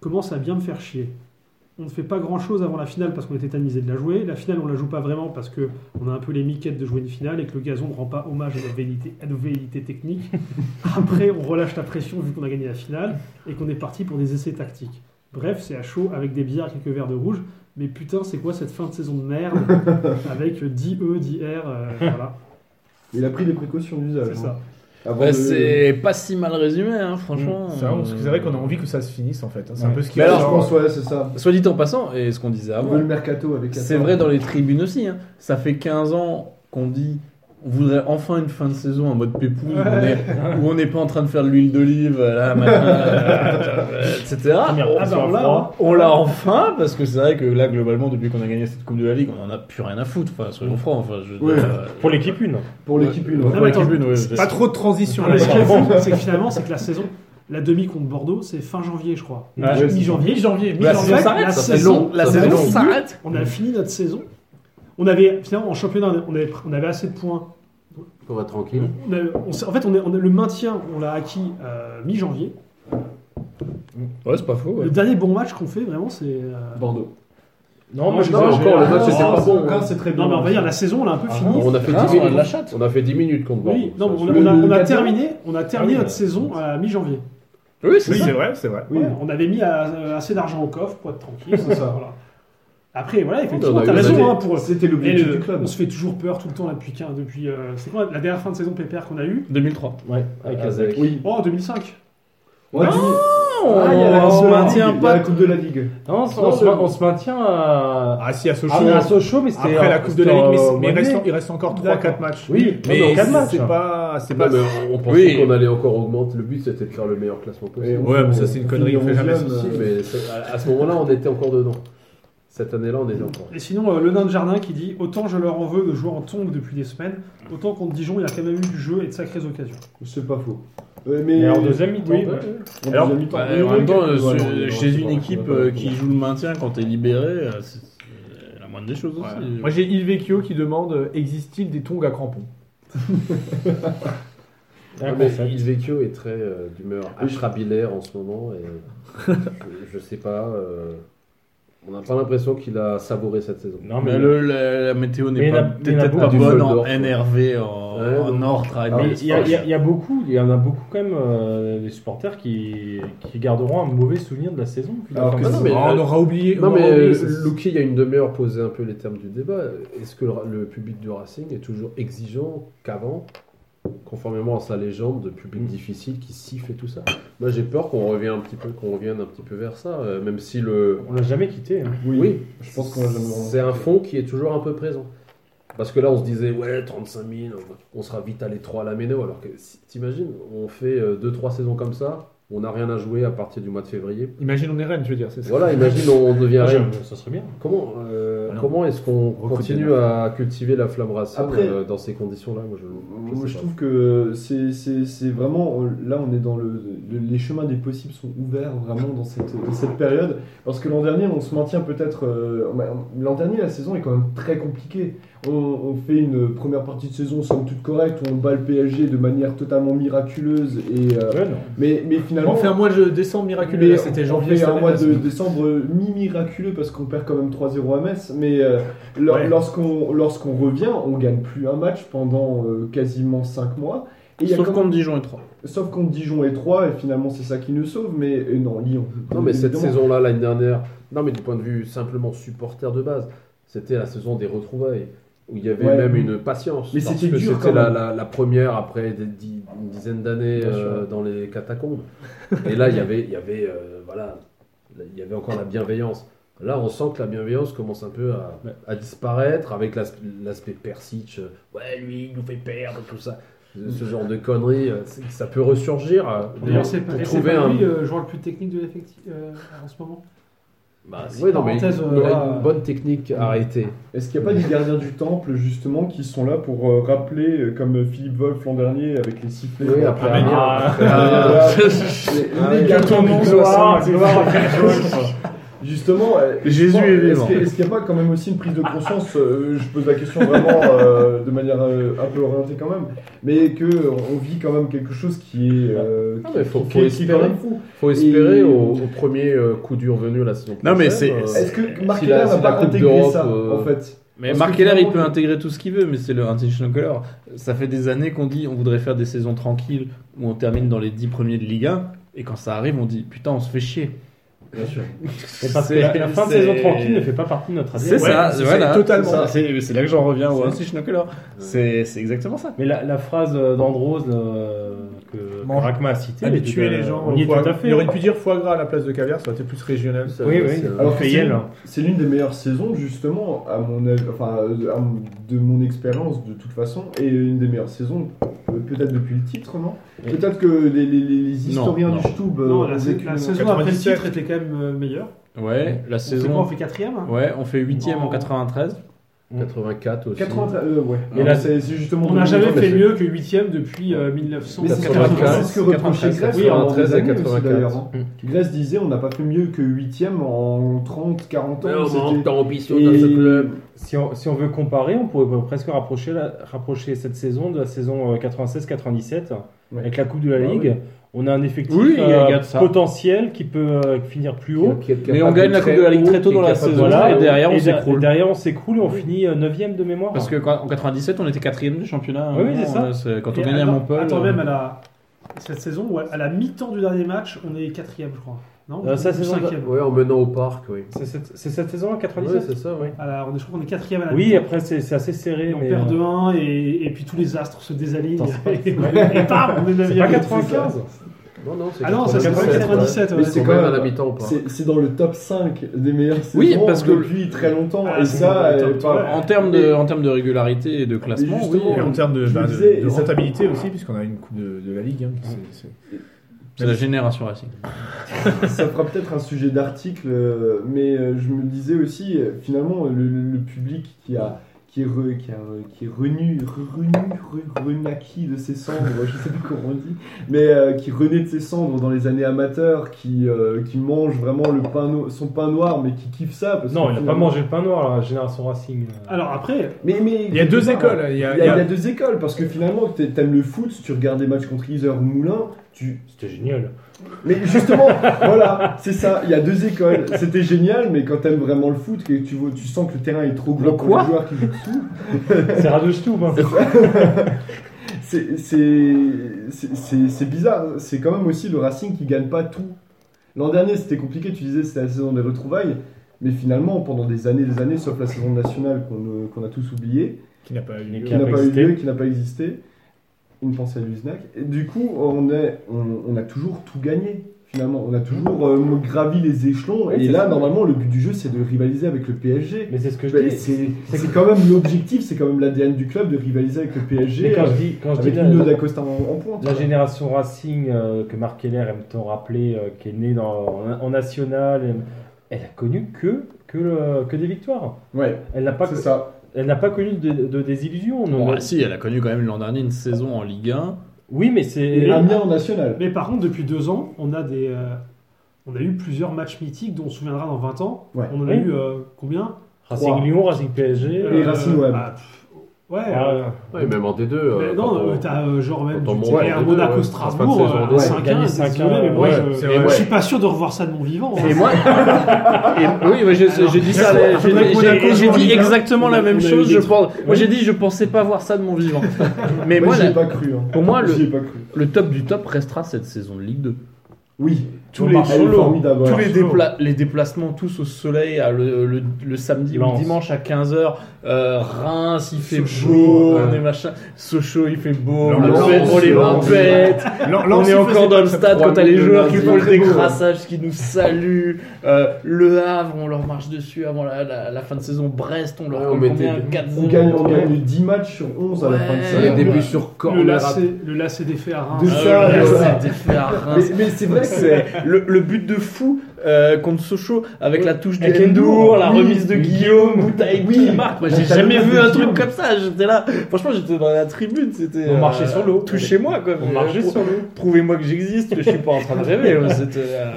S4: commence à bien me faire chier. On ne fait pas grand-chose avant la finale parce qu'on est tétanisé de la jouer. La finale, on la joue pas vraiment parce que on a un peu les miquettes de jouer une finale et que le gazon ne rend pas hommage à nos velléités, à nos velléités techniques. Après, on relâche la pression vu qu'on a gagné la finale et qu'on est parti pour des essais tactiques. Bref, c'est à chaud avec des bières, quelques verres de rouge. Mais putain, c'est quoi cette fin de saison
S2: *laughs*
S4: de merde avec 10 E, 10 R, euh, voilà,
S7: Il a pris des précautions d'usage.
S4: c'est ça.
S7: hein, avant
S2: Bah,
S7: de-
S2: c'est pas si mal résumé, hein, franchement.
S3: C'est vrai, on- c'est vrai qu'on a
S2: Euh,
S3: envie que ça se finisse en fait. hein. C'est un
S5: Ouais.
S3: peu ce qui
S2: Mais
S7: Ouais,
S2: alors,
S7: je pense, ouais, c'est ça.
S2: Soit dit en passant, et ce qu'on disait
S7: On
S2: avant,
S7: veut le mercato avec
S2: C'est vrai dans les tribunes aussi. hein. Ça fait 15 ans qu'on dit on voudrait enfin une fin de saison en mode pépouze où on est- où on n'est pas en train de faire de l'huile d'olive, euh, là, machin, euh, etc.
S5: Première
S2: On-
S5: partie,
S2: on
S5: on
S2: l'a,
S5: froid.
S2: hein. On l'a enfin parce que c'est vrai que là globalement depuis qu'on a gagné cette Coupe de la Ligue, on en a plus rien à foutre. Enfin, soyons francs. Enfin, je veux
S7: Ouais.
S2: dire, euh,
S5: hein. Pour l'équipe une.
S7: Pour l'équipe une. ouais.
S4: Ah,
S2: pour
S4: mais
S2: la
S4: attends,
S2: tribune, ouais, je-
S3: Pas trop de transition.
S4: Non, Ah, mais ce qui est fou, c'est que finalement, c'est que la saison, la demi contre Bordeaux, c'est fin janvier, je crois.
S2: Ah,
S5: Ouais,
S4: Mi-
S5: ouais,
S4: Mi-janvier.
S3: janvier
S2: La
S4: en
S2: saison
S4: fait,
S2: Bah, s'arrête,
S4: la
S2: ça fait
S4: saison-
S2: long. La
S1: ça fait
S2: saison
S1: long.
S2: s'arrête.
S4: On a fini notre saison. On avait, finalement, en championnat, on avait, on avait assez de points.
S1: On va tranquille.
S4: On a- on s'est- en fait, on, est- on a- le maintien, on l'a acquis euh, mi-janvier.
S2: Ouais, c'est pas faux. ouais.
S4: Le dernier bon match qu'on fait, vraiment, c'est. euh,
S7: Bordeaux.
S5: Non,
S4: moi,
S5: moi
S4: je
S5: je
S1: Non, encore le match,
S7: Ah,
S1: c'était pas
S7: bon,
S1: bon.
S7: Reims, c'est très bien.
S4: hein. Non, mais on va dire, la saison, on l'a un
S2: Ah,
S4: peu fini.
S1: On a fait
S2: Reims, on
S1: 10
S2: a de la
S1: minutes.
S2: chatte.
S1: On a fait 10 minutes contre Bordeaux.
S4: Oui, non,
S1: Ça,
S4: mais on
S1: c'est-
S4: a, on a-
S7: Le-
S4: on a
S7: le-
S4: terminé, on a terminé
S5: oui,
S4: notre
S5: ouais.
S4: saison à la mi-janvier.
S2: Oui, c'est
S3: Oui,
S2: ça.
S3: c'est vrai, c'est vrai.
S7: Oui.
S4: Ouais, on avait mis euh, assez d'argent au coffre pour être tranquille.
S7: C'est ça.
S4: Voilà. Après, voilà,
S1: On
S4: effectivement,
S1: a
S4: t'as
S1: eu-
S4: raison
S1: on a
S4: hein, pour.
S7: C'était
S4: Mais
S7: l'objectif
S4: le-
S7: du club.
S4: on se fait toujours peur tout le temps là, depuis, qu'un- depuis euh, c'est quoi la dernière fin de saison PPR qu'on a eu
S2: 2003.
S5: Ouais, avec Kazakh.
S7: Oui.
S4: Oh 2005.
S7: On a dit-
S2: On,
S7: Ah, il y a la Coupe
S2: on
S7: de la
S2: maintient
S7: Ligue, il y a
S2: pas.
S7: la Coupe de la Ligue.
S5: Ah, Non, on, se- on se, ma- on se maintient à.
S3: Ah si, à Sochaux.
S5: Ah, mais à Sochaux, mais c'était.
S3: Après la
S5: en-
S3: Coupe de
S5: c'était
S3: la Ligue, mais,
S5: en-
S3: c'est- mais il,
S5: mois de
S3: reste,
S5: mai.
S3: il reste encore
S5: D'accord.
S3: 3-4 matchs.
S5: Oui,
S3: mais
S5: mais quatre matchs.
S3: c'est pas, c'est pas.
S1: Non, mais on pensait
S2: Oui.
S1: qu'on allait encore augmenter. Le but, c'était de faire le meilleur classement possible.
S3: Ouais, mais ça, c'est une
S7: On
S3: connerie,
S7: finit
S3: on fait jamais
S7: onzième,
S3: ça.
S1: Si,
S7: euh,
S1: mais c'est- à à ce moment-là, on était encore dedans. Cette année-là, on était encore.
S4: Et sinon, euh, le nain de jardin qui dit Autant je leur en veux de jouer en tongue depuis des semaines, autant contre Dijon, il y a quand même eu du jeu et de sacrées occasions.
S7: C'est pas faux. Ouais,
S5: Mais en deuxième mi-temps.
S7: Oui,
S5: ouais.
S7: ouais. En
S2: Alors,
S7: deuxième mi-temps.
S2: bah,
S7: Oui,
S2: en même
S7: oui,
S2: temps,
S7: oui,
S2: euh,
S7: voilà,
S2: sur-
S7: on est-
S2: chez
S7: c'est
S2: une
S7: pas-
S2: équipe
S7: c'est pas-
S2: euh, qui joue le maintien quand t'es libéré, euh, c'est c'est la moindre des choses aussi.
S3: Moi j'ai Ilvecchio qui demande euh, existe-t-il des tongs à crampons
S5: Un
S1: Ah, mais
S5: concept.
S1: Il Vecchio est très euh, d'humeur atrabilaire en ce moment. Et je sais pas. euh, On n'a pas l'impression qu'il a savouré cette saison.
S5: Non,
S2: Mais
S5: mais,
S2: le- la, la météo
S5: Mais
S2: n'est pas,
S5: la- mais la
S2: peut-être
S5: boue
S2: pas
S5: a du
S2: bonne
S1: vol
S2: en
S1: d'or, quoi.
S2: NRV, en,
S1: Ouais,
S2: en Ordre. à
S1: Ah,
S5: mais
S2: Nice.
S1: c'est
S5: il y, a-
S1: pas
S5: il y a- il y a beaucoup, il y en a beaucoup quand même euh, des supporters qui, qui garderont un mauvais souvenir de la saison. vu la
S7: Alors
S5: fin
S7: que
S5: de
S1: Ah
S5: saison.
S1: non, mais
S3: Oh, on aura oublié.
S1: Non
S3: on aura
S1: mais
S3: oublié,
S1: euh,
S3: c'est-
S1: Lucky, il y a une demi-heure posé un peu les termes du débat. Est-ce que le, le public du Racing est toujours exigeant qu'avant, conformément à sa légende de public difficile qui siffle et tout ça Moi j'ai peur qu'on revienne un petit peu, qu'on revienne un petit peu vers ça, euh, même si le
S5: On l'a jamais quitté. hein.
S7: Oui,
S1: oui,
S7: je pense qu'on l'a jamais vraiment
S1: c'est un fond qui est toujours un peu présent. Parce que là, on se disait, ouais, 35 000, on sera vite à les 3 à la Méno. Alors que, si- t'imagines, on fait 2-3 saisons comme ça, on n'a rien à jouer à partir du mois de février.
S3: Imagine on est Rennes, je veux dire. c'est ça.
S7: *laughs*
S1: Voilà, imagine, on devient
S5: Ah,
S1: Rennes.
S5: j'aime, ça serait bien.
S1: Comment, euh,
S2: Ah non.
S1: comment est-ce qu'on
S2: Recruter
S1: continue à cultiver la flamme raciale
S7: Après-
S1: euh, dans ces conditions-là Moi, je, je
S7: Moi,
S1: sais
S7: je
S1: pas.
S7: trouve que c'est- c'est c'est vraiment là on est dans le, le- les chemins des possibles sont ouverts vraiment dans cette, cette période parce que l'an dernier on se maintient peut-être euh, bah, l'an dernier la saison est quand même très compliquée on, on fait une première partie de saison somme toute correcte où on bat le PSG de manière totalement miraculeuse et euh,
S5: Ouais, non.
S7: mais, mais
S3: On
S7: finalement
S3: fait un mois de décembre miraculeux.
S7: mais
S3: là, C'était
S7: on
S3: janvier.
S7: fait
S3: ça
S7: un mois
S3: va,
S7: de décembre euh, mi-miraculeux parce qu'on perd quand même 3-0 à Metz. Mais euh, lo-
S3: Ouais.
S7: lorsqu'on lorsqu'on revient, on gagne plus un match pendant euh, quasiment 5 mois. Et il y a
S2: Sauf
S7: quand-
S2: contre Dijon et 3.
S7: sauf contre Dijon et 3, et finalement c'est ça qui nous sauve. Mais et non, Lyon.
S1: Non, mais cette
S7: évidemment.
S1: saison-là, l'année dernière, non, mais du point de vue simplement supporter de base, c'était la saison des retrouvailles, où il y avait
S7: Ouais.
S1: même une patience.
S7: Mais
S1: parce
S7: c'était
S1: que
S7: dur,
S1: C'était
S7: quand
S1: la,
S7: même.
S1: la- la première après des dix- une dizaine d'années
S7: Bien
S1: euh, dans les catacombes. Et là, il y avait, il y avait, euh, voilà, il y avait encore la bienveillance. Là, on sent que la bienveillance commence un peu à, à disparaître avec l'as- l'aspect Persic. euh, ouais, lui, il nous fait perdre, tout ça. Ce genre de conneries, euh, c'est- ça peut ressurgir. euh,
S4: D'ailleurs, c'est pas,
S1: pour
S4: et c'est
S1: trouver
S4: pas
S1: un,
S4: lui, euh, joueur le plus technique de l'effectif euh, en ce moment.
S1: bah,
S4: Petite
S1: ouais, non, mais il,
S4: parenthèse,
S1: il
S4: euh,
S1: a
S4: là-
S1: une bonne technique arrêtée.
S7: Est-ce qu'il n'y a pas des gardiens du temple justement qui sont là pour euh, rappeler, euh, comme Philippe Wolff l'an dernier avec les sifflets
S1: Oui, après
S7: Ah,
S1: Amiens.
S7: voilà. Les- les gardiens du temple,
S5: gloire, gloire à quelque chose.
S7: Justement, euh,
S2: Jésus
S7: justement,
S2: est
S7: Est-ce
S2: vivant.
S7: que- est-ce qu'il n'y a pas quand même aussi une prise de conscience euh, Je pose la question vraiment euh, de manière euh, un peu orientée quand même, mais que euh, on vit quand même quelque chose qui est, euh,
S1: Ah,
S7: qui,
S1: mais faut-
S7: qui-
S1: faut
S7: qui est
S1: espérer.
S7: quand même fou.
S1: Faut espérer
S7: Et-
S1: au, au premier euh, coup dur venu la saison
S2: Non, mais
S1: prochaine,
S2: c'est-
S1: euh,
S7: Est-ce que
S1: si la-
S7: Marquella n'a
S1: si la
S7: pas
S1: Coupe
S7: intégré
S1: d'Europe,
S7: ça
S1: euh,
S7: en fait
S2: Mais
S7: Parce
S2: Marc
S7: que
S2: Heller, il
S7: finalement,
S2: peut
S7: il-
S2: intégrer tout ce qu'il veut, mais c'est le Intentional Color. Ça fait des années qu'on dit on voudrait faire des saisons tranquilles où on termine dans les 10 premiers de Ligue 1, et quand ça arrive, on dit putain, on se fait chier.
S1: bien
S2: *laughs*
S1: sûr.
S5: Et parce que la, la fin de
S2: C'est-
S5: saison tranquille ne fait pas partie de notre
S2: C'est
S5: ADN.
S2: ça,
S3: c'est-
S2: voilà.
S3: c'est totalement
S2: C'est ça. C'est c'est là que j'en reviens au
S5: C'est-
S2: Intentional Color. C'est c'est exactement ça.
S5: Mais la, la phrase euh, d'Androse euh, que, que
S3: Mange-
S5: Rachma a citée,
S3: Habituer
S5: elle est-
S3: les gens.
S5: on y est
S3: au
S5: tout
S3: foie-
S5: à fait.
S3: Il aurait pu dire foie gras à la place de caviar, ça aurait été plus régional.
S1: Ça,
S5: Oui,
S1: c'est euh,
S5: oui.
S1: un-
S5: Alors,
S7: que c'est-
S2: hein.
S7: C'est l'une des meilleures saisons justement à mon avis- enfin euh, à mon- de mon expérience de toute façon et une des meilleures saisons euh, peut-être depuis le titre non
S5: Et-
S7: Peut-être que les, les- les- les
S2: Non,
S7: historiens
S2: non.
S7: du euh, Stub
S4: Non, la, la saison après le
S3: 97.
S4: titre était quand même euh, meilleure.
S2: Ouais, la
S4: On fait quoi, on
S2: saison.
S4: fait quatrième hein
S2: Ouais, on fait 8 en
S4: Non.
S2: 93.
S1: 84 aussi.
S7: 80 euh, ouais.
S5: Mais
S7: Mais
S5: là,
S7: là c'est c'est justement
S4: On n'a jamais
S7: Mais
S4: fait
S7: c'est-
S4: mieux que huitième depuis euh,
S7: Mais c'est
S4: 1994.
S1: 84.
S7: ce que reprochait
S1: 93,
S7: Grèce oui, en
S1: 93 et
S7: 94.
S1: 84.
S7: D'ailleurs, hein. Grèce disait on n'a pas fait mieux que 8ème en 30, 40 ans. c'était-
S1: d'ambition
S7: dans ce
S1: club.
S5: Si on, si on veut comparer, on pourrait presque rapprocher, la- rapprocher cette saison de la saison euh, 96-97
S7: Ouais.
S5: avec la Coupe de la
S1: Bah
S5: Ligue. On a un effectif euh,
S2: Oui, il y a- il y a de ça.
S5: potentiel qui peut euh, finir plus haut.
S2: Mais on gagne la Coupe de la Ligue très tôt dans la saison,
S5: Voilà,
S2: et derrière, on
S5: et da-
S2: s'écroule.
S5: et derrière, on s'écroule et on finit 9ème de mémoire.
S2: Parce que quand- en 97, on était quatrième du championnat.
S5: Oui, oui, c'est
S2: Non,
S5: ça.
S2: euh, c'est- Quand on
S4: Et
S2: gagnait à
S4: attends-
S2: Montpellier.
S4: Attends,
S2: euh,
S4: même à la, cette saison, où à la mi-temps du dernier match, on est quatrième, je crois. Non
S5: Euh, ça,
S4: Ou
S5: c'est
S4: cinquième.
S1: Ouais, en menant au parc, oui.
S5: C'est cette, c'est cette saison-là,
S1: Ouais,
S5: 97
S1: c'est ça, oui.
S4: À la- on est- je crois qu'on est quatrième à la
S5: Oui,
S4: mi-temps.
S5: après, c'est c'est assez serré.
S4: Et on
S5: mais,
S4: perd
S5: euh,
S4: 2-1 et, et puis tous les astres se désalignent.
S5: Attends, c'est pas-
S4: *laughs* et bam, on est
S5: C'est pas
S4: neuvième.
S5: 95
S1: Non, non, c'est
S4: Ah non, ça c'est pas 97.
S7: Mais
S4: ouais.
S1: C'est
S7: C'est
S1: quand même
S7: quand
S1: à la
S7: même-
S1: mi-temps ou pas
S7: C'est c'est dans le top 5 des meilleures saisons
S2: Oui, parce que-
S7: depuis très longtemps.
S4: Ah,
S7: et
S4: c'est dans
S7: ça,
S4: le
S7: euh,
S4: top
S7: par-
S4: trois.
S2: En termes de, en termes de régularité et de classement, oui.
S7: justement,
S3: Et en termes de,
S7: Je
S3: bah,
S7: le
S3: de-
S7: disais,
S3: de
S7: et ça-
S3: rentabilité aussi, puisqu'on a une Coupe de, de la Ligue. hein, qui c'est- c'est-
S2: C'est la génération Racing.
S7: ça fera peut-être un sujet d'article, euh, mais euh, je me disais aussi, euh, finalement, le, le- le public qui a qui est, re- qui a, euh, qui est renu, re- renu, re- renaki de ses cendres, *laughs* je sais pas comment on dit, mais euh, qui renaît de ses cendres dans les années amateurs, qui, euh, qui mange vraiment le pain no- son pain noir, mais qui kiffe ça. Parce
S5: Non, il
S7: que
S5: n'a pas
S7: finalement-
S5: mangé le pain noir, la génération Racing. euh.
S4: Alors après,
S7: Mais, mais,
S3: Il y a deux écoles. Il y a-
S7: Il y, a, il y a deux écoles, parce que finalement, t'es- t'aimes le foot, si tu regardes des matchs contre Isère ou Moulin, tu
S5: C'était génial.
S7: Mais justement, voilà, c'est ça. Il y a deux écoles. C'était génial, mais quand t'aimes vraiment le foot, que tu, vois- tu sens que le terrain est trop
S2: Le
S7: grand pour
S2: quoi
S7: les joueurs qui jouent dessous,
S5: C'est Radostub. Hein.
S7: c'est- c'est c'est- c'est- c'est bizarre. C'est quand même aussi le Racing qui gagne pas tout. L'an dernier, c'était compliqué. Tu disais c'était la saison des retrouvailles, mais finalement, pendant des années, des années, sauf la saison nationale qu'on euh, qu'on a tous oubliée,
S3: Qui n'a pas eu
S5: Les
S3: lieu.
S7: qui n'a pas eu lieu, qui n'a pas existé. Une pensée à Luznac. Et du coup, on, est, on, on a toujours tout gagné, finalement. On a toujours euh, gravi les échelons.
S5: Ouais,
S7: et
S5: c'est
S7: là,
S5: ça.
S7: normalement, le but du jeu, c'est de rivaliser avec le PSG.
S5: Mais c'est ce que je
S7: Bah,
S5: dis.
S7: C'est c'est quand même l'objectif, c'est quand même l'ADN du club de rivaliser avec le
S5: Mais
S7: PSG.
S5: quand je
S7: euh,
S5: dis, quand je dis
S7: Avec
S5: la,
S7: Nuno da Costa en, en pointe.
S5: la génération Racing euh, que Marc Keller aime tant rappeler, euh, qui est née dans, en, en national, elle- elle a connu que, que, le- que des victoires.
S7: Ouais,
S5: Elle n'a pas,
S7: c'est ça.
S5: elle n'a pas connu de, de désillusions.
S2: Bon,
S5: Non,
S2: ah, si, elle a connu quand même l'an dernier une saison en Ligue 1.
S5: Oui, mais c'est.
S7: Et Amiens en national.
S4: Mais par contre, depuis deux ans, on a des, euh, on a eu plusieurs matchs mythiques dont on se souviendra dans 20 ans.
S7: Ouais.
S4: On en a
S5: Oui.
S4: eu euh, combien
S5: Racing
S7: Trois.
S5: Lyon, Racing PSG.
S7: Et Racing Web.
S4: bah, pff, ouais.
S5: Ah,
S4: euh,
S1: Ouais, même en D2.
S4: mais
S1: euh,
S4: non,
S1: quand on-
S4: euh, t'as euh, genre même
S1: quand on
S4: du
S1: monte en
S4: TR
S1: D2,
S4: Monaco
S1: ouais,
S4: Strasbourg,
S1: en fin de
S4: euh,
S1: saison,
S5: ouais,
S4: 5-1,
S5: gagner
S4: désolé,
S5: 5-1,
S4: mais moi
S5: ouais,
S4: je,
S5: c'est vrai.
S4: je suis pas sûr de revoir ça de mon vivant. hein.
S2: Et moi, *laughs* et, oui, moi, j'ai
S4: Alors,
S2: j'ai dit ça, j'ai-
S4: faudrait que
S2: j'ai-
S4: Monaco
S2: j'ai j'ai
S4: joue en
S2: dit
S4: Ligue un.
S2: exactement la
S4: On a- on
S2: même
S4: a eu
S2: chose.
S4: des
S2: Je
S4: trucs.
S2: pense, moi, j'ai dit, je pensais pas voir ça de mon vivant. Mais
S7: moi,
S2: moi,
S7: j'y
S2: la-
S7: ai pas cru. hein.
S2: pour moi,
S7: J'y
S2: le,
S7: ai pas cru.
S2: le top du top restera cette saison de Ligue 2.
S7: Oui,
S2: Tous les,
S7: elle est formidable.
S2: tous les,
S7: Marcelo.
S2: dépla- les déplacements, tous au soleil, à le, le- le samedi ou le
S5: Lens.
S2: dimanche à 15h, Reims, il fait
S4: Sochaux,
S2: beau,
S4: ouais.
S2: on est machin, Sochaux, il fait beau, on
S6: Lens,
S2: fait- on les
S6: Lens.
S2: bête, on est encore dans le stade quand t'as les joueurs qui
S7: Lens,
S2: font le
S7: très beau,
S2: décrassage, qui nous saluent, euh, Le Havre, on leur marche dessus avant la, la- la fin de saison, Brest, on leur
S1: Ouais,
S2: prend
S1: on mettait-
S2: combien Ah
S7: On
S2: 4-0
S7: gagne, on gagne 10 matchs sur 11 à la fin de
S2: Ouais.
S1: Il y a
S7: saison.
S1: des buts sur corps.
S4: le lacet, le lacet défait à Reims.
S7: De
S2: Ah,
S7: ça,
S2: le
S7: de
S2: Havre,
S7: ça.
S2: c'était fait à Reims.
S7: Mais, mais c'est vrai que
S2: C'est le, le but de fou euh, contre Sochaux avec la touche de
S5: Avec
S2: Kendour,
S5: Ndour,
S2: la
S7: oui,
S2: remise de
S7: oui.
S2: Guillaume, Boutaï
S7: Oui.
S2: qui marque. Moi,
S7: La
S2: j'ai
S7: talonnade
S2: jamais vu
S7: de
S2: un truc
S7: Guillaume.
S2: comme ça. J'étais là, franchement, j'étais dans la tribune. C'était. euh,
S5: On marchait sur l'eau.
S2: Touchez-moi, quoi.
S5: On marchait
S2: Prou-
S5: sur l'eau.
S2: Prouvez-moi que j'existe. Je suis pas en train de rêver. ouais, c'était, euh,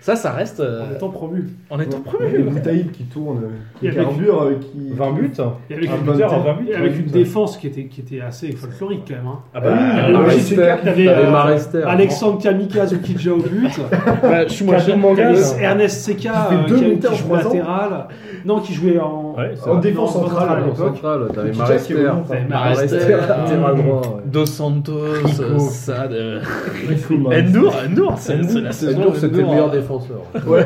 S2: Ça, ça reste.
S4: En
S2: euh,
S4: étant promu.
S2: On est en
S7: Les
S2: premier.
S7: bouteilles qui tournent, qui
S4: Et avec-
S7: carburent, euh, qui.
S5: 20 buts.
S4: Et avec,
S7: Ah,
S4: une,
S7: bah,
S5: Buteur, 20 buts.
S4: et avec
S5: 20
S4: une
S5: buts.
S4: défense qui était, qui était assez folklorique quand même. hein.
S2: Ah
S7: Ah oui,
S2: bah,
S7: le
S2: euh,
S7: Manchester,
S4: T'avais,
S1: T'avais
S4: euh,
S1: Marester.
S4: Alexandre Kamikaze ou Kidja au but.
S2: *laughs* bah, je suis moins
S5: Kadou
S2: cher.
S5: Mangala.
S4: Ernest- Ernest Seca
S7: Qui fait
S4: euh,
S7: deux
S4: qui,
S7: montées en
S4: qui joue
S7: trois ans.
S4: latéral. Non, qui jouait en,
S5: Ouais, c'est
S7: En
S5: vrai.
S7: défense
S4: Non,
S7: centrale,
S4: à
S7: en
S4: l'époque.
S1: central, t'avais
S7: Qui
S1: Marester.
S7: remonte, hein.
S4: T'avais
S2: Marester,
S1: Marester, latéral
S2: euh,
S1: droit. ouais.
S2: Dos Santos,
S5: Rico.
S2: Sad. euh,
S7: Rico, ouais.
S2: Endur, Endur, c'est c'est la saison.
S1: Endur, c'était le
S2: d'Endur,
S1: meilleur
S2: euh,
S1: défenseur.
S7: *laughs* Ouais.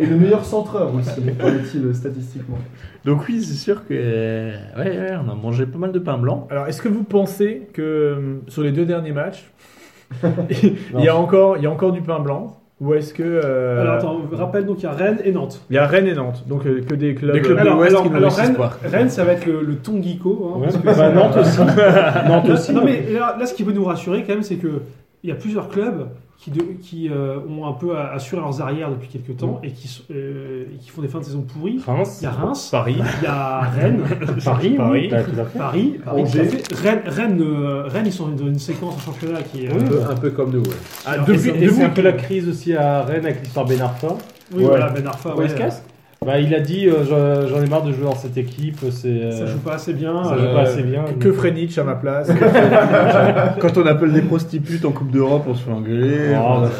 S7: Et le meilleur centreur aussi, paraît-il, euh, statistiquement.
S2: Donc oui, c'est sûr que euh, ouais, ouais, on a mangé pas mal de pain blanc.
S3: Alors, est-ce que vous pensez que euh, sur les deux derniers
S5: *laughs*
S3: matchs, il, y a encore, il y a encore du pain blanc Ou est-ce que. euh,
S4: Alors attends, rappelle donc il y a Rennes et Nantes.
S3: Il y a Rennes et Nantes, donc euh, que des clubs.
S2: Des clubs de
S3: Alors,
S2: l'Ouest qui nous
S3: alors,
S2: réussissent
S3: Rennes,
S2: pas.
S4: Rennes, ça va être le, le Tongico. hein,
S5: Ouais,
S4: parce que
S5: bah,
S4: c'est-
S5: Nantes aussi. Nantes
S4: Là-
S5: aussi.
S4: non mais là, là, ce qui peut nous rassurer quand même, c'est que il y a plusieurs clubs qui, de- qui euh, ont un peu assuré leurs arrières depuis quelques
S5: Mm.
S4: temps et qui, sont- euh, et qui font des fins de saison pourries.
S5: Reims.
S4: Il y a Reims,
S3: Paris.
S4: il y a Rennes,
S5: *laughs* Paris.
S3: Paris.
S5: oui, bah, tout à fait.
S4: Paris, Paris,
S7: Angers.
S4: tout à fait. Rennes, Rennes, euh, Rennes, ils sont dans une séquence en championnat qui est. euh,
S1: Un peu- Un peu comme nous, ouais.
S4: Ah,
S5: Et
S4: depuis-
S5: c'est- et c'est un peu la crise aussi à Rennes avec l'histoire Ben Arfa.
S4: oui, voilà, Ben Arfa,
S5: Pourquoi
S4: ouais,
S5: il se casse Bah, il a dit euh, j'en- j'en ai marre de jouer dans cette équipe, c'est euh,
S4: ça joue pas assez bien.
S5: ça
S4: euh,
S5: joue pas assez bien.
S3: Que Frenich à ma
S5: *laughs*
S3: place.
S2: Quand on appelle des prostitutes en Coupe d'Europe, on se fait engueuler.
S5: Oh, bah,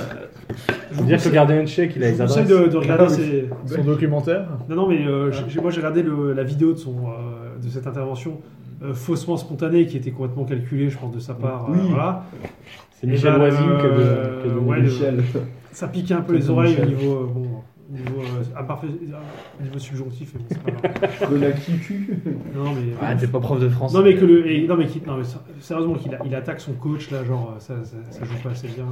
S5: Je veux dire que Guardian Check, il a
S4: Je
S5: les
S4: vous conseille
S5: adresses.
S4: de, de regarder
S7: Ah oui.
S4: ses-
S3: Son documentaire.
S4: Non, non, mais euh, j'ai- j'ai- moi j'ai regardé le- la vidéo de, son, euh, de cette intervention euh, faussement spontanée qui était complètement calculée, je pense, de sa part. euh,
S7: Oui.
S4: voilà.
S5: C'est Michel
S4: Eh ben,
S5: Oisine
S4: euh,
S5: que de- que de-
S4: ouais, le-
S7: Michel.
S4: Ça pique un peu les oreilles au niveau, euh, bon, au niveau, euh, imparfait- au niveau subjonctif. mais bon, c'est pas grave.
S7: De la QQ.
S4: non, mais,
S2: Ah, t'es pas prof de France.
S4: non, mais que le, et- non, mais qui- non, mais ser- sérieusement, qu'il a- il attaque son coach là, genre euh, ça, ça, ça joue pas assez bien.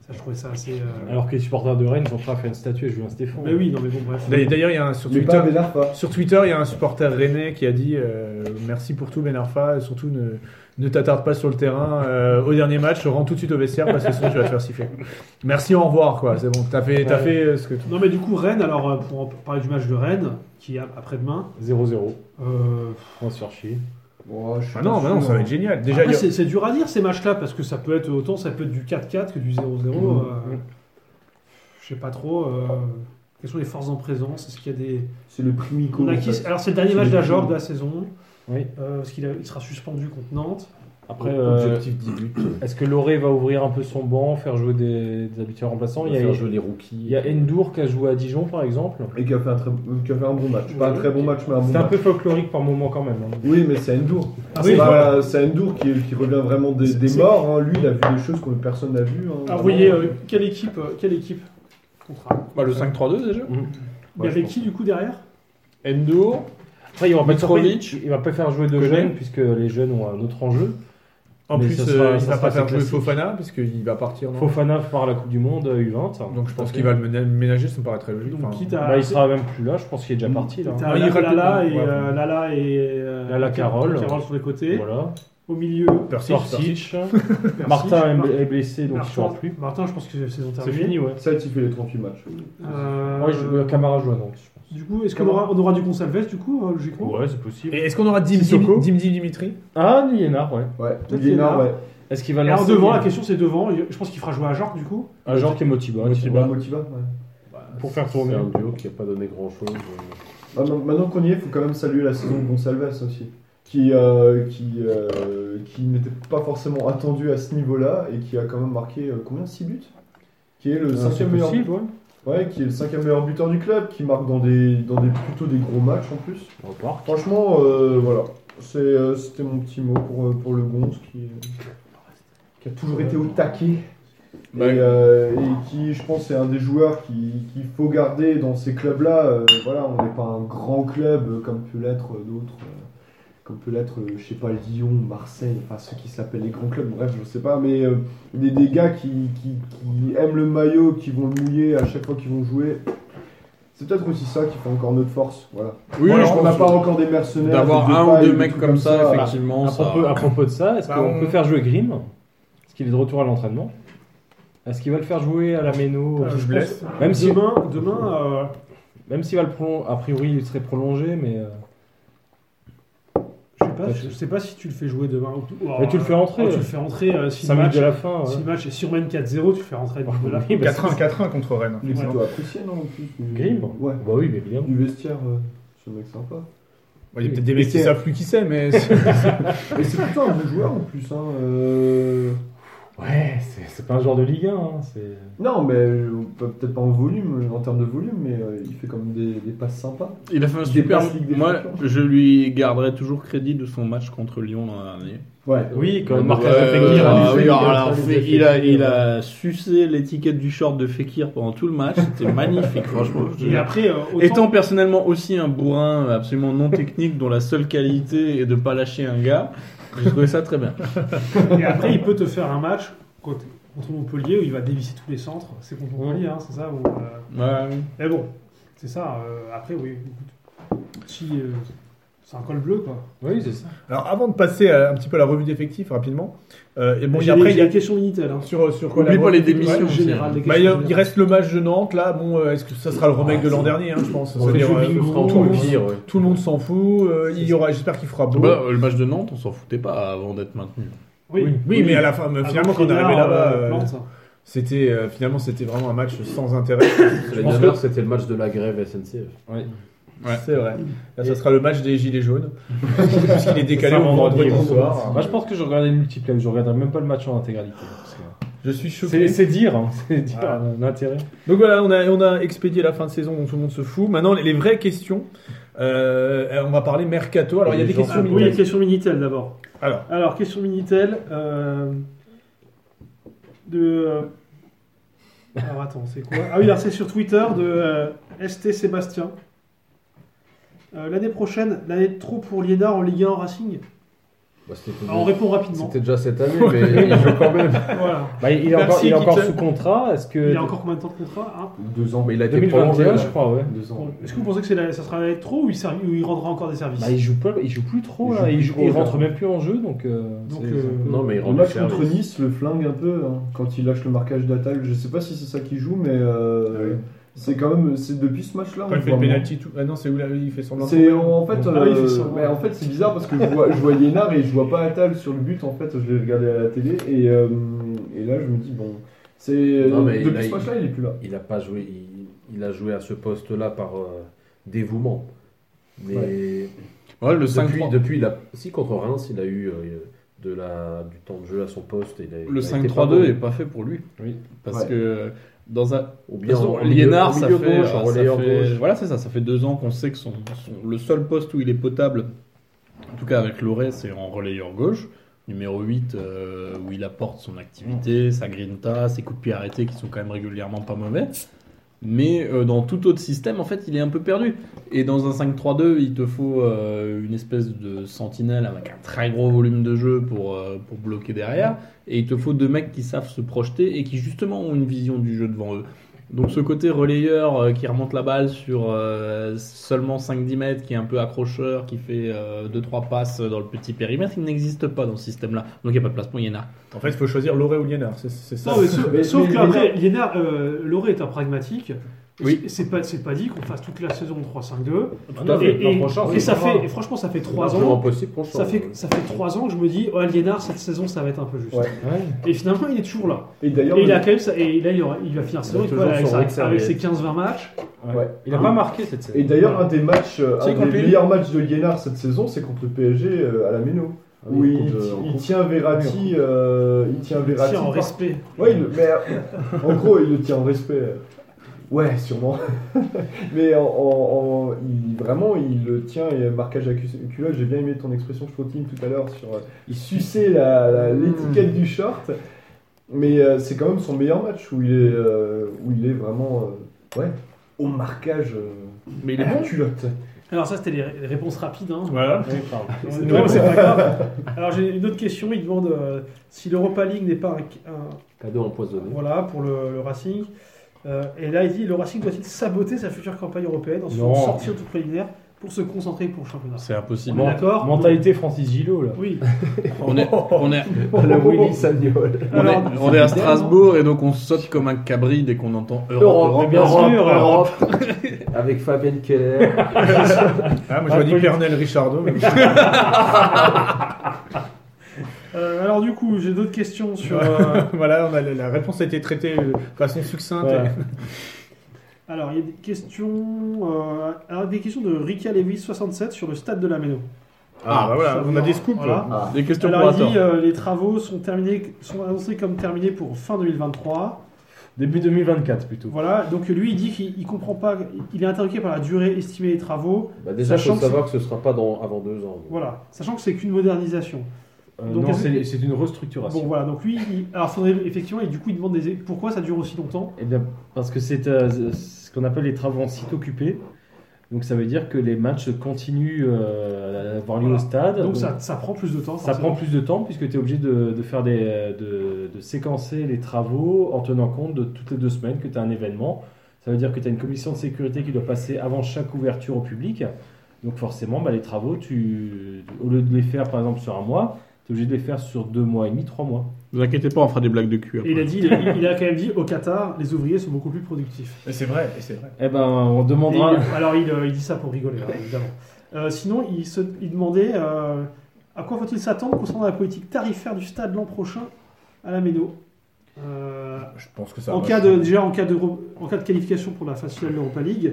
S4: Ça, je trouvais ça assez. euh,
S5: Alors que les supporters de Rennes sont prêts à faire une statue à Julien Stéphane.
S4: Mais oui, non, mais bon, bref.
S3: D'ailleurs, d'ailleurs, il y a un sur
S7: Mais
S3: Twitter.
S7: pas Ben Arfa.
S3: Sur Twitter, il y a un supporter rennais qui a dit euh, merci pour tout Ben Arfa, et surtout ne, ne t'attarde pas sur le terrain euh, au dernier match, rentre tout de suite au vestiaire parce que sinon tu vas te faire siffler. Merci, au revoir quoi, c'est bon, t'as fait, t'as
S5: Ouais.
S3: fait euh, ce que tu...
S4: Non, mais du coup, Rennes, alors euh, pour en parler du match de Rennes, qui est après-demain,
S5: 0-0.
S4: euh,
S5: On va se faire chier.
S7: Bon, je suis
S3: Ah non,
S7: pas
S3: bah non,
S7: sûr,
S3: ça va
S7: hein.
S3: être génial. Déjà,
S2: Ah,
S4: Après,
S3: il y a-
S4: c'est c'est dur à dire ces matchs-là parce que ça peut être autant ça peut être du 4-4 que du 0-0. euh, je sais pas trop. euh, quelles sont les forces en présence Est-ce qu'il y a des.
S7: C'est le primico.
S4: On a
S7: en
S4: qui-
S7: fait.
S4: Alors c'est le dernier match
S7: C'est
S4: d'Ajor
S7: les-
S4: de la saison.
S5: Oui.
S4: Euh, parce qu'il a- il sera suspendu contre Nantes.
S5: Après, euh,
S1: Objectif 10 buts.
S5: est-ce que Loré va ouvrir un peu son banc, faire jouer des, des habitués remplaçants
S1: On
S5: il y, a,
S1: va faire jouer les
S5: il
S1: rookies.
S5: y a Endur qui a joué à Dijon, par exemple.
S7: Et qui a fait un, très- qui a fait un bon match. Pas un très bon match, mais un bon
S5: C'est un
S7: match.
S5: peu folklorique par moment quand même. hein.
S7: Oui, mais c'est Endur.
S4: Ah,
S7: c'est
S4: oui,
S7: pas-
S4: voilà.
S7: c'est Endur qui, qui revient vraiment des, des
S4: C'est-
S7: morts. hein. Lui, il a vu des choses que personne n'a vues. hein.
S4: Ah, vous voyez,
S7: Vraiment.
S4: euh, quelle équipe euh, Quelle équipe contre Arles
S2: Bah, le 5-3-2 déjà.
S4: Il y avait qui du coup derrière
S2: Endur.
S5: Après, il va pas
S2: Mitrovic.
S5: il va pas faire jouer de
S2: Koné.
S5: jeunes puisque les jeunes ont un autre enjeu.
S2: En
S5: Mais
S2: plus,
S5: ça
S2: euh,
S5: sera-
S2: il
S5: ça
S2: va
S5: sera
S2: pas faire
S5: assez
S2: jouer
S5: classique.
S2: Fofana parce qu'il va partir. non
S5: Fofana part à la Coupe du Monde euh, U20.
S2: Donc je pense qu'il va le mena- ménager, ça me paraît très logique.
S4: Donc,
S2: Enfin,
S4: quitte à.
S5: Bah, il sera Ah, même plus là, je pense qu'il est déjà
S2: Mm.
S5: parti là.
S4: T'as
S2: Ouais, il
S4: Lala,
S2: répète, hein.
S4: et
S2: Ouais.
S4: euh, Lala et euh,
S5: Lala Carole.
S4: Carole sur les côtés.
S5: Voilà.
S4: Au milieu,
S2: Persic,
S5: Sortic.
S4: Persic.
S5: *laughs* Martin est-
S4: Mar-
S5: est blessé donc il ne
S4: Martin,
S5: sera plus.
S4: Martin, je pense que c'est la saison
S5: C'est
S4: terminée.
S5: fini, ouais.
S7: Ça, il fait les 38 matchs.
S4: Euh,
S5: Ouais, je- Camara joue à Nantes, je pense.
S4: Du coup, est-ce qu'on aura, on aura du Gonsalves du coup, euh, logiquement
S5: Ouais, c'est possible.
S2: Et est-ce qu'on aura Dim
S5: Sissoko
S2: Dim- Dim- Dim Dimitri
S5: Ah, Liénard, ouais.
S7: Ouais.
S4: Peut-être
S7: Liénard,
S4: Liénard.
S7: ouais.
S5: Est-ce qu'il va
S4: Et Alors
S5: lancer
S4: devant, la question c'est devant. Je pense qu'il fera jouer à Jorg du coup.
S5: Un genre qui est Motiba.
S7: Ouais, Motiva, ouais.
S5: Pour faire
S1: C'est
S5: tourner.
S1: un duo qui n'a pas donné euh, grand chose.
S7: Ah, non, maintenant qu'on y est, il faut quand même saluer la saison de Gonsalves aussi, qui, euh, qui, euh, qui n'était pas forcément attendu à ce niveau-là et qui a quand même marqué euh, combien 6 buts qui est, le
S5: Ah, C'est
S7: cinquième meilleur,
S5: possible, ouais.
S7: ouais, qui est le cinquième meilleur buteur du club, qui marque dans des, dans des plutôt des gros matchs en plus.
S5: On repart.
S7: Franchement, euh, voilà, C'est, euh, c'était mon petit mot pour, euh, pour le Gonz qui, qui a toujours été au taquet. Et,
S2: Ouais.
S7: euh, et qui, je pense, est un des joueurs qui- qu'il faut garder dans ces clubs-là. Euh, voilà, on n'est pas un grand club euh, comme peut l'être euh, d'autres, euh, comme peut l'être, euh, je sais pas, Lyon, Marseille, enfin ceux qui s'appellent les grands clubs, bref, je sais pas, mais euh, des, des gars qui, qui- qui aiment le maillot, qui vont le mouiller à chaque fois qu'ils vont jouer. C'est peut-être aussi ça qui fait encore notre force. Voilà.
S2: Oui,
S7: Voilà,
S2: je
S7: on n'a
S2: pense
S7: pas encore des mercenaires.
S2: d'avoir
S7: des
S2: un ou
S7: Depay,
S2: deux
S7: des
S2: mecs
S7: trucs
S2: comme ça, effectivement,
S5: À
S2: ça.
S5: propos, à propos de ça, est-ce
S2: Bah,
S5: qu'on
S2: on-
S5: peut faire jouer Grimm Parce qu'il est de retour à l'entraînement. Est-ce qu'il va le faire jouer à la méno
S4: Euh,
S5: Je
S4: je
S5: pense-
S4: pense-
S5: Même si-
S4: demain, demain euh,
S5: Même s'il va le prolonger, a priori il serait prolongé, mais. euh,
S4: je sais pas, je sais pas si tu le fais jouer demain. Ou, ou-
S5: Mais tu le fais rentrer.
S4: ou tu le fais rentrer euh, si,
S5: Cinq
S4: le
S5: minutes
S4: match,
S5: de la fin. Ah ouais.
S4: si le match est sur 4-0, tu le fais rentrer de la
S5: Oui, bah,
S6: 4-1, 4-1 contre Rennes.
S7: Il est
S4: Voilà.
S7: plutôt apprécié, non en plus, du-
S5: Grimm
S7: Ouais.
S5: Bah oui, mais évidemment.
S7: Du vestiaire, euh, ce mec sympa.
S6: Bon, Il y a peut-être des mecs qui
S7: c'est-
S6: savent plus qui c'est, mais c'est-
S7: Et c'est plutôt un bon joueur en plus. Hein. euh,
S5: Ouais, c'est c'est pas un joueur de Ligue 1. hein, c'est-
S7: Non, mais euh, peut- peut-être pas en volume, en termes de volume, mais euh, il fait comme des, des passes sympas.
S2: Il a fait un
S7: Des
S2: super.
S7: passes Ligue des
S2: Moi,
S7: Champions.
S2: je lui garderai toujours crédit de son match contre Lyon l'an dernier.
S7: Ouais.
S5: Oui, comme
S1: Ouais,
S5: Marc
S1: ouais,
S5: Fekir.
S2: Euh,
S7: a
S2: oui, alors,
S7: fait- il a
S2: alors,
S7: fait-
S2: fait-
S7: il
S2: il,
S7: a
S2: a,
S7: fait-
S2: il a sucé l'étiquette du short de Fekir pendant tout le match. *laughs* C'était magnifique, franchement. je-
S4: Et après, euh, autant-
S2: Étant personnellement aussi un bourrin absolument non technique dont la seule qualité est de pas lâcher un gars, j'ai trouvé ça très bien.
S4: *laughs* et après, il peut te faire un match contre, contre Montpellier où il va dévisser tous les centres. C'est contre Montpellier, hein, c'est ça. où, euh,
S2: Ouais.
S4: Mais bon, c'est ça. euh, après, oui. écoute, si euh, c'est un col bleu, quoi.
S5: Oui, c'est ça.
S6: Alors, avant de passer à- un petit peu à la revue d'effectifs rapidement, euh, et bon, et
S4: J'ai des-
S6: après,
S4: j'ai
S6: il y a
S4: des questions Minitel. hein.
S6: sur, sur quoi,
S2: Oublie
S6: la-
S2: pas les
S4: Ouais,
S2: démissions.
S4: générales,
S2: c'est-
S4: les
S6: Bah,
S4: questions
S6: il, y a-
S4: générales.
S6: il reste le match de Nantes, là. Bon, euh, est-ce que ça sera le remake de l'an dernier, hein, je pense
S1: On fait
S6: C'est-à-dire,
S1: jouer
S6: euh,
S1: Bingo,
S6: tout, le
S1: au
S6: monde-
S1: pire, ouais.
S6: tout le monde s'en fout. euh, il y aura, j'espère qu'il fera beau.
S2: Bah, euh, le match de Nantes, on s'en foutait pas avant d'être maintenu.
S4: Oui.
S6: oui, mais à la fin, mais
S4: Avant
S6: finalement, quand on est
S4: Clénard,
S6: arrivé là-bas,
S4: euh,
S6: euh,
S4: Plante.
S6: c'était euh, finalement c'était vraiment un match sans intérêt.
S1: L'année
S5: pense
S1: dernière, c'était le match de la grève SNCF.
S5: Ouais.
S2: Ouais.
S6: C'est vrai. Là, ça sera le match des Gilets jaunes. Puisqu'il est décalé
S5: Ça,
S6: au vendredi soir.
S5: Moi, Bah, je pense que je regarderai le multiplex. Je regarderai même pas le match en intégralité. parce que-
S6: Je suis choqué.
S5: C'est c'est dire, hein, *laughs* c'est dire
S6: Ah.
S5: euh, l'intérêt.
S6: Donc voilà, on a, on a expédié la fin de saison dont tout le monde se fout. Maintenant, les, les vraies questions. Euh, on va parler mercato. Alors, il y a
S5: Les
S6: des
S5: gens-
S6: questions.
S3: Ah,
S4: oui, il y a question Minitel d'abord.
S6: Alors.
S4: Alors, question Minitel. euh, de. euh, Alors, attends, c'est quoi Ah oui, alors c'est sur Twitter de euh, ST Sébastien. Euh, l'année prochaine, l'année de trop pour Liénard en Ligue 1 en Racing
S1: Bah, c'était-
S4: Alors, On répond rapidement.
S1: C'était déjà cette année, mais il joue quand même.
S4: Voilà.
S5: Bah, il est
S6: Merci,
S5: encore, il est encore
S6: Kittel.
S5: sous contrat. Est-ce que
S4: Il y a encore combien de temps de contrat hein
S1: Deux ans, mais il a été prolongé.
S5: 2021,
S1: là.
S5: je crois, ouais.
S1: Deux ans.
S4: Est-ce que vous pensez que c'est la- ça sera l'année de trop ou il, servi- ou il rendra encore des services
S5: Bah, il joue pas, il joue plus trop.
S7: Il
S5: là.
S7: joue
S5: Il,
S7: plus
S5: joue-
S7: trop,
S5: il
S7: là.
S5: rentre même plus en jeu, donc. euh,
S4: Donc,
S5: c'est-
S4: euh,
S1: Non, mais il
S7: Le
S1: rend
S7: match
S1: du service.
S7: contre Nice le flingue un peu hein, quand il lâche le marquage d'Atal. Je sais pas si c'est ça qui joue, mais euh,
S6: Ah oui.
S7: c'est quand même c'est depuis ce match-là.
S6: Quand
S7: on
S6: il fait
S7: voit
S6: le
S7: moins.
S6: penalty, tout. Ah non, c'est où là Il fait semblant.
S7: C'est en fait,
S4: Ah, il fait
S7: euh,
S4: ça.
S7: mais en fait c'est bizarre parce que je vois, je vois Liénard et je vois pas Attal sur le but. En fait, je l'ai regardé à la télé et, euh, et là je me dis bon, c'est
S1: Non, mais il a-
S7: depuis ce match-là il est plus là.
S1: Il a pas joué. Il, il a joué à ce poste-là par euh, dévouement. Mais
S2: Ouais, le 5
S1: depuis, depuis, il a, si contre Reims, il a eu euh, de la, du temps de jeu à son poste. et il a- il a
S2: Le
S1: été
S2: 5-3-2
S1: pas
S2: est
S1: bon.
S2: pas fait pour lui.
S5: Oui.
S2: Parce
S1: Ouais.
S2: que dans un.
S1: Ou bien en
S2: Lienard,
S1: milieu- au
S2: ça
S1: milieu
S2: fait. euh,
S1: gauche, en
S2: ça
S1: relayeur
S2: fait-
S1: gauche.
S2: Voilà, c'est ça. Ça fait deux ans qu'on sait que son, son- le seul poste où il est potable, en tout cas avec Loré, c'est en relayeur gauche. Numéro 8, euh, où il apporte son activité, sa grinta, ses coups de pied arrêtés qui sont quand même régulièrement pas mauvais. Mais euh, dans tout autre système, en fait, il est un peu perdu. Et dans un 5-3-2, il te faut euh, une espèce de sentinelle avec un très gros volume de jeu pour, euh, pour bloquer derrière. Et il te faut deux mecs qui savent se projeter et qui justement ont une vision du jeu devant eux. Donc ce côté relayeur euh, qui remonte la balle sur euh, seulement 5-10 mètres, qui est un peu accrocheur, qui fait 2-3 passes dans le petit périmètre, il n'existe pas dans ce système-là. Donc il n'y a pas de place pour Yéna.
S6: En fait, il faut choisir Loré ou Lienard, c'est c'est ça.
S4: Non, mais sauf,
S7: Mais-
S4: sauf
S7: mais-
S4: qu'après, Liénard, euh, Loré est un pragmatique.
S2: Oui.
S4: C'est- C'est pas, c'est pas dit qu'on fasse toute la saison 3-5-2.
S5: Tout à
S4: Et,
S5: fait. L'an
S4: et-
S5: prochain,
S4: et
S5: c'est
S4: ça
S5: pas
S4: fait,
S5: grave.
S4: et franchement, ça fait
S1: C'est
S4: 3
S1: largement
S4: ans.
S1: possible qu'on
S4: Ça
S1: change.
S4: fait, ça fait 3 ans que je me dis, oh, Liénard, cette saison, ça va être un peu juste.
S7: Ouais.
S4: Et finalement, il est toujours là.
S7: Et d'ailleurs,
S4: Et il
S7: le-
S4: a quand même, ça- et là, il, aura- il va finir sa saison
S1: Il a
S4: il va-
S1: toujours
S4: avec,
S1: son
S4: sa-
S1: Rick Servais.
S4: avec ses 15-20 matchs.
S5: Ouais.
S7: Ouais.
S5: Il a pas marqué cette saison.
S7: Et d'ailleurs, un des matchs, euh,
S6: C'est
S7: un
S6: compliqué.
S7: des meilleurs matchs de Lienard cette saison, c'est contre le PSG euh, à la Méno. euh,
S1: Ah
S7: où
S1: oui,
S7: il,
S1: contre- en
S7: il
S1: contre-
S7: tient Verratti, euh, il tient Verratti.
S4: Tiens, en
S7: par-
S4: respect.
S7: Ouais, il le- mais euh, en gros, il le tient en respect. euh. Ouais, sûrement. *laughs* mais en, en- en- il, vraiment, il le tient et marquage à cu- culotte. J'ai bien aimé ton expression, Schrottling, tout à l'heure sur. euh, il suçait la- la- l'étiquette du short. Mais euh, c'est quand même son meilleur match où il est, euh, où il est vraiment euh, ouais, au marquage euh,
S2: Mais il est
S7: à la
S2: bon.
S7: culotte.
S4: Alors, ça, c'était les les réponses rapides. hein.
S6: Voilà.
S4: *laughs*
S5: Oui, pardon.
S4: Non, c'est pas grave. Alors, j'ai une autre question. Il demande euh, si l'Europa League n'est pas un- un,
S1: Cadeau empoisonné.
S4: *laughs* Voilà, pour le, le Racing. Euh, et là, il dit le Racing doit-il saboter sa future campagne européenne en se faisant
S5: Non.
S4: sortir du préliminaire pour se concentrer pour le championnat
S2: C'est impossible.
S4: On est d'accord
S5: *laughs* Mentalité Francis Gillot, *laughs* là.
S4: Oui.
S2: On est, on est,
S1: Le Willy Sagnol.
S2: on est,
S4: Alors,
S2: on est à Strasbourg et donc on saute comme un cabri dès qu'on entend Europe.
S1: Europe,
S5: bien
S1: Europe,
S5: sûr, Europe.
S1: Europe. *laughs* Avec Fabienne Keller.
S6: Ah, moi, je vois dit Pernel Richardo. mais-
S4: euh, alors, du coup, j'ai d'autres questions sur. euh,
S6: voilà, on a- la réponse a été traitée euh, de façon succincte.
S5: Ouais.
S4: alors, il y a des questions. euh, alors, des questions de Rika Levis 67 sur le stade de la Méno.
S6: Ah, bah voilà,
S4: Ça
S6: on a
S4: vient.
S6: des scoops.
S4: Voilà.
S2: Des questions
S4: Alors,
S2: pour
S4: il dit
S2: Hathor.
S4: euh, les travaux sont terminés, sont annoncés comme terminés pour fin 2023.
S5: Début 2024 plutôt.
S4: Voilà. Donc, lui, il dit qu'il il comprend pas. Il est interloqué par la durée estimée des travaux.
S1: Bah, déjà, il
S4: Sachant
S1: faut
S4: que
S1: savoir que ce sera pas dans, avant deux ans. donc.
S4: Voilà. Sachant que c'est qu'une modernisation.
S5: Euh,
S4: Donc,
S5: non,
S4: est-ce que-
S5: c'est c'est une restructuration.
S4: Bon voilà, donc lui, il- alors faudrait effectivement, et du coup il demande des... pourquoi ça dure aussi longtemps
S5: Eh bien, parce que c'est euh, ce qu'on appelle les travaux en site occupé. Donc ça veut dire que les matchs continuent euh, à avoir lieu
S4: Voilà.
S5: au
S2: Ah,
S5: stade.
S4: Donc
S5: Donc,
S4: ça, ça prend plus de temps.
S5: ça prend
S4: forcément.
S5: plus de temps puisque tu es obligé de, de faire des, de, de séquencer les travaux en tenant compte de toutes les deux semaines que tu as un événement. Ça veut dire que tu as une commission de sécurité qui doit passer avant chaque ouverture au public. Donc forcément, bah, les travaux, tu, au lieu de les faire par exemple sur un mois, tu es obligé de les faire sur deux mois et demi, trois mois.
S2: Ne vous inquiétez pas, on fera des blagues de cul.
S4: Et
S2: après.
S4: il a dit, il a, il a quand même dit, au Qatar, les ouvriers sont beaucoup plus productifs.
S6: Et C'est vrai, et c'est vrai.
S5: Eh ben, on
S4: Et il-
S5: demandera.
S4: alors il, euh, il dit ça pour rigoler, hein, évidemment. Euh, sinon, il, se, il demandait euh, à quoi faut-il s'attendre concernant la politique tarifaire du stade l'an prochain à la Méno Euh,
S6: Je pense que ça.
S4: en
S6: va
S4: cas
S6: se-
S4: de, déjà en cas, de, re- en cas de qualification pour la phase finale de l'Europa League.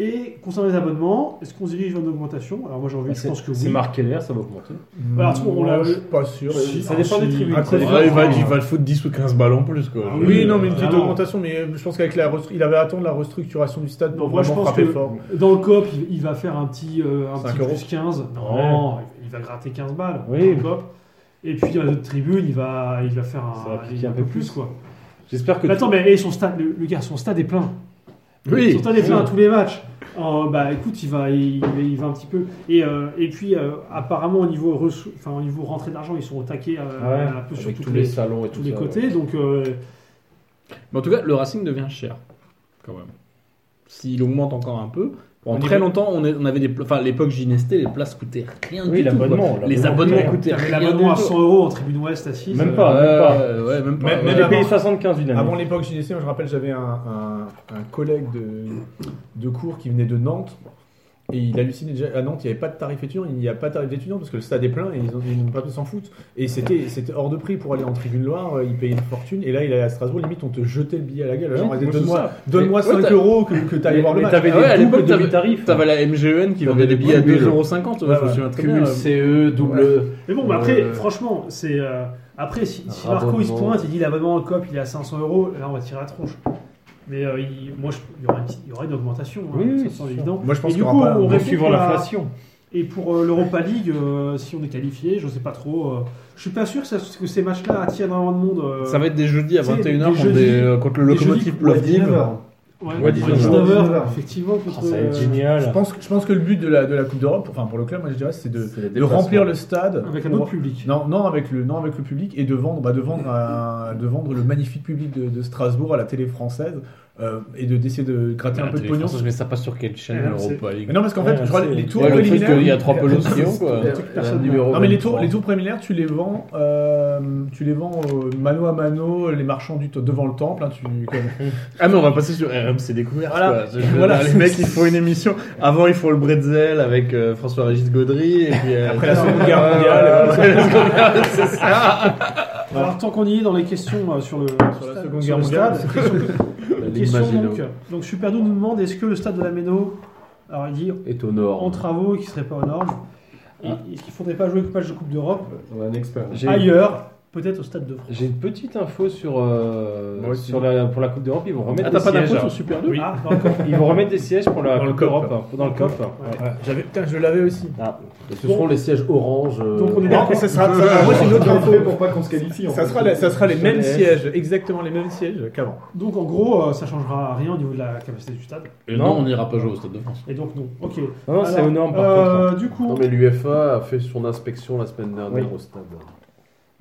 S4: Et concernant les abonnements, est-ce qu'on se dirige vers une augmentation Alors moi j'ai
S5: *laughs*
S4: envie, je
S5: C'est-
S4: pense que oui.
S5: C'est marqué l'air, ça va augmenter.
S6: Mm.
S4: Voilà, on
S6: Moi,
S4: l'a-
S6: je suis pas sûr.
S5: Si, ça dépend des tribunes.
S6: Après,
S5: Ça
S2: Ouais, Ah, il, va, il va le foutre 10 ou 15 balles en plus. Quoi. Je-
S6: Oui, non, mais une
S4: Ah,
S6: petite
S4: non.
S6: augmentation, mais euh, je pense qu'avec la restru- il avait à attendre la restructuration du stade pour
S4: Non, moi, je
S6: vraiment
S4: pense
S6: frapper
S4: que-
S6: fort.
S4: Dans le coop, il- il va faire un petit, euh, un
S6: 5
S4: petit
S6: euros.
S4: plus 15. Non, il va gratter 15 balles.
S5: Oui.
S4: Dans le coop. Et puis dans les autres tribunes, il va, il va faire
S5: Ça va
S4: un,
S5: piquer un peu plus.
S4: quoi.
S5: J'espère que.
S4: Mais attends, mais et son stade, le, le gars, son stade est plein.
S2: Oui.
S4: Son stade est plein à tous les matchs. Euh, bah écoute, il va, il, il va un petit peu. Et, euh, et puis euh, apparemment au niveau, ressou- enfin, au niveau rentrée d'argent, ils sont au taquet euh,
S5: Ouais,
S4: un peu sur
S1: Avec
S4: toutes
S1: tous
S4: les-
S1: les salons et
S4: tous
S1: tout
S4: les
S1: ça,
S4: côtés.
S1: ouais.
S4: Donc euh,
S2: Mais en tout cas, le Racing devient cher, quand même. S'il augmente encore un peu, pendant
S5: Au
S2: très
S5: niveau-
S2: longtemps, on, est- on avait des, pla- enfin, à l'époque Ginesté, les places coûtaient rien
S5: Oui,
S2: du tout. quoi.
S5: l'abonnement,
S2: Les
S5: l'abonnement.
S2: abonnements coûtaient
S4: t'avais
S2: rien du
S4: l'abonnement à
S2: tout.
S4: 100 euros en tribune ouest assise.
S5: Même
S4: euh,
S5: pas.
S2: Euh, ouais, même pas.
S6: Même-
S2: ouais.
S6: même
S5: J'ai payé
S6: avant-
S5: 75 une année.
S6: Avant l'époque JDC, moi je rappelle, j'avais un, un- un collègue de, de cours qui venait de Nantes
S3: Et il hallucine déjà. À Nantes, il n'y avait pas de tarif étudiant, il n'y a pas de tarif d'étudiant parce que le stade est plein et ils ont- ils n'ont pas pu s'en foutre. Et c'était c'était hors de prix pour aller en Tribune Loire, euh, il payait une fortune. Et là, il est à Strasbourg, limite, on te jetait le billet à la gueule. Genre,
S2: Oui,
S3: vas-y,
S2: moi,
S3: donne-moi donne-moi
S2: Ouais,
S3: 5
S2: t'as-
S3: euros que, que t'ailles
S5: Mais-
S3: voir le
S5: mais
S3: match.
S5: t'avais
S2: Ah ouais, à
S5: des
S2: l'époque,
S5: doubles
S2: t'avais-
S5: demi-tarifs.
S2: T'avais la MGN qui vendait des billets à 2,50€, ouais, je me souviens très bien.
S1: Cumul CE, double.
S4: Mais bon, bah après,
S1: Euh,
S4: franchement, c'est. euh, après, si, si Marco
S1: Rabonnement.
S4: il se pointe, il dit la maman en cop, il est à 500 euros, là on va tirer la tronche. Mais euh, il- moi, je- il y aura une, petite- il y aura une augmentation, hein,
S5: Oui, oui,
S4: ça me
S5: c'est
S4: semble
S5: sûr.
S4: évident.
S3: Moi, je pense
S4: Et
S3: qu'il
S4: du
S3: y
S4: coup,
S3: aura pas. hein.
S4: on
S5: Pour
S4: répond
S5: suivre
S4: pour la-
S5: l'inflation.
S4: Et pour euh, l'Europa League, euh, si on est qualifié, je sais pas trop. euh, je suis pas sûr que, ça- que ces matchs-là attirent énormément de monde. euh,
S2: Ça va être des jeudis à
S4: tu sais,
S2: 21h
S4: des
S2: contre,
S4: jeudis-
S2: des- euh, contre le
S4: des
S2: locomotive
S4: jeudis
S2: Plovdiv.
S4: ouais,
S2: Ouais,
S4: 19
S7: 19
S4: heures,
S7: heures.
S4: effectivement. Contre,
S5: Ah, Ça va être
S4: euh,
S3: Je
S5: génial.
S3: pense, que- je pense que le but de la, de la Coupe d'Europe, enfin pour le club, moi je dirais, c'est de,
S1: C'est les
S3: de
S1: déplacements.
S3: remplir le stade.
S4: Avec un
S3: Pour-
S4: autre public.
S3: Non, non, avec le, non avec le public et de vendre, bah, de, vendre un- de vendre le magnifique public de, de Strasbourg à la télé française euh, et de- d'essayer de gratter un peu de pognon.
S2: mais ça passe sur quelle chaîne
S4: Ouais,
S2: l'Europa League
S3: Mais non, parce qu'en
S5: Ouais,
S3: fait, je crois,
S5: c'est-
S3: les tours
S2: Ouais, le truc
S3: préliminaires.
S2: qu'il y a trois pelouses qui ont, quoi.
S1: Euh,
S4: Personne
S1: euh, numéro
S3: Non, mais les
S1: 23.
S3: tours, les tours préliminaires, tu les vends, euh, tu les vends euh, mano à mano, les marchands du to- devant le temple. hein, tu, comme-
S2: Ah mais on va passer sur RMC Découverte.
S3: Voilà.
S2: quoi. Je-
S3: Voilà.
S2: Les mecs, ils font une émission. Avant, ils font le bretzel avec euh, François-Régis Gaudry. Et puis, euh,
S3: Après la Seconde
S2: Ouais,
S3: Guerre
S2: ouais,
S3: mondiale,
S2: ouais,
S3: euh,
S2: après la Seconde Guerre, c'est ça.
S4: Alors, tant qu'on y est dans les questions euh, sur le,
S3: sur la
S4: stade-
S3: Seconde
S4: sur
S3: Guerre
S4: le
S3: mondiale.
S4: stade, question- question
S1: L'Imagino
S4: donc, euh, donc Superdou nous demande est-ce que le stade de la Méno, alors il dit
S1: est au nord.
S4: en travaux qui serait pas aux normes, et- est-ce qu'il faudrait pas jouer le match de Coupe d'Europe euh,
S7: On a un expert.
S5: J'ai-
S4: ailleurs, peut-être au stade de France
S5: J'ai une petite info sur, euh,
S1: Bah,
S3: Moi aussi.
S5: sur la, pour la Coupe d'Europe. Ils vont remettre
S2: Ah, t'as
S5: des
S2: pas
S5: sièges.
S2: d'infos sur Super 2
S4: Ah, dans le camp.
S5: Ils vont remettre des sièges pour la
S3: Dans le
S5: Coupe
S3: COP.
S5: d'Europe. hein. Dans le COP.
S3: Ouais, j'avais- putain, je l'avais aussi.
S1: Et ce seront les sièges orange. euh,
S4: Donc, on est
S3: Non, Ah, ça sera, ça sera- moi, c'est une autre info.
S7: pour pas qu'on se qualifie. en
S3: Ça
S7: fait.
S3: sera, la- ça sera les mêmes
S5: Sur les-
S3: sièges, exactement les mêmes sièges qu'avant.
S4: Donc en gros, euh, ça changera rien au niveau de la capacité du stade.
S2: Euh, Non, on n'ira pas jouer au Stade de France.
S4: Et donc non. Ok.
S5: Non, non, c'est
S4: Alors,
S5: aux normes par contre. hein.
S4: euh, Du coup,
S1: Non, mais l'UFA a fait son inspection la semaine dernière
S5: Oui.
S1: au stade.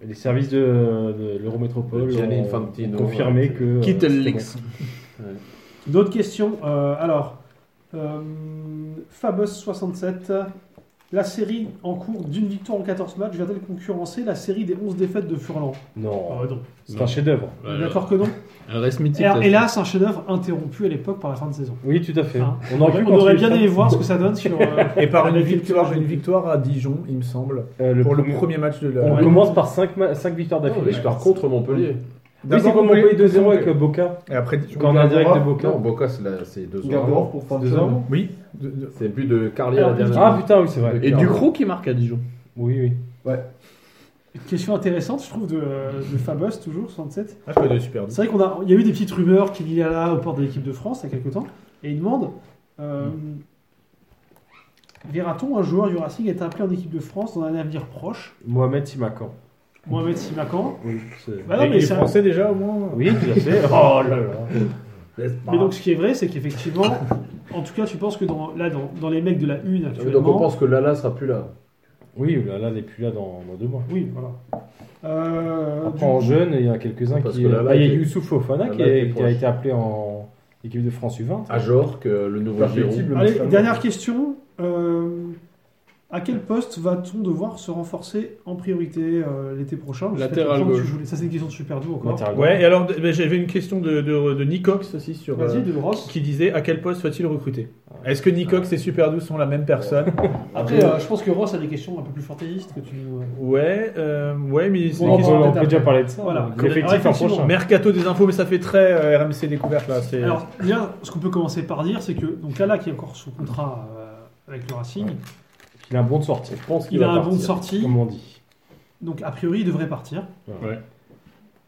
S5: Les services de, de l'Eurométropole
S1: Gianni
S5: ont,
S1: Infantino,
S5: ont confirmé
S1: ouais.
S5: que. euh,
S2: Quitte
S5: c'était
S2: l'ex.
S4: d'autres questions. Euh, alors, euh, Fabus67, la série en cours d'une victoire en 14 matchs vient-elle concurrencer la série des 11 défaites de Furlan
S5: bon. Oh, Non,
S4: Euh, non.
S5: c'est un chef-d'œuvre.
S4: On est D'accord que non
S2: Euh, Reste mythique.
S4: Alors, Hélas, un chef-d'œuvre interrompu à l'époque par la fin de saison.
S5: Oui, tout à fait.
S4: Hein.
S5: on aurait, pu
S4: On aurait
S5: continuer
S4: bien
S5: ça.
S4: aimé voir ce que ça donne sur.
S5: *laughs*
S4: euh,
S3: Et par une
S4: avec les
S3: victoire,
S4: petits
S3: une
S4: matchs.
S3: victoire à Dijon, il me semble,
S5: Euh,
S3: pour le
S5: premier-
S3: premier match de la.
S5: On commence par 5 victoires
S1: Non, mais
S5: d'affilée.
S1: je pars Ah, contre Montpellier.
S5: Oui, c'est comme Montpellier 2-0 avec euh, Boca.
S3: Et après Dijon.
S5: Quand on a un direct de
S1: Non,
S5: Boca.
S1: Boca, c'est la- c'est deux
S7: Gaborov
S1: ans.
S7: pour faire
S5: Deux ans.
S3: Oui. de- de-
S1: C'est le but de Carlier à la dernière.
S5: Ah
S1: minute.
S5: putain, oui, c'est vrai.
S2: Et Ducrot qui marque à Dijon.
S5: Oui, oui.
S4: Une question intéressante, je trouve, de, de Fabus, toujours, 67.
S3: Ah, je peux de super.
S4: C'est vrai qu'on a, il y a eu des petites rumeurs qu'il y a là aux portes de l'équipe de France il y a quelques temps, et il demande euh, verra-t-on un joueur du Racing être appelé en équipe de France dans un avenir proche
S5: Mohamed Simakan.
S4: Mohamed Simakan.
S5: Oui, c'est-
S4: Bah non, mais
S3: les
S4: c'est un-
S3: Français déjà au moins.
S5: Oui, tout à fait. Oh là là.
S4: Mais donc, ce qui est vrai, c'est qu'effectivement, en tout cas, tu penses que dans, là, dans, dans les mecs de la une
S1: Ah oui, Donc on
S4: actuellement,
S1: pense que Lala sera plus là.
S5: Oui, là, là, n'est plus là dans, dans deux mois.
S4: oui, voilà. Euh,
S5: Après, en jeune, il y a quelques-uns
S1: Parce
S5: qui.
S1: que là, là,
S5: Ah, il y a
S1: il est-
S5: Youssouf Fofana
S1: là,
S5: qui,
S1: là, il est
S5: est- qui a
S1: proche.
S5: été appelé en équipe de France U20.
S1: À Jorque, euh, le nouveau Giron.
S7: Perfectible.
S4: Allez, dernière question. Euh, à quel poste va-t-on devoir se renforcer en priorité euh, l'été prochain Je sais pas
S2: Latéral
S4: quel poste
S2: gauche.
S4: tu voulais- Ça, c'est une question de super doux encore.
S5: Latéral droit.
S3: Ouais, et alors de- ben, j'avais une question de, de, de Nicox aussi sur. euh,
S4: Vas-y, de Ross.
S3: qui disait à quel poste soit-il recruté Est-ce que Nicox et Super sont la même personne
S4: Après, euh, je pense que Ross a des questions un peu plus fantaisistes que tu nous.
S3: Ouais, euh, ouais, mais c'est
S5: Bon,
S3: une
S5: on peut,
S3: question.
S5: on
S4: peut-être
S5: peut
S4: après.
S5: déjà parler de ça.
S4: Voilà.
S5: Donc,
S4: Alors,
S5: L'effectif en
S4: effectivement.
S5: prochain.
S3: Mercato des infos, mais ça fait très euh, RMC découverte là. C'est
S4: Alors, déjà, ce qu'on peut commencer par dire, c'est que donc Lala, qui est encore sous contrat euh, avec le Racing,
S5: Ouais. Il a un bon de sortie,
S1: Je pense qu'il
S4: il a
S1: va
S4: un bon de
S1: partir.
S4: sortie,
S5: comme on dit.
S4: donc a priori, il devrait partir.
S5: Ouais.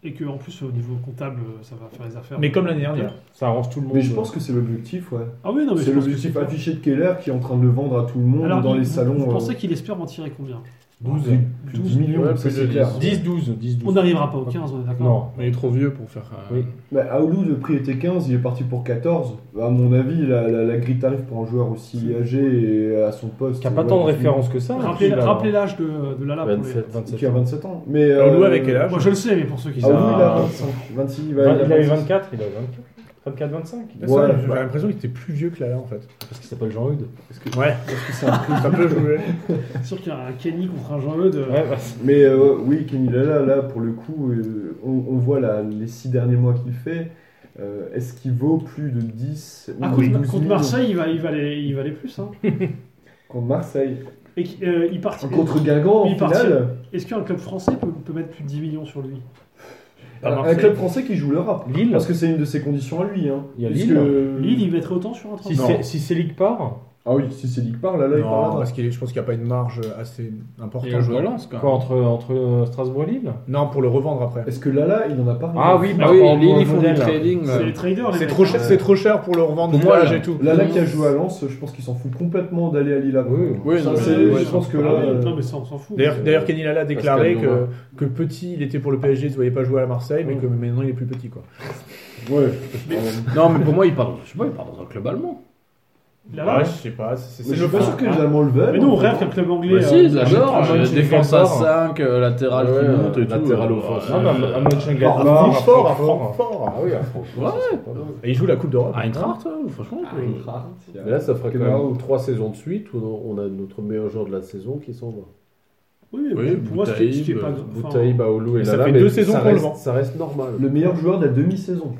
S4: Et que en plus, au niveau comptable, ça va faire les affaires.
S3: mais comme l'année dernière.
S5: Ça arrange tout le monde.
S7: Mais je pense que c'est l'objectif, ouais.
S4: Ah oui, non, mais je
S7: C'est
S4: pense que
S7: l'objectif
S4: c'est-
S7: affiché de Keller qui est en train de le vendre à tout le monde
S4: Alors,
S7: dans les
S4: vous-
S7: salons.
S4: Vous
S7: euh,
S4: pensez qu'il espère en tirer combien
S7: 12,
S4: 12,
S7: 10 millions,
S1: ouais,
S7: ça,
S1: plus de
S7: c'est clair.
S5: 10, 12, 10, 12.
S4: On n'arrivera pas aux 15, on est d'accord
S5: Non.
S2: Mais il est trop vieux pour faire. euh,
S5: Oui.
S7: Bah, Aoulou, le prix était 15, il est parti pour 14. À mon avis, la, la, la grille tarif pour un joueur aussi âgé et à son poste.
S5: Qui a pas
S7: ouais,
S5: tant de
S7: plus-
S5: référence que ça.
S4: Rappelez,
S5: Puis, bah,
S4: rappelez l'âge de, de Lala. pour les-
S1: 27.
S7: Qui a 27 ans. Mais, euh,
S3: Aoulou avec quel âge
S4: Moi je le sais, mais pour ceux qui
S5: Ah
S7: Aoulou,
S4: savent.
S7: il a 25. 26, il va-
S5: vingt-
S7: il
S5: il
S7: a
S5: avait
S7: 26.
S5: 24, il avait 24. 24-25
S3: C'est
S7: Ouais,
S3: ça, J'avais
S7: ouais.
S3: l'impression qu'il était plus vieux que là en fait.
S5: parce qu'il s'appelle Jean-Eudes.
S3: Ouais, ça peut jouer.
S4: C'est sûr qu'il y a un Kenny contre un Jean-Eudes.
S5: Ouais, bah,
S7: Mais euh, oui, Kenny Lala, là, pour le coup, euh, on, on voit la- les six derniers mois qu'il fait. euh, est-ce qu'il vaut plus de 10
S4: Ah,
S7: ou
S4: contre,
S7: 12
S4: contre
S7: 000
S4: Marseille, il va, il va les, il va les plus. Hein.
S7: Contre Marseille.
S4: Et qui- euh, il part.
S7: Contre Guingamp, en
S4: Il partit-
S7: finale.
S4: Est-ce qu'un club français peut, peut mettre plus de 10 millions sur lui
S7: Un club français qui joue le rap.
S5: Lille,
S7: Parce que c'est une de ses conditions à lui. Hein.
S5: Il y a
S7: Parce
S5: Lille.
S7: que-
S4: Lille, il mettrait autant sur un
S5: Euh, si
S4: transfert
S5: c'est- si Célic part,
S7: Ah oui, si c'est Ligue par, là, là, il
S6: Non,
S7: parle là.
S6: parce qu'il est- je pense qu'il n'y a pas une marge assez importante.
S2: Et on joue à Lens, quand
S5: quoi,
S2: même.
S5: entre, entre euh, Strasbourg et Lille
S6: Non, pour le revendre après.
S7: Est-ce que Lala, il en a parlé
S5: Ah oui,
S2: Ah
S5: par
S2: oui,
S5: rapport au
S2: Lille, ils font du
S5: modèle.
S2: trading. là.
S4: C'est les traders, les
S6: C'est
S4: mecs,
S6: trop,
S4: hein.
S6: cher- c'est trop cher pour le revendre,
S2: Pour
S6: du
S2: moi,
S6: village
S2: là-
S6: et tout.
S7: Lala qui a joué à Lens, je pense qu'il s'en fout complètement d'aller à Lille après.
S5: Oui,
S2: oui,
S7: Ça,
S2: non,
S7: c'est-
S2: mais- ouais,
S7: je pense que
S4: Ah
S7: là.
S4: oui,
S7: euh,
S4: Non, mais ça, on s'en fout.
S6: D'ailleurs,
S1: Euh,
S6: d'ailleurs, Kenny Lalla a déclaré
S1: Pascal
S6: que,
S1: Nouma.
S6: que petit, il était pour le PSG, il ne voyait pas jouer à Marseille, mais que maintenant il est plus petit. quoi.
S7: Ouais.
S2: Non, mais pour moi, il part, dans- je sais pas, il part dans un club allemand.
S4: Là, là,
S6: Ouais, je sais pas. c'est-
S7: Mais
S6: C'est
S7: je
S6: le
S7: suis pas
S6: fond.
S7: sûr que les Allemands le
S4: Mais
S7: veulent.
S4: nous, on rêve qu'un club anglais.
S2: Bah
S4: euh,
S2: si, j'adore.
S5: Manchester
S2: euh, Défense à
S5: United.
S2: 5, euh, latéral
S1: Ouais,
S2: qui monte et
S1: euh,
S2: tout.
S1: latéral
S2: euh,
S1: offensif.
S5: Non, mais un- un match anglais.
S7: Fort,
S5: Francfort,
S7: fort,
S6: Francfort, à
S5: Francfort.
S6: Francfort.
S1: Ah oui, à Francfort, ça, c'est pas mal.
S6: Et il joue la Coupe d'Europe.
S2: À Eintracht, euh, franchement. euh,
S1: Mais là, ça ferait quand
S7: Genau.
S1: même trois saisons de suite où on a notre meilleur joueur de la saison qui s'en va.
S4: Oui,
S2: Oui,
S4: pour moi, ce qui- ce qui est
S2: Boutaïb,
S4: pas. enfin,
S1: Boutaï, Baoulou et
S6: ça
S1: Lala,
S6: fait
S1: euh, mais
S6: deux saisons
S1: ça
S6: qu'on le
S1: reste-
S6: vend.
S1: Ça reste normal.
S7: Le meilleur joueur de la demi-saison.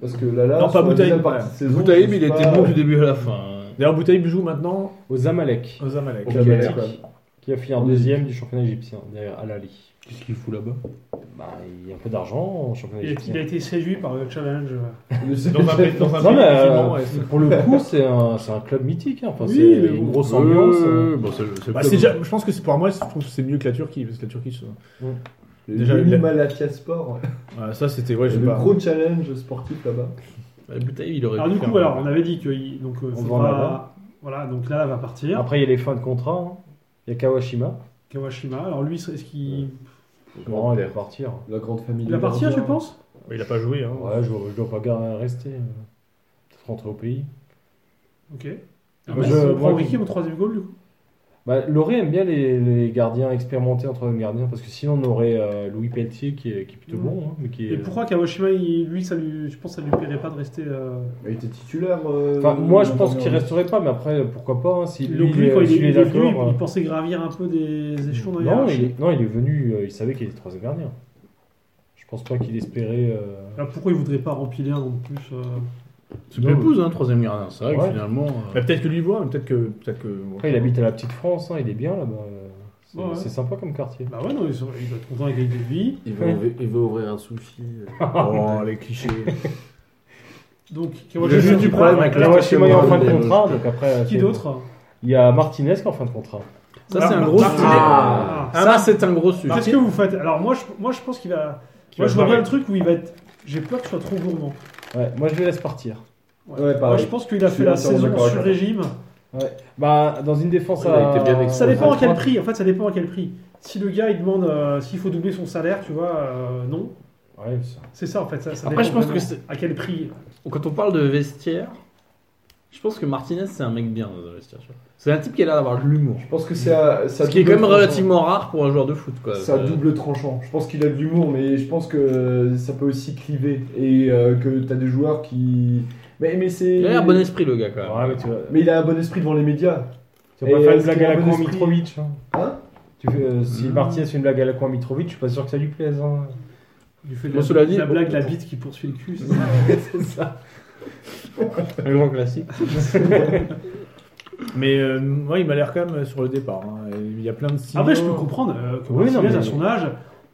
S7: Parce que Lala.
S6: Non, pas
S7: sur la
S6: Boutaïb.
S7: deuxième partie de saison,
S2: Boutaïb,
S7: je
S2: il
S7: sais
S2: était
S7: pas, euh,
S2: bon du *laughs* début à la fin.
S6: D'ailleurs, Boutaïb joue maintenant
S5: Aux Amalek,
S6: aux Amalek.
S7: Au
S5: Au
S7: Amalek,
S5: Celtic,
S7: ouais.
S5: qui a fini en deuxième du championnat égyptien, derrière Al Ali.
S2: Qu'est-ce qu'il fout là-bas
S5: Bah, il y a un peu d'argent en championnat
S4: Il a, il a
S5: égyptien.
S4: été séduit par le challenge.
S7: le
S6: Dans un pays- dans un
S5: Non,
S6: pays
S5: mais
S6: musulman,
S5: euh,
S6: ouais, c'est-
S5: pour le coup, c'est un, c'est un club mythique. hein. Enfin,
S4: Oui,
S5: c'est
S4: mais
S5: une grosse ambiance. hein.
S2: bon, c'est c'est
S6: Bah,
S2: le
S6: c'est
S2: club.
S6: déjà- je pense que c'est pour moi, je trouve que c'est mieux que la Turquie, parce que la Turquie, ça- Déjà,
S7: Déjà,
S6: il a-
S7: le Malatia Sport.
S6: ouais, ça c'était, ouais, j'ai
S7: Le
S6: pas.
S7: gros challenge sportif là-bas.
S2: Ouais, Boutaïb, il aurait
S4: Alors, du
S2: pu
S4: coup,
S2: faire-
S4: alors, on avait dit que. il- Donc, euh,
S5: On
S4: c'est
S5: vend
S4: pas-
S5: là-bas.
S4: Voilà, donc là, va partir.
S5: Après, il y a les fins de contrat. hein. Il y a Kawashima.
S4: Kawashima. Alors, lui, est-ce qu'il.
S5: Non, il va partir.
S7: La grande famille.
S4: Il va
S7: de
S4: partir, tu
S7: Verdun.
S4: penses
S6: Il a pas joué, hein.
S5: Ouais, je, je dois pas gar- rester. euh, Peut-être rentrer au pays.
S4: Ok. Ah, bah, Moi,
S5: Moi, je-
S4: je
S5: moi,
S4: prends Riquet au troisième goal, du coup.
S5: Bah, Loré aime bien les, les gardiens expérimentés entre les gardiens parce que sinon on aurait euh, Louis Pelletier qui est, qui est plutôt
S4: Mm.
S5: bon. hein, mais qui est-
S4: Et pourquoi Kawashima, il- lui, ça lui, je pense que ça lui paierait pas de rester. euh,
S7: Il était titulaire. euh,
S5: Enfin, moi je
S7: dans
S5: pense
S7: la
S5: qu'il
S7: dernière-
S5: resterait pas, mais après pourquoi pas hein, si
S4: Donc,
S5: lui,
S4: lui, quand
S5: euh,
S4: il,
S5: s'il
S4: est,
S5: est
S4: il est venu, il,
S5: d'accord.
S4: il pensait gravir un peu des échelons dans
S5: euh,
S4: la
S5: Non
S4: hiérarchie.
S5: il, est, non, il est venu, euh, il savait qu'il était troisième gardien. Je pense pas qu'il espérait. euh,
S4: Alors, pourquoi il voudrait pas rempiler un non plus euh,
S2: C'est
S5: Non,
S2: Pépouze, hein, troisième gardien. C'est vrai
S5: Ouais.
S2: que finalement. euh,
S6: Mais peut-être que lui voit, mais peut-être que, peut-être que.
S5: Après il habite à la petite France, hein, il est bien là-bas. euh, C'est
S4: Ouais, ouais.
S5: c'est sympa comme quartier.
S4: Bah ouais, non, ils sont- il doit être content avec les vie.
S1: Il veut,
S5: Ouais.
S1: ouvrir, il veut ouvrir un *laughs* sushi.
S6: Oh, les clichés.
S4: Donc,
S5: Le juste du problème avec
S4: Alors,
S5: Kawashima est en fin de
S1: Kawashima.
S5: contrat, donc après.
S4: Qui
S5: c'est-
S4: d'autre
S5: Il y a Martinez qui est en fin de contrat.
S2: Ça, c'est
S4: Ah,
S2: un gros
S4: Martinez.
S2: sujet.
S4: Ah.
S2: Ça, c'est un gros sujet.
S4: Qu'est-ce que vous faites Alors, moi, je, moi, je pense qu'il va.
S6: va
S4: Moi, je vois bien
S6: barrer.
S4: le truc où il va être. J'ai peur qu'il soit trop gourmand.
S5: Ouais, moi je le laisse partir.
S7: Ouais,
S4: Moi,
S7: pareil.
S4: je pense qu'il a
S7: Je
S4: fait
S7: suis
S4: la
S7: entièrement
S4: saison
S7: d'accord avec
S4: sur
S7: toi.
S4: régime.
S5: Bah, dans une défense
S1: Ouais,
S5: à.
S1: il était bien exposé.
S4: Ça dépend à quel
S5: trois.
S4: prix. En fait, ça dépend à quel prix. Si le gars, il demande euh, s'il faut doubler son salaire, tu vois, euh, non.
S5: Ouais, ça-
S4: C'est ça, en fait. Ça, ça
S2: Après, je
S4: dépend
S2: pense que
S4: vraiment À quel prix
S2: Quand on parle de vestiaire, je pense que Martinez, c'est un mec bien dans un vestiaire. tu vois. C'est un type qui a l'air d'avoir de l'humour.
S7: Je pense que c'est à- ça
S2: Ce qui est quand
S7: double
S2: même
S7: tranchant.
S2: relativement rare pour un joueur de foot. Quoi.
S7: Ça
S2: Euh,
S7: double tranchant. Je pense qu'il a de l'humour, mais je pense que euh, ça peut aussi cliver. Et euh, que t'as des joueurs qui. Mais, mais c'est.
S2: Il a l'air bon esprit, le gars, quand même.
S5: Ouais, mais tu vas,
S7: Mais il a un bon esprit devant les médias.
S5: tu vas pas
S7: Et
S5: faire une
S7: est-ce
S5: blague
S7: qu'il
S5: à la
S7: a un
S5: con
S7: bon
S5: Mitrovic. hein.
S7: Hein
S5: Tu fais, euh, si Martinez fait une blague à la con Mitrovic, je suis pas sûr que ça lui plaise. hein.
S4: Il fait de
S2: Moi,
S4: la,
S2: cela dit-
S4: la blague, la bite qui poursuit le cul. c'est ça
S5: Un grand classique.
S6: mais euh, ouais, il m'a l'air quand même sur le départ. hein. Et Il y a plein de signes.
S4: Après, je peux comprendre euh, que
S5: Oui, non,
S4: Martinez,
S5: mais-
S4: à son âge,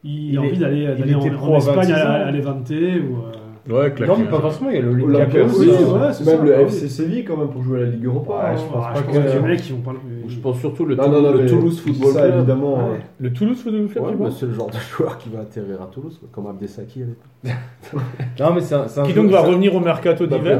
S4: il,
S5: Il
S4: a
S5: est-
S4: envie d'aller
S5: il
S4: d'aller en,
S5: était
S4: en
S5: pro à
S4: Espagne
S5: 26
S4: à,
S5: ans.
S4: à l'Eventé ou. euh,
S2: Ouais, claqué.
S5: Non, mais pas forcément, il y a l'Olympia
S7: Olympia
S5: aussi.
S7: aussi,
S4: ouais,
S7: hein.
S4: ouais, c'est
S7: même
S4: ça,
S7: le
S4: bah
S7: FC
S4: oui.
S7: Séville quand même pour jouer à la Ligue Europa.
S5: Ouais,
S7: hein.
S5: je pense
S4: ah,
S5: pas
S4: je pense que...
S5: que-
S4: les mecs, ils vont pas le-
S1: Je pense surtout le,
S7: Ah, non, non,
S1: le
S7: mais
S1: Toulouse
S7: je dis
S1: Football
S7: ça,
S1: Club.
S7: évidemment. hein.
S4: Ouais.
S6: Le Toulouse Football Club, tu
S1: Ouais, mais
S6: vois
S1: c'est le genre de joueur qui va atterrir à Toulouse, quoi, comme Abdesaki à l'époque.
S5: Non, mais c'est un, c'est un
S6: Qui donc va
S5: joueur-
S6: revenir au mercato d'hiver.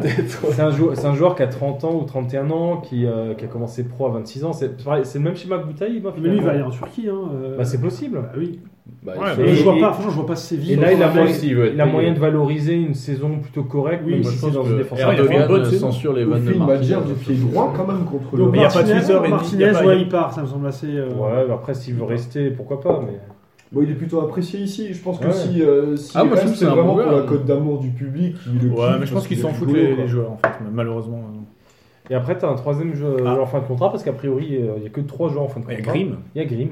S5: c'est un joueur- c'est un joueur qui a 30 ans ou 31 ans, qui, euh, qui a commencé pro à 26 ans. C'est pareil, c'est le même schéma que Boutaïb. hein,
S4: Mais lui, il va aller
S5: finalement.
S4: en Turquie. Hein, euh,
S5: Bah, c'est possible.
S4: bah oui.
S1: Bah,
S6: Ouais,
S1: il
S6: mais
S4: Mais
S5: Et-
S4: je vois
S5: et-
S4: pas, franchement, je vois pas Séville.
S5: Et là,
S4: dans
S5: il a
S4: un
S5: moyen,
S4: mec-
S1: s'il veut être
S5: il a
S1: payé.
S5: moyen de valoriser une saison plutôt correcte,
S4: Oui,
S5: même
S4: je
S5: si
S4: pense
S5: c'est dans une défense.
S6: Erdogan,
S5: à trois.
S6: bonne
S2: Erdogan
S6: saison.
S2: censure les
S7: Il
S2: vannes
S7: fait
S2: de
S7: une
S2: Martinez.
S7: matière du pied droit quand même contre
S4: Donc,
S6: Mais il y a
S7: le.
S6: pas de
S4: Martinez,
S6: Twitter, et il y
S4: Martinez,
S6: a pas-
S4: ouais, il part, ça me semble assez. euh,
S5: Ouais, bah après, s'il veut rester, pourquoi pas. Mais...
S7: Bon, il est plutôt apprécié ici. Je pense que
S5: Ouais.
S7: si, euh, si
S2: Ah, moi, je
S7: reste,
S2: trouve que
S7: c'est
S2: c'est un
S7: vraiment
S2: bon gars,
S7: pour la
S2: hein.
S7: cote d'amour du public. il le
S6: Ouais,
S7: kiffe
S6: mais je
S7: parce
S6: pense qu'ils
S7: qu'il a
S6: s'en
S7: du
S6: foutent
S7: boulot,
S6: les,
S7: quoi.
S6: les joueurs en fait, malheureusement. hein.
S5: Et après, tu as un troisième jeu-
S6: Ah.
S5: joueur en fin de contrat parce qu'a priori, euh, il n'y a que trois joueurs en fin de
S6: Il y
S5: contrat.
S6: a Grimm.
S5: Il y a Grimm.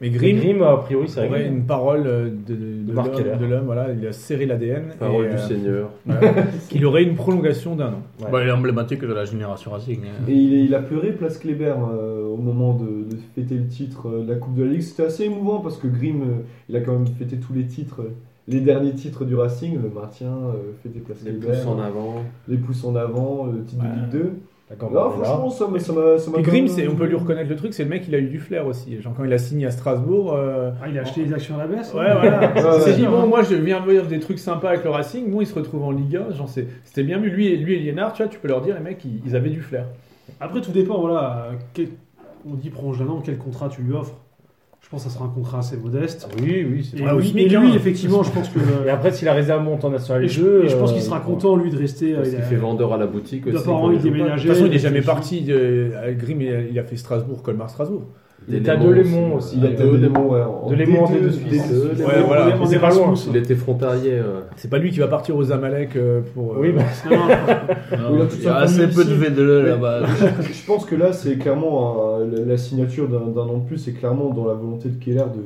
S6: Mais
S5: Et Grimm,
S6: Grimm,
S5: a priori, c'est
S6: aurait
S5: Grimm.
S6: une parole euh, de, de- de
S5: Mark
S6: l'homme-
S5: Keller.
S6: de l'homme, voilà, il a serré l'ADN.
S1: Parole
S6: et,
S1: du
S6: euh,
S1: Seigneur.
S6: voilà, qu'il aurait une prolongation d'un an.
S5: Ouais.
S2: Bah, il est emblématique de la génération Racing.
S7: *laughs*
S2: hein.
S7: Et il, est- il a pleuré Place Kléber euh, au moment de, de fêter le titre euh, de la Coupe de la Ligue. C'était assez émouvant parce que Grimm, euh, il a quand même fêté tous les titres, euh, les derniers titres du Racing, le maintien, euh, fêter Place
S1: Les
S7: Kléber,
S1: pouces en avant.
S7: les pouces en avant, le titre de Ligue 2.
S5: D'accord,
S7: Là,
S1: bah,
S5: voilà.
S7: franchement, ça m'a- ça m'a. ça m'a
S6: Et
S7: quand
S6: Grimm,
S7: même- euh,
S6: c'est- on peut lui reconnaître le truc, c'est le mec, il a eu du flair aussi. Genre, quand il a signé à Strasbourg, euh,
S4: Ah, il a acheté les actions à la baisse.
S6: Ouais, voilà.
S7: Ouais,
S6: Il s'est
S7: ouais.
S6: dit, bon, moi, je viens voir des trucs sympas avec le Racing. Bon, ils se retrouvent en Ligue 1. Genre, c'est- c'était bien vu. Lui et, lui et Liénard, tu vois, tu peux leur dire, les mecs, ils, ils avaient du flair.
S4: Après, tout dépend, voilà. euh, quel- On dit prolonge d'un an, quel contrat tu lui offres Je pense que ça sera un contrat assez modeste.
S5: Oui, oui, c'est
S4: Et,
S6: Ouais, au
S4: lui,
S6: SMIC,
S4: et lui,
S6: hein.
S4: effectivement, je pense que.
S5: Et
S4: euh,
S5: après, si la réserve monte en National euh,
S4: et
S5: 2.
S4: je, et je pense qu'il sera content, lui, de rester. euh,
S1: Parce
S4: il
S1: qu'il
S4: a-
S1: fait vendeur à la boutique
S4: il
S1: aussi.
S4: a pas envie de
S1: quand il joue pas.
S6: De
S4: déménager.
S6: toute façon, il n'est jamais
S4: réfléchit.
S6: parti. De, avec Grimm, il a, il a fait Strasbourg, Colmar, Strasbourg.
S5: Il
S1: Des
S5: était à
S1: Lémons
S5: Delémont aussi.
S7: Il a
S5: Euh,
S7: deux démons, ouais. en-
S5: de Lémont en
S7: D2,
S5: D2
S1: Des
S5: suisse.
S1: deux,
S6: Ouais,
S1: des-
S6: voilà.
S4: On
S5: C'est
S4: est
S5: pas loin.
S4: Erasmus.
S1: Il était frontalier. euh.
S6: C'est pas lui qui va partir aux Amalek euh, pour. euh,
S5: Oui, bah,
S4: Non, non,
S7: Oui, là, tout
S2: il y a
S7: ça,
S2: assez
S7: comme
S2: peu de
S7: ici.
S2: VDL là-bas.
S7: Je pense que là, c'est clairement un- la la signature d'un d'un an de plus, c'est clairement dans la volonté de Keller de.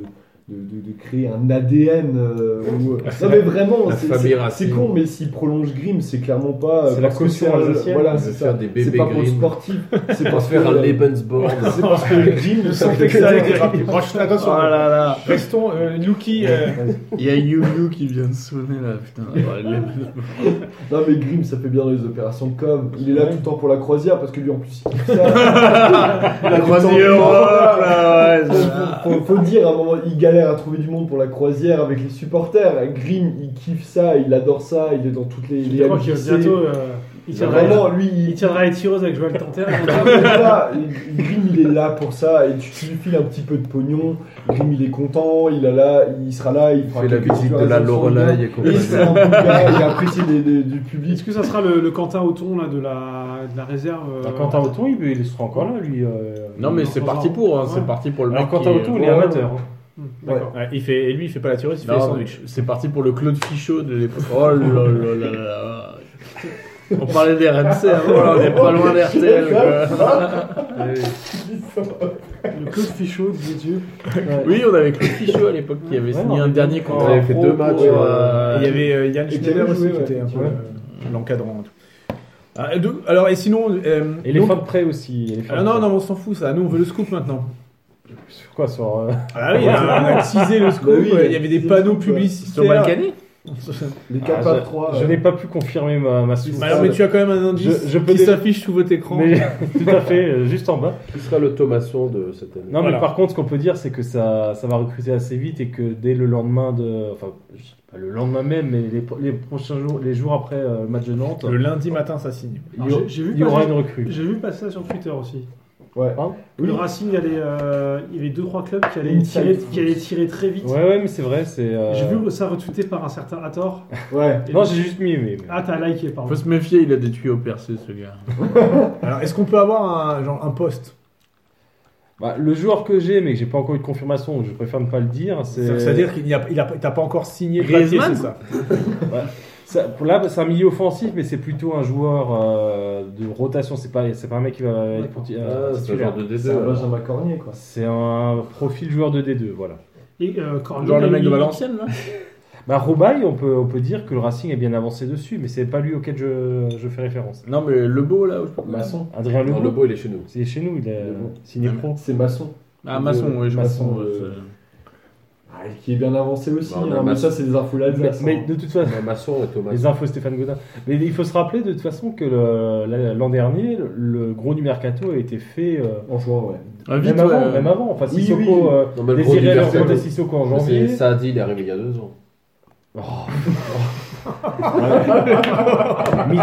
S7: De, de- de créer un ADN euh, où-
S6: *laughs*
S7: non mais vraiment
S1: La
S7: Oh, c'est-
S1: famille
S7: c'est
S1: Racing.
S7: c'est con mais s'il prolonge Grimm c'est clairement pas euh,
S5: C'est la
S7: parce que
S5: caution
S7: c'est un-
S5: alsacienne.
S7: voilà
S1: Il
S7: c'est
S1: veut
S7: ça
S1: faire des
S7: c'est
S1: bébés
S7: pas pour le
S1: Grimm. *laughs*
S7: sportif c'est
S1: Il va
S7: parce
S1: faire un
S7: que euh,
S1: Lebensborn.
S7: c'est parce que Grimm
S6: Le
S7: ne
S6: sang
S7: sentait que
S6: texan
S7: ça
S6: était rapide. Bon, je- Attention,
S2: là là.
S6: restons. euh, Lucky, euh,
S2: *laughs* Il y a Yu-Yu qui vient de sonner là, putain. Ouais, les-
S7: non mais Grimm ça fait bien dans les opérations com il est là tout le temps pour la croisière parce que lui en plus il
S1: *laughs*
S7: kiffe ça.
S2: La croisière, oh là, ouais, c'est-
S7: faut, faut le dire, à un moment, il galère à trouver du monde pour la croisière avec les supporters. Grimm, il kiffe ça, il adore ça, il est dans toutes les. les
S4: Je crois qu'il va
S7: MJC.
S4: bientôt. euh, Il tiendra
S7: Vraiment, lui,
S4: il
S7: il. Ah
S4: tiendra les tireuses avec Joël
S5: *laughs*
S4: Tanter.
S7: Voilà, et Grimm, il est là pour ça, et tu, tu lui files un petit peu de pognon. Grimm, il est content, il, a là, il sera là, il
S1: Il
S7: fera
S1: fait la
S7: quelques
S1: musique de la
S7: situations
S1: Lorelai et
S7: bien. Et il
S1: compagnie.
S7: sera en tout cas, il est apprécié des- des- du
S4: Est-ce
S7: public.
S4: que ça sera le, le Quentin Auton là, de, la, de la réserve euh,
S5: bah, Quentin Auton, il, il sera encore là, lui. euh,
S2: Non mais c'est parti pour, hein, c'est parti pour le euh,
S5: Alors,
S2: mec.
S5: Quentin
S2: qui-
S5: Auton, il est
S7: Ouais, ouais.
S5: amateur. hein.
S4: Hmm, D'accord.
S6: ouais, il fait, et lui, il fait pas la tireuse, il fait les
S2: Non,
S6: sandwichs.
S2: C'est parti pour le Claude Fichot de l'époque. Oh là là là là là. On parlait des RMC avant, là, on est pas loin des RTL. quoi.
S4: Le Claude Fichot, de Dieu.
S2: Oui, on avait Claude Fichot à l'époque qui avait
S5: Ouais,
S2: signé
S5: on
S2: un
S5: avait-
S2: dernier contrat.
S1: on avait fait
S2: pro
S1: deux matchs,
S2: pour,
S1: ouais.
S2: euh,
S6: Et Il y avait euh, Yann
S7: Et qui
S6: Schneider
S7: avait
S6: aussi
S7: joué,
S6: qui
S7: ouais.
S6: était un peu
S5: Ouais.
S6: euh, l'encadrant. et tout. Ah, et donc- alors, et sinon. euh,
S5: Et les
S6: donc-
S5: fins de prêt aussi. les fins
S6: Ah
S5: de
S6: non,
S5: prêt.
S6: non, on s'en fout ça. Nous, on veut le scoop maintenant.
S5: Sur quoi Sur. euh,
S6: Ah oui, on a teasé le scoop.
S7: Bah oui,
S6: euh, il
S7: on
S6: y
S7: a
S6: avait des
S7: teasé
S6: panneaux
S7: le scoop, ouais.
S2: Sur
S6: publicitaires.
S2: Balkany
S7: Les
S5: Ah,
S7: capables
S5: je-
S7: 3.
S5: Je n'ai pas pu confirmer ma, ma source.
S6: Bah Alors, mais tu as quand même un indice
S5: Je- je peux
S6: qui
S5: dé-
S6: s'affiche sous votre écran.
S5: Mais- *laughs* tout à fait, euh, juste en bas.
S1: Qui sera le Thomasson de cette année
S5: Non,
S6: Voilà.
S5: mais par contre, ce qu'on peut dire, c'est que ça, ça va recruter assez vite et que dès le lendemain de. Enfin, je sais pas le lendemain même, mais les, les prochains jours, les jours après euh, le match de Nantes,
S6: Le lundi matin, ça signe.
S5: il,
S4: Alors,
S5: y aura-
S4: j'ai- j'ai vu
S5: il y
S4: pas-
S5: aura une Hein recrue.
S4: J'ai vu passer ça sur Twitter aussi.
S7: Ouais.
S4: Le Racing, il y avait, euh, il y avait deux trois clubs qui allaient,
S7: Inside
S4: tirer,
S7: foot.
S4: qui allaient tirer très vite.
S5: Ouais, ouais, mais c'est vrai, c'est. euh,
S4: J'ai vu ça retweeté par un certain Hathor.
S7: Ouais.
S4: Et
S5: Non,
S4: donc-
S5: j'ai juste mis aimé. mais-
S4: Ah, t'as liké, pardon.
S2: Faut se méfier, il a des tuyaux percés ce gars.
S6: Alors, est-ce qu'on peut avoir un, genre, un poste
S5: Bah, le joueur que j'ai, mais que j'ai pas encore eu de confirmation, donc je préfère ne pas le dire, c'est.
S6: C'est-à-dire qu'il n'y a, il a- t'as pas encore signé le papier,
S2: Griezmann
S6: c'est ça
S5: Ça, pour là, c'est un milieu offensif, mais c'est plutôt un joueur euh, de rotation. C'est pas, c'est pas un mec qui va être pour- euh,
S1: Ah, C'est un
S5: titulaire.
S1: genre de
S7: C'est un
S1: désert.
S7: Benjamin Cornier, quoi.
S5: C'est un profil joueur de D2, voilà.
S4: Et euh, Cornu,
S2: Genre le
S4: il-
S2: mec de Valenciennes là
S5: Bah, Roubaix, on peut, on peut dire que le Racing est bien avancé dessus, mais c'est pas lui auquel je, je fais référence.
S2: Non mais le beau là. où je-
S7: Masson.
S5: Adrien
S1: Non,
S5: Lebeau,
S1: Le beau, il est chez nous.
S5: c'est chez nous, il est
S7: Lebeau.
S5: signé
S2: Ah,
S5: pro.
S7: C'est Masson.
S2: Ah maçon, oui, je
S5: Masson,
S2: Masson,
S5: euh,
S2: c'est-
S7: Ah, qui est bien avancé aussi.
S1: Bah, on a
S7: hein, mais
S1: Masson.
S7: ça, c'est des infos là.
S5: Mais, mais de toute façon,
S1: Un maçon et Thomas.
S5: les infos Stéphane Godin. Mais il faut se rappeler de toute façon que le- la- l'an dernier, le, le gros du mercato a été fait euh,
S7: hein, En jouant, ouais.
S2: Ah, vite,
S5: même, avant,
S2: ouais.
S5: même avant. Enfin,
S7: Oui,
S5: Sissoko,
S7: oui.
S5: euh,
S1: Non, mais Bah, le gros
S5: Désiré
S1: du
S5: a recruté
S1: mercato.
S5: Sissoko en
S1: C'est
S5: janvier.
S1: Saadi, il est arrivé il y a deux ans.
S5: Oh. Mi-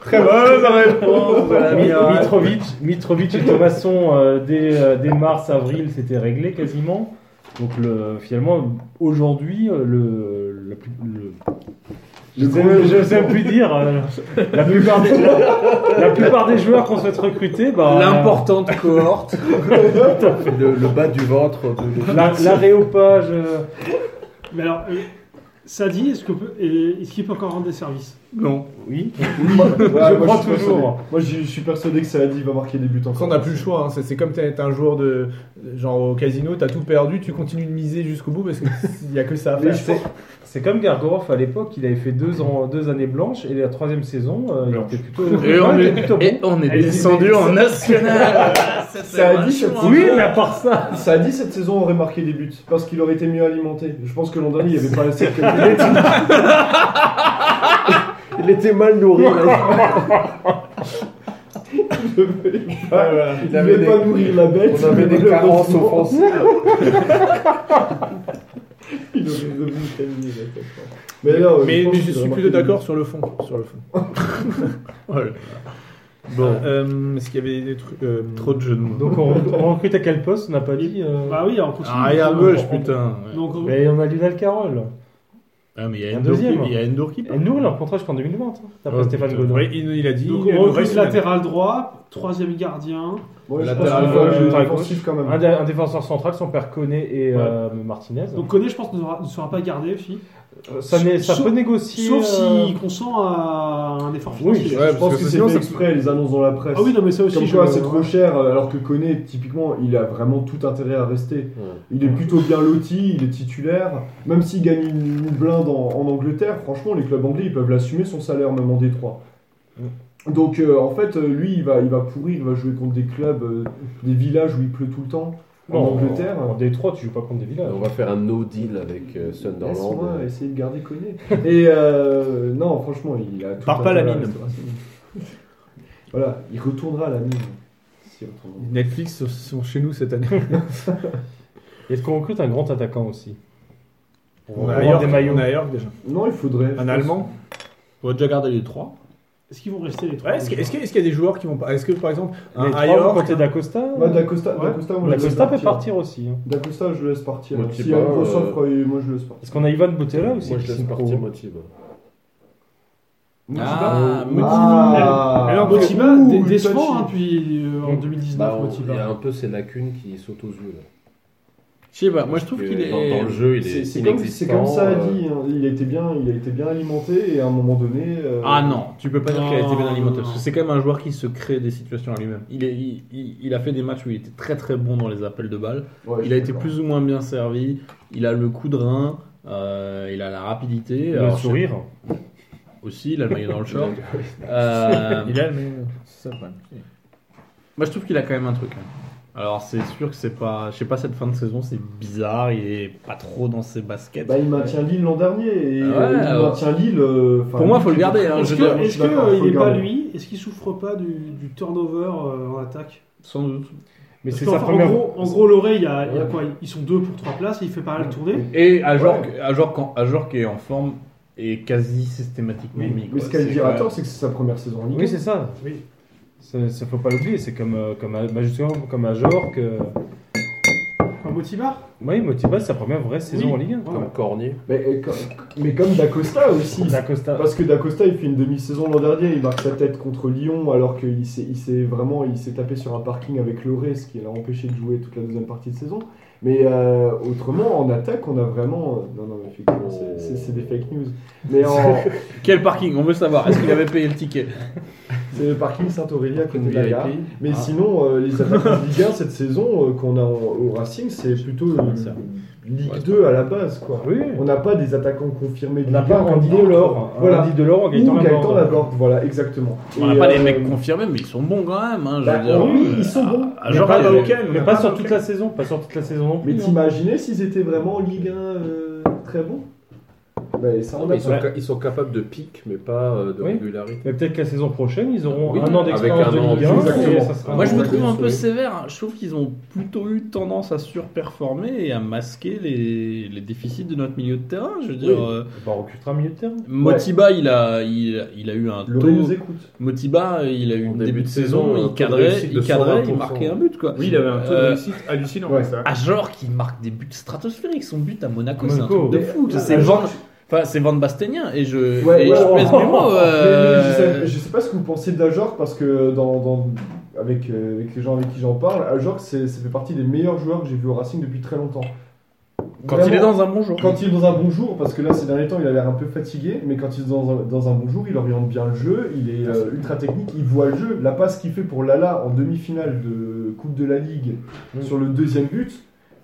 S6: Très bonne réponse de la
S5: Mi-
S6: mienne.
S5: Mitrovic, Mitrovic et Thomasson, euh, dès, euh, dès mars, avril, c'était réglé quasiment. Donc le, finalement, aujourd'hui, euh, le, le plus- le- je
S7: Le
S5: sais-
S7: gros-
S5: je sais plus dire, euh, la, plupart des, la, la plupart des joueurs qu'on souhaite recruter,
S2: Ah.
S5: bah,
S2: L'importante cohorte.
S1: Le, le bas du ventre. de-
S5: la- l'aréopage, euh,
S4: Mais alors, euh, Sadi, est-ce qu'on peut- et- est-ce qu'il peut encore rendre des services
S2: Non.
S5: Oui.
S7: Ouais,
S5: je
S7: moi,
S5: crois
S7: suis persuadé.
S5: toujours.
S7: Moi, je je suis persuadé que Saadi va marquer des buts encore.
S6: Ça, on n'a plus le choix. hein. C'est c'est comme t'es t'es un joueur de de- genre au casino, t'as tout perdu, tu continues de miser jusqu'au bout parce qu'il n'y a que *laughs* ça à
S7: Mais
S6: faire.
S7: je pense-
S5: C'est comme Gargorov à l'époque, il avait fait deux, ans, deux années blanches et la troisième saison, euh, il était
S2: Et
S5: plutôt. *laughs*
S2: on
S5: il
S2: est,
S5: était plutôt bon.
S2: et on est
S5: Et
S2: descendu en *laughs* national.
S7: Saadi, cette saison-
S5: Oui, mais à part ça.
S7: Saadi, cette saison aurait marqué des buts parce qu'il aurait été mieux alimenté. Je pense que l'an dernier, il n'y avait pas assez de
S1: *laughs*
S7: Il était mal nourri. Je voulais pas- Il
S1: avait
S7: ne
S1: des-
S7: pas nourrir la bête.
S1: On avait des
S7: Le
S1: carences
S7: bâtiment.
S1: offensives.
S7: Il aurait devenu terminé, la tête. Mais non,
S6: Mais,
S7: pense
S6: mais je
S7: qu'il
S6: suis
S7: aurait
S6: plutôt
S7: marqué des
S6: d'accord sur le fond. Sur le fond.
S2: Bon.
S6: Euh, Est-ce qu'il y avait des trucs. euh,
S2: Trop de jeux de mots.
S5: Donc on, on recrute à quel poste On n'a pas dit. euh,
S4: Bah oui, on continue.
S6: Ah,
S2: Arrière
S4: Donc,
S2: gauche,
S4: on-
S2: putain. ouais.
S4: Donc, on-
S5: Mais on a Lionel Carroll.
S2: Ah, mais il y a
S5: Un
S2: Endor
S5: deuxième.
S2: qui- il y a Endor qui
S5: Et
S2: part.
S5: nous, on a un contrat jusqu'en 2020, hein, d'après
S2: Oh,
S5: Stéphane
S2: putain.
S5: Godin.
S6: Oui, il, il a dit.
S4: donc
S6: il
S4: on
S6: nous
S4: recrute
S6: reste-
S4: latéral droit, troisième gardien.
S7: buts. Ouais, je pense
S2: Latéral
S7: qu'il
S5: gauche,
S7: aurait
S5: latéral
S7: été offensif quand
S5: Un,
S7: même.
S5: dé- un défenseur central, son père Koné et euh, Martinez.
S4: Donc Koné, je pense, ne sera, ne sera pas gardé, fille.
S5: Euh, ça, n'est- ça
S4: sauf-
S5: peut négocier.
S4: Sauf
S5: euh,
S4: s'il consent à un effort
S5: Oui,
S4: financier.
S7: Je
S6: Ouais,
S7: pense que, c'est
S6: sinon,
S7: fait
S6: ça-
S7: exprès, les annonces dans la presse.
S4: Ah oui, non, mais ça aussi.
S7: Comme
S4: je-
S7: quoi, c'est trop cher, euh, alors que Koné, typiquement, il a vraiment tout intérêt à rester. Il est plutôt bien loti, il est titulaire. Même s'il gagne une une blinde en, en Angleterre, franchement, les clubs anglais, ils peuvent l'assumer son salaire, même en Détroit. Donc, euh, en fait, euh, lui, il va, il va pourrir, il va jouer contre des clubs, euh, des villages où il pleut tout le temps. En
S5: non,
S7: Angleterre.
S5: En Détroit, tu joues pas contre des villages.
S1: On va faire un no deal avec euh,
S7: Laisse-moi
S1: Sunderland.
S7: essayer de garder Koné. Et euh, non, franchement, il a tout
S6: Pars pas à la
S7: intérêt à
S6: mine.
S7: rester à Barcelone. voilà, il retournera à la mine. S'il retournera.
S6: Netflix sont chez nous cette année.
S5: Est-ce qu'on recrute un grand attaquant aussi
S6: On
S5: va
S6: a
S5: avoir
S6: York,
S5: des maillots.
S6: on a York déjà.
S7: Non, il faudrait. je
S6: Un
S7: pense.
S6: Allemand.
S2: On va déjà garder les trois.
S4: Est-ce qu'ils vont rester les trois
S6: Ouais, Est-ce que- est-ce que- est-ce qu'il y a des joueurs qui vont pas Est-ce que par exemple
S5: Les
S6: un
S5: trois,
S6: Ayor,
S5: vous comptez D'Acosta
S7: Ouais, Bah, D'Acosta,
S4: Ouais.
S7: D'Acosta, moi, je le laisse
S5: D'Acosta peut
S7: partir.
S5: partir aussi. hein.
S7: D'Acosta, je le laisse partir.
S1: Moi, je sais
S7: S'il y a
S1: pas,
S7: une grosse
S1: euh,
S7: offre, euh, moi je le laisse partir.
S5: Est-ce qu'on a Ivan Boutella aussi
S1: Moi,
S5: qui
S1: je laisse
S5: signe
S1: partir
S5: pro
S1: Motive.
S2: Ah,
S7: Ah.
S4: Mais alors,
S7: Ouh,
S4: Motiba, dé- décevant,
S7: touchy.
S4: hein, puis euh, en
S5: Bah,
S4: 2019,
S1: Bah, on- il y a
S4: Motiba.
S1: un peu ces lacunes qui sautent aux yeux. là.
S2: Je sais pas, moi je trouve
S1: Parce que
S2: qu'il est.
S1: dans, dans le jeu, il est,
S7: C'est c'est comme, c'est
S1: inexistant.
S7: comme ça a
S1: euh,
S7: dit. hein. Il a été bien, il a été bien alimenté et à un moment donné. euh,
S2: Ah non, tu peux pas dire qu'il a été bien
S4: Non,
S2: alimenté.
S4: non,
S2: Parce que
S4: non.
S2: c'est quand même un joueur qui se crée des situations à lui-même. Il, est, il, il- il a fait des matchs où il était très très bon dans les appels de balles.
S7: ouais,
S2: Il
S7: je
S2: a
S7: suis
S2: été
S7: d'accord.
S2: plus ou moins bien servi. Il a le coup de rein. euh, il a la rapidité.
S5: Il a
S2: Alors,
S5: le sourire.
S2: Aussi, il a le maillot
S7: *laughs*
S2: dans le short. Euh,
S6: Il a mais c'est ça, le problème.
S2: Moi je trouve qu'il a quand même un truc. hein. Alors c'est sûr que c'est pas. Je sais pas, cette fin de saison c'est bizarre. Il est pas trop dans ses baskets.
S7: Bah, il maintient Lille l'an dernier et
S2: Ah ouais,
S7: euh, il
S2: alors-
S7: maintient Lille. euh, enfin,
S2: Pour moi,
S7: Lille
S2: faut le
S7: qui-
S2: garder. hein, je
S4: Est-ce
S2: veux dire,
S4: que- est-ce
S7: je suis d'accord,
S4: que, euh,
S7: faut
S4: il est pas
S7: garder.
S4: lui Est-ce qu'il souffre pas du, du turnover euh, en attaque
S2: sans doute.
S5: Mais
S4: Parce
S5: c'est
S4: qu'en
S5: sa
S4: fait,
S5: première.
S4: En gros, en gros Loré, il y a, il y a quoi Ils sont deux pour trois places, il fait pas mal tourner.
S2: Et Ajorc, Ajorc en- Ajorc est en forme et quasi systématiquement
S7: Oui,
S2: mis, quoi.
S7: mais ce qu'a dit
S2: C'est-
S7: Rator, c'est que c'est sa première saison en Ligue.
S5: Oui, c'est ça. Oui. Ça, ça faut pas l'oublier. C'est comme, euh, comme, à- bah, justement, comme à Jork. euh,
S4: Enfin, Motiba
S5: Oui, Motiba, c'est sa première vraie saison
S4: Oui.
S5: en Ligue 1.
S4: Ouais.
S1: Comme Cornier.
S7: Mais, euh, comme- mais comme D'Acosta aussi.
S5: D'Acosta.
S7: Parce que D'Acosta, il fait une demi-saison l'an dernier, il marque sa tête contre Lyon, alors qu'il s'est il s'est vraiment il s'est tapé sur un parking avec Loré, ce qui l'a empêché de jouer toute la deuxième partie de saison. Mais euh, autrement, en attaque, on a vraiment. euh, Non, non, effectivement, c'est- c'est c'est des fake news. Mais en.
S2: Quel parking On veut savoir. Est-ce qu'il avait payé le
S7: *laughs*
S2: ticket
S7: C'est le parking Saint-Aurélie à côté de la
S1: VIP.
S7: gare. Mais sinon, euh, les attaquants de Ligue 1 cette saison euh, qu'on a en- au Racing, c'est plutôt euh,
S2: ça.
S7: Ligue
S2: Ouais, c'est
S7: 2 à la base, quoi.
S5: Oui.
S7: On n'a pas des attaquants confirmés de
S5: On n'a
S7: Ligue
S5: pas
S7: 1 comme
S5: Randy
S7: Barthes.
S5: Delors. Ah,
S7: Voilà.
S5: Randy Delors,
S7: Ou Gaëtan
S5: Gaëtan Laborde.
S7: Laborde, voilà, exactement.
S2: On
S7: Et,
S2: n'a pas des
S7: euh,
S2: mecs confirmés, mais ils sont bons quand même. Hein, je
S7: bah,
S2: veux dire.
S7: oui, ils sont bons.
S2: Ah, genre, il y avait-
S6: Hawken, on
S5: Mais
S6: a
S5: pas sur
S6: Hawken.
S5: toute la saison. Pas sur toute la saison non
S7: Mais
S5: plus. hein.
S7: t'imaginais s'ils étaient vraiment en Ligue 1 euh, très bons bah,
S2: Ah,
S7: ça, on n'a
S1: Ils sont,
S7: pas.
S1: ca- ils sont capables de pic, mais pas euh, de
S5: Oui.
S1: régularité.
S5: Mais peut-être que la saison prochaine, ils auront
S1: Oui,
S5: un an
S1: avec
S5: d'expérience
S1: un
S5: de
S1: an,
S5: Ligue 1.
S7: exactement.
S5: et ça sera-
S2: Moi, je me
S7: Ouais,
S2: trouve un peu
S7: désolé.
S2: sévère. hein. Je trouve qu'ils ont plutôt eu tendance à surperformer et à masquer les, les déficits de notre milieu de terrain. Je veux dire,
S7: Oui.
S2: euh,
S5: Bah, on recrutera un milieu de terrain.
S2: Motiba, il, a, il, il a eu un
S7: Loré nous
S2: taux.
S7: écoute.
S2: Motiba, il a eu
S1: En
S2: un début, de saison,
S1: un taux
S2: il
S1: de
S2: cadrait,
S1: réussite de
S2: il, cadrait il
S1: 120%.
S2: marquait un but. Quoi.
S6: Oui, il avait un taux de
S2: Euh,
S6: réussite hallucinant.
S7: ouais.
S6: ça.
S2: À genre qui marque des buts stratosphériques. Son but à Monaco, c'est un
S5: Monaco.
S2: truc de fou. C'est
S5: euh,
S2: Van, enfin, c'est Van Bastenien. Et je,
S7: Ouais,
S2: et
S7: ouais,
S2: je
S7: ouais.
S2: pèse mes mots. euh,
S7: *laughs* Mais- mais je, sais, je sais pas ce que vous pensez de l'Ajorc parce que dans, dans- avec, euh, avec les gens avec qui j'en parle, Ajorc c'est- ça fait partie des meilleurs joueurs que j'ai vu au Racing depuis très longtemps.
S2: Quand
S7: vraiment-
S2: il est dans un bon jour.
S7: Quand il est dans un bon jour, parce que là ces derniers temps il a l'air un peu fatigué, mais quand il est dans un, dans un bon jour, il oriente bien le jeu, il est euh, ultra technique, il voit le jeu. La passe qu'il fait pour Lala en demi-finale de Coupe de la Ligue
S5: Mm.
S7: sur le deuxième but,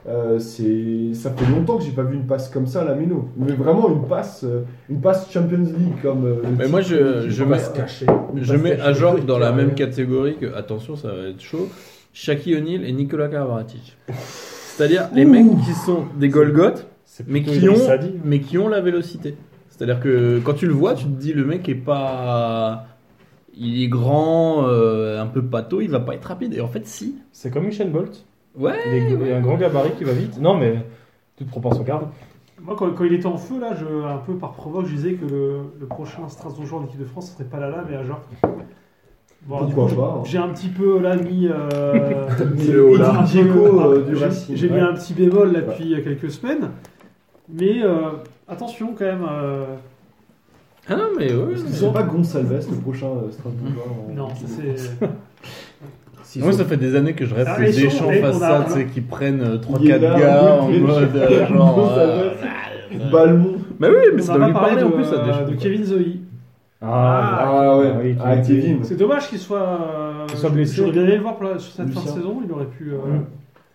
S7: euh, c'est ça fait longtemps que j'ai pas vu une passe comme ça à la Méno. Mais vraiment une passe, euh, une passe Champions League comme. euh, le
S2: Mais moi,
S7: titre
S2: je,
S7: qui
S2: je
S7: va
S2: mets,
S7: se cacher. Une
S2: je
S7: passe
S2: mets
S7: cachée.
S2: Ajorc dans la même
S7: Ouais.
S2: catégorie que, attention, ça va être chaud, Shaki O'Neill et Nicolas Karabatic. C'est-à-dire les mecs qui sont des Golgoth,
S5: C'est
S2: mais
S5: plutôt
S2: qui,
S5: Idriss
S2: ont,
S5: Saadi.
S2: mais qui ont la vélocité. C'est-à-dire que quand tu le vois, tu te dis le mec est pas. Il est grand, euh, un peu pâteau, il va pas être rapide. Et en fait, si.
S5: C'est comme Usain Bolt.
S2: Ouais,
S5: Il est- il y a un grand gabarit qui va vite. Non, mais toute proportion garde.
S4: Moi, quand, quand il était en feu, là, je, un peu par provoque, je disais que le, le prochain Strasbourg joueur de l'équipe de France, ce serait pas Lala, mais Ajorc. Bon, du
S7: Pourquoi
S4: coup,
S7: pas, hein.
S4: J'ai un petit peu, là, mis... Euh,
S7: *laughs* mis le haut, là.
S4: un peu-
S7: Diego, euh,
S4: j'ai-
S7: du Racing,
S4: J'ai mis
S7: ouais.
S4: un petit bémol, là,
S7: Ouais.
S4: depuis euh, quelques semaines. Mais euh, attention, quand même... euh,
S2: ah non, mais ouais.
S7: Est-ce que c'est pas Gonsalves le prochain euh, Strasbourgeois en-
S4: Mm. non, ça,
S7: *laughs*
S4: c'est...
S7: Si,
S2: Moi,
S7: ça-
S2: ça fait des années que je rêve
S4: Ah,
S2: que
S4: mais
S2: des
S4: chaud,
S2: champs
S4: mais on a-
S2: fassent ça,
S4: on
S2: tu
S4: a-
S2: sais, qui prennent euh,
S7: Il est
S2: 3-4
S7: là,
S2: gars en
S7: oui,
S2: mode
S7: oui,
S2: euh,
S7: oui,
S2: genre.
S7: *laughs* Gonsalves.
S2: euh,
S7: Ballon.
S2: Bah oui, mais
S4: On
S2: ça doit
S4: n'a pas
S2: lui
S4: parlé
S2: parler
S4: de,
S2: en plus, ça, des
S4: euh,
S2: choses.
S4: de Kevin Zoe.
S7: Ah
S5: ah
S7: ouais,
S5: oui,
S7: ah,
S5: qui-
S7: Kevin.
S4: C'est dommage qu'il soit, euh,
S5: Qu'il soit blessé.
S4: J'aurais bien aimé le voir pour la- sur cette fin de
S7: Lucien.
S4: saison. Il aurait pu. euh,
S5: Mm.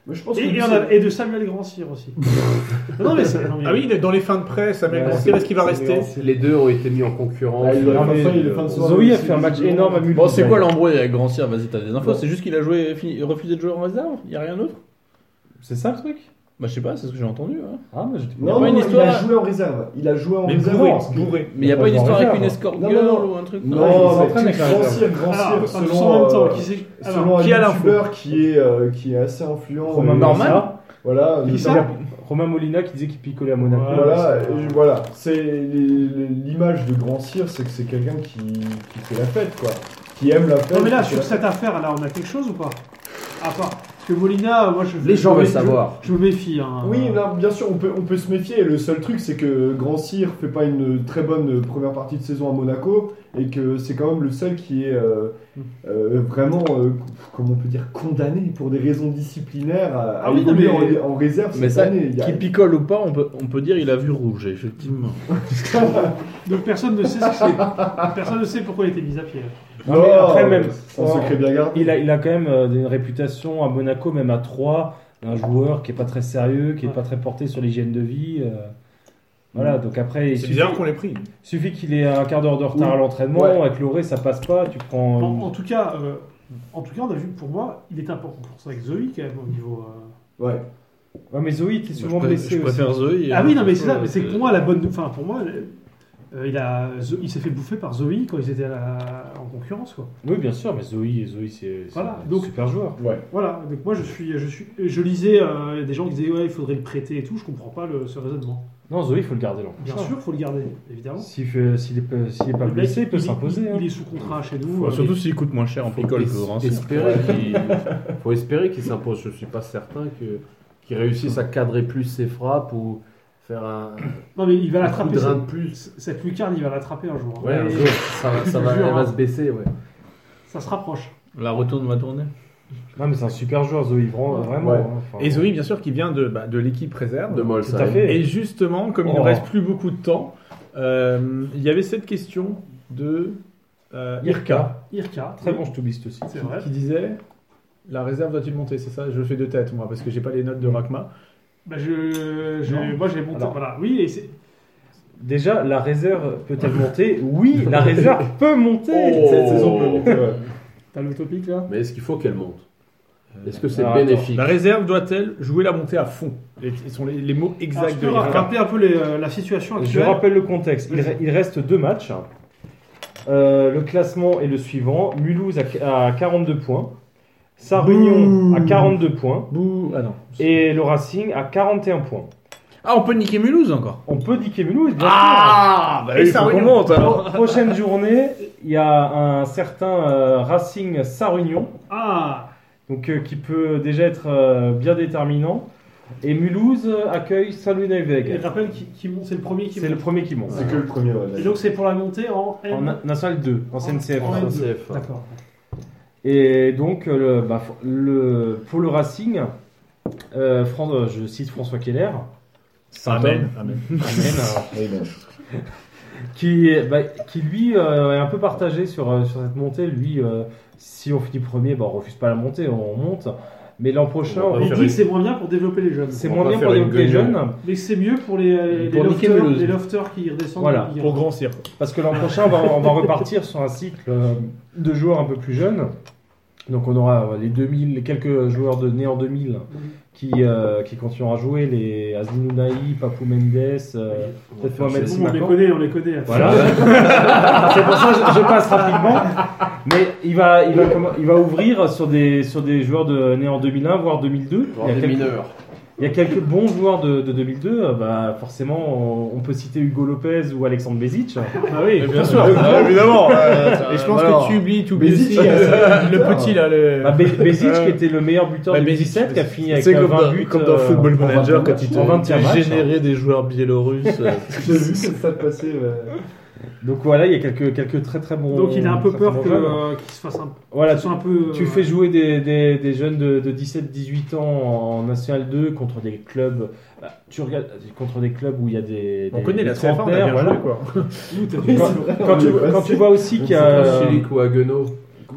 S7: Moi, je pense
S4: Et,
S7: que
S4: et on a- et de Samuel Grandcir
S7: *laughs*
S4: aussi. non mais c'est. non, mais-
S3: Ah oui, dans les fins de presse, Samuel
S5: Ouais,
S3: Grancier, est-ce qu'il va rester
S1: Les deux ont été mis en concurrence.
S7: Ah, il
S5: Non,
S7: aurait pas
S5: mais
S7: fait, il est fin de soirée,
S5: Zoé a
S7: c'est
S5: fait un match
S7: visiblement-
S5: énorme à Mulhouse.
S2: Bon, c'est quoi l'embrouille avec Grand Cyr Vas-y, t'as des infos.
S7: Bon.
S2: C'est juste qu'il a joué, fini- refusé de jouer en réserve Il a rien d'autre
S5: C'est ça le truc
S2: Bah, je sais pas, c'est ce que j'ai entendu. hein.
S5: Ah, mais j'étais pas-
S7: Non,
S2: pas
S7: non,
S2: une
S7: non, il a
S2: histoire.
S7: joué en réserve. Il a joué en
S5: Mais
S7: réserve.
S5: bourré,
S7: parce que-
S5: bourré.
S2: Mais il y a
S5: Bah,
S2: pas une
S5: je
S2: histoire
S5: regarde,
S2: avec une
S5: hein.
S2: escort
S7: Non,
S2: girl
S7: non, non.
S2: ou un truc
S5: Ah, ils
S7: Non, mais
S5: s'entraînent avec la
S7: grand
S5: réserve.
S7: cirque, grand
S4: Alors,
S7: cirque,
S4: enfin, tous Ah, en même temps,
S7: selon, euh,
S4: qui c'est- alors,
S7: selon un
S4: qui a l'info
S7: youtubeur qui est, euh, qui est assez influent.
S5: Romain
S7: euh,
S2: Normal.
S5: Molina.
S7: Voilà,
S5: Qui
S7: notamment-
S5: ça Romain Molina qui disait qu'il picolait à Monaco.
S4: Ouais.
S7: Voilà,
S4: c'est-
S7: et voilà. C'est les- les- l'image de Grand Cyr, c'est que c'est quelqu'un qui, qui fait la fête, quoi. Qui aime la fête.
S4: Non mais là
S7: qui fait
S4: sur
S7: la-
S4: cette affaire là on a quelque chose ou pas À part parce que Molina, moi je.
S1: Les gens
S4: je-
S1: veulent
S4: je-
S1: savoir.
S4: Je me méfie. Hein.
S7: Oui, non, bien sûr, on peut, on peut se méfier. Le seul truc, c'est que Grand Cyr fait pas une très bonne première partie de saison à Monaco et que c'est quand même le seul qui est euh, euh, vraiment, euh, comment on peut dire, condamné pour des raisons disciplinaires à, à
S4: Ah oui, non,
S7: évoluer
S4: mais-
S7: en, en réserve
S2: Mais
S7: cette
S2: ça,
S7: année. Il y a-
S2: Qui picole ou pas, on peut, on peut dire il a vu rouge, effectivement.
S4: Donc personne ne sait ce que c'est. personne ne sait pourquoi il était mis à pied.
S5: Non, mais
S7: Oh,
S5: après, même.
S7: C'est un secret bien gardé.
S5: Il a, il a quand même euh, une réputation à Monaco, même à 3, un joueur qui est pas très sérieux, qui est
S4: Ouais.
S5: pas très porté sur l'hygiène de vie. euh, voilà,
S2: Mm.
S5: donc après, il
S6: C'est
S5: suffit,
S6: bizarre qu'on l'ait pris.
S5: suffit qu'il ait un quart d'heure de retard
S7: Oui.
S5: à
S2: Mm.
S5: l'entraînement,
S7: Ouais.
S5: avec l'orée, ça passe pas, tu prends.
S4: En,
S5: une-
S4: en tout cas, euh, en tout cas on a vu que pour moi il est important pour ça avec Zoe quand même au niveau. euh,
S7: Ouais.
S5: euh, Ouais, mais Zoé, était souvent
S2: Moi, je, pré-
S5: blessé
S2: je
S5: aussi.
S2: préfère Zoé.
S4: Ah
S2: euh,
S4: oui, non, mais c'est ça,
S2: euh,
S4: mais c'est que pour moi la bonne. Enfin, pour moi, euh, il, a, Zo- il s'est fait bouffer par Zoe quand ils étaient à la- en concurrence, quoi.
S5: Oui, bien sûr, mais Zoé, Zoé c'est c'est
S4: Voilà,
S5: un
S4: donc-
S5: super joueur.
S4: Voilà, donc moi je suis. Je, suis, je lisais euh, il y a des gens qui disaient, ouais, il faudrait le prêter et tout, je comprends pas le- ce raisonnement.
S5: Non, Zoé, il faut le garder là.
S4: Bien sûr, faut le garder, évidemment.
S5: S'il fait- s'il est, pas- s'il est pas
S4: Le mec,
S5: blessé, il peut
S4: est-
S5: s'imposer.
S4: il-
S5: hein.
S4: Il est sous contrat chez nous.
S2: Enfin,
S4: euh,
S2: surtout s'il coûte moins cher en picole que Grand
S1: Faut
S2: Cyr.
S1: espérer qu'il- *laughs* faut espérer qu'il s'impose. Je suis pas certain que qu'il réussisse à cadrer plus ses frappes ou faire un,
S4: Non, mais il va
S1: un coup
S4: l'attraper.
S1: de rein
S4: Cette,
S1: de plus.
S4: cette lucarne, il va l'attraper un jour. hein.
S1: Ouais, un jour, ça, va- ça va,
S4: Je jure,
S1: elle va
S4: hein.
S1: se baisser. Ouais.
S4: Ça se rapproche.
S2: La retourne ma tournée.
S5: Non, mais c'est un super joueur, Zoé, vra-
S4: Ouais.
S5: vraiment.
S7: Ouais.
S5: hein, enfin,
S6: Et Zoé, bien sûr, qui vient de, bah, de l'équipe réserve.
S1: De
S5: Tout
S1: Molsheim.
S5: à fait.
S6: Et justement, comme il ne
S5: Oh.
S6: reste plus beaucoup de temps, euh, il y avait cette question de euh, Irka,
S4: Irka.
S5: Très bon toubiste aussi.
S4: C'est vrai.
S6: qui disait La réserve doit-il monter C'est ça, je le fais de tête, moi, parce que j'ai pas les notes de Rakma.
S4: Bah, je, je-
S5: Non.
S4: moi j'ai monté.
S5: Alors.
S4: Voilà. Oui, et c'est.
S5: Déjà, la réserve peut-elle monter Oui,
S6: *laughs*
S5: la réserve peut monter
S1: Oh.
S7: Cette saison peut monter, ouais.
S4: T'as le topic là
S1: Mais est-ce qu'il faut qu'elle monte Est-ce que c'est
S5: Alors, ah, attends. Bah,
S1: bénéfique
S6: La réserve doit-elle jouer la montée à fond Les- Ce sont les, les mots
S4: Alors,
S6: exacts
S4: tu
S6: de
S4: peux ra-
S6: Irka.
S4: rappeler un peu les, euh, la situation
S5: Ah, Je
S4: actuelle.
S5: rappelle le contexte. Il,
S4: Vas-y.
S5: il reste deux matchs. Euh, le classement est le suivant. Mulhouse à, à 42 points. Sarre-Union à 42 points.
S6: Bouh. Ah non.
S5: Et le Racing à 41 points.
S2: Ah, on peut niquer Mulhouse encore
S5: On peut niquer Mulhouse, bien
S2: bah
S6: Et
S2: oui, faut
S6: ça
S2: qu'on
S6: remonte.
S2: monte,
S5: sûr.
S2: alors.
S5: Pro- prochaine journée, il y a un certain euh, Racing Sarre-Union.
S4: Ah
S5: donc euh, qui peut déjà être euh, bien déterminant. Et Mulhouse euh, accueille
S4: Et
S5: Saint-Louis-Neuveg.
S4: rappelle qui, qui monte, c'est le premier qui
S5: C'est
S4: monte.
S5: le premier qui monte.
S7: C'est que le premier, ouais.
S4: Et donc c'est pour la montée en N.
S5: En Na- National 2, en CNCF.
S4: Ah, En- en-
S1: CF.
S4: D'accord.
S5: Et donc, euh, le, bah, f- le- pour le Racing, euh, Fran- euh, je cite François Keller, Amen. euh,
S6: Amen.
S5: qui, bah, qui lui euh, est un peu partagé sur, euh, sur cette montée. Lui, euh, si on finit premier, bah, on refuse pas la montée, on monte. Mais l'an prochain,
S4: On dit que c'est moins bien pour développer les jeunes.
S5: c'est
S6: on va
S5: moins
S6: pas
S5: bien
S6: faire
S5: pour les
S6: une
S5: les
S6: gueule.
S5: jeunes,
S4: Mais c'est mieux pour les, les,
S5: Pour niquer
S4: lofters,
S5: Mulhouse.
S4: les lofters qui redescendent.
S5: Voilà,
S4: Qui-
S6: Pour grandir.
S5: parce que l'an prochain, on va, on va repartir sur un cycle euh, de joueurs un peu plus jeunes. Donc on aura euh, les 2000, les quelques joueurs de nés en 2000 qui, euh, qui continueront à jouer, les Azinunaï, Papou Mendes, euh, peut-être Mohamed
S4: C'est bon, on les
S5: Simakan.
S4: connaît, on les connaît.
S5: Voilà. *laughs* c'est pour ça que je, je passe rapidement. Mais il va, il va, comment- il va ouvrir sur des, sur des joueurs de, nés en 2001, voire 2002.
S1: Voir
S5: il, y a
S1: des
S5: quelques,
S1: mineurs.
S5: il y a quelques bons joueurs de, de 2002. Euh, Bah, forcément, on, on peut citer Hugo Lopez ou Alexandre Bezic.
S4: Ah oui.
S6: Bien sûr, évidemment. Et je pense
S7: *laughs*
S6: que tu oublies tout Bézic, euh, le petit là, le.
S5: Bah, Be-
S6: *laughs*
S5: Bezic
S6: Euh,
S5: qui était le meilleur buteur
S6: bah,
S5: du
S6: Bezic,
S5: 17, qui a fini avec
S6: C'est
S5: euh,
S6: comme
S5: 20
S6: dans,
S5: buts.
S6: comme dans
S5: euh,
S6: Football
S5: en
S6: Manager
S5: 20
S6: quand il
S5: en 21
S6: te
S5: matchs. hein.
S6: générer des joueurs
S5: *laughs*
S6: biélorusses. euh,
S7: J'ai vu ça passer. ouais.
S5: Donc voilà, il y a quelques, quelques très très bons.
S4: Donc il a un peu
S5: très, très
S4: peur
S5: bons
S4: que,
S5: jeunes.
S4: euh, qu'ils se fassent un,
S5: Voilà,
S4: qu'ils soient un peu.
S5: Tu
S4: euh,
S5: fais jouer des, des- des jeunes de, 17-18 ans en National 2 contre des clubs, bah, tu regardes, contre des clubs où il y a des.
S6: on
S5: des-
S6: connaît
S5: des
S6: la CFA, on a
S5: trentenaires,
S6: bien
S5: voilà.
S6: joué quoi.
S4: nous, t'as-
S5: Quand, quand tu,
S7: on est
S5: quand tu vois aussi qu'il y a.
S1: Chilic ou Haguenau.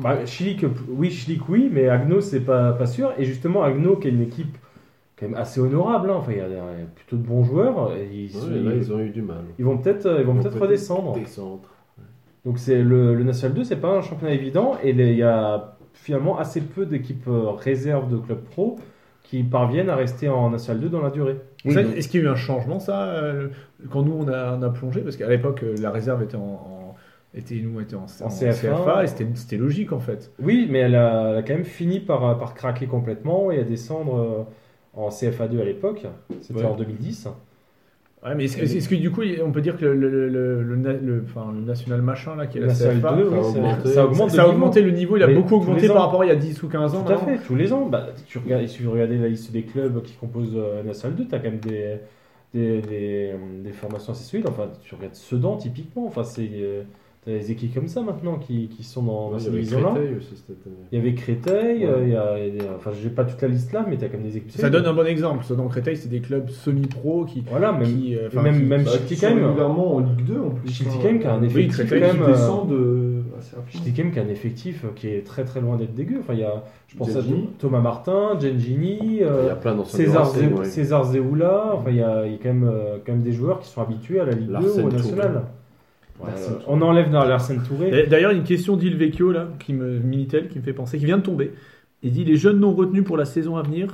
S5: bah, Chilik, oui, Chilik, oui, mais Agno, c'est pas, pas sûr. Et justement, Agno, qui est une équipe quand même assez honorable, hein, enfin, il y, a, il y a plutôt de bons joueurs, et ils,
S1: Ouais,
S5: ils-
S1: là, ils ont eu du mal.
S5: ils vont peut-être ils vont
S1: Ils vont
S5: peut-être
S1: peut-être
S5: redescendre.
S1: Descendre.
S5: Donc c'est le, le National 2, c'est pas un championnat évident et les- il y a finalement assez peu d'équipes euh, réserves de clubs pro qui parviennent à rester en National 2 dans la durée.
S6: Ça, Est-ce qu'il y a eu un changement ça euh, quand nous on a, on a plongé parce qu'à l'époque euh, la réserve était en, en- était nous était en,
S5: En CFA.
S6: et c'était c'était logique en fait.
S5: Oui, mais elle a, elle a quand même fini par, euh, par craquer complètement et à descendre euh, en CFA2 à l'époque, c'était
S6: Ouais.
S5: en 2010.
S6: Ouais, mais est-ce est-ce- est-ce que du coup on peut dire que le, le, le, le na- le- enfin, le national machin là qui est
S5: Le
S6: la
S5: National
S6: CFA
S5: 2,
S1: ça a
S5: oui, ça-
S1: augmenté.
S5: ça
S6: ça,
S5: augmente.
S6: ça a
S5: de niveau.
S6: augmenté le niveau, il a
S5: Mais
S6: beaucoup
S5: tous les
S6: augmenté
S5: ans.
S6: par rapport à il y a 10 ou 15 ans.
S5: Tout à
S6: maintenant.
S5: fait, tous les ans. Bah, tu regardes, il suffit de regarder la liste des clubs qui composent euh, la National 2, tu as quand même des, des, des, euh, des formations assez solides. Enfin, tu regardes Sedan typiquement. Enfin, c'est. tu as des équipes comme ça maintenant qui, qui sont dans, dans
S1: Il y
S5: cette
S1: avait
S5: division-là.
S1: Créteil aussi cette année.
S5: Il y avait Créteil,
S1: Ouais.
S5: euh, il y a- il y a- enfin, j'ai pas toute la liste là, mais tu as quand même des équipes.
S6: Ça
S5: solides.
S6: donne un bon exemple. Parce que Dans Créteil, c'est des clubs semi-pro qui.
S5: Voilà, même,
S6: qui, euh,
S5: et
S6: enfin,
S5: même,
S6: qui-
S5: même
S7: Bah, qui sont
S5: Chilticam,
S7: régulièrement en Ligue 2 en plus.
S5: Chilticam qui a un effectif
S6: Créteil,
S5: quand
S6: qui
S5: même.
S7: Ils
S5: euh,
S7: descendent euh, assez rapidement.
S5: Chilticam qui a un effectif qui est très très loin d'être dégueu. Enfin, il y a, je pense
S7: Gengini.
S5: à Thomas Martin, Gengini. euh,
S1: Il y a plein d'anciens
S5: César,
S1: Racing,
S5: Zé-
S1: ouais. Mm.
S5: César Zéoula, enfin, il y a, il y a quand, même, euh, quand même des joueurs qui sont habitués à la Ligue 2
S1: Larsen
S5: ou au
S1: Touré.
S5: National.
S1: Ouais,
S5: Euh,
S1: c'est-
S5: on enlève dans l'Arsène Touré.
S6: Et D'ailleurs, il y a une question d'Il Vecchio, là, qui me, Minitel, qui me fait penser, qui vient de tomber. Il dit Les jeunes non retenus pour la saison à venir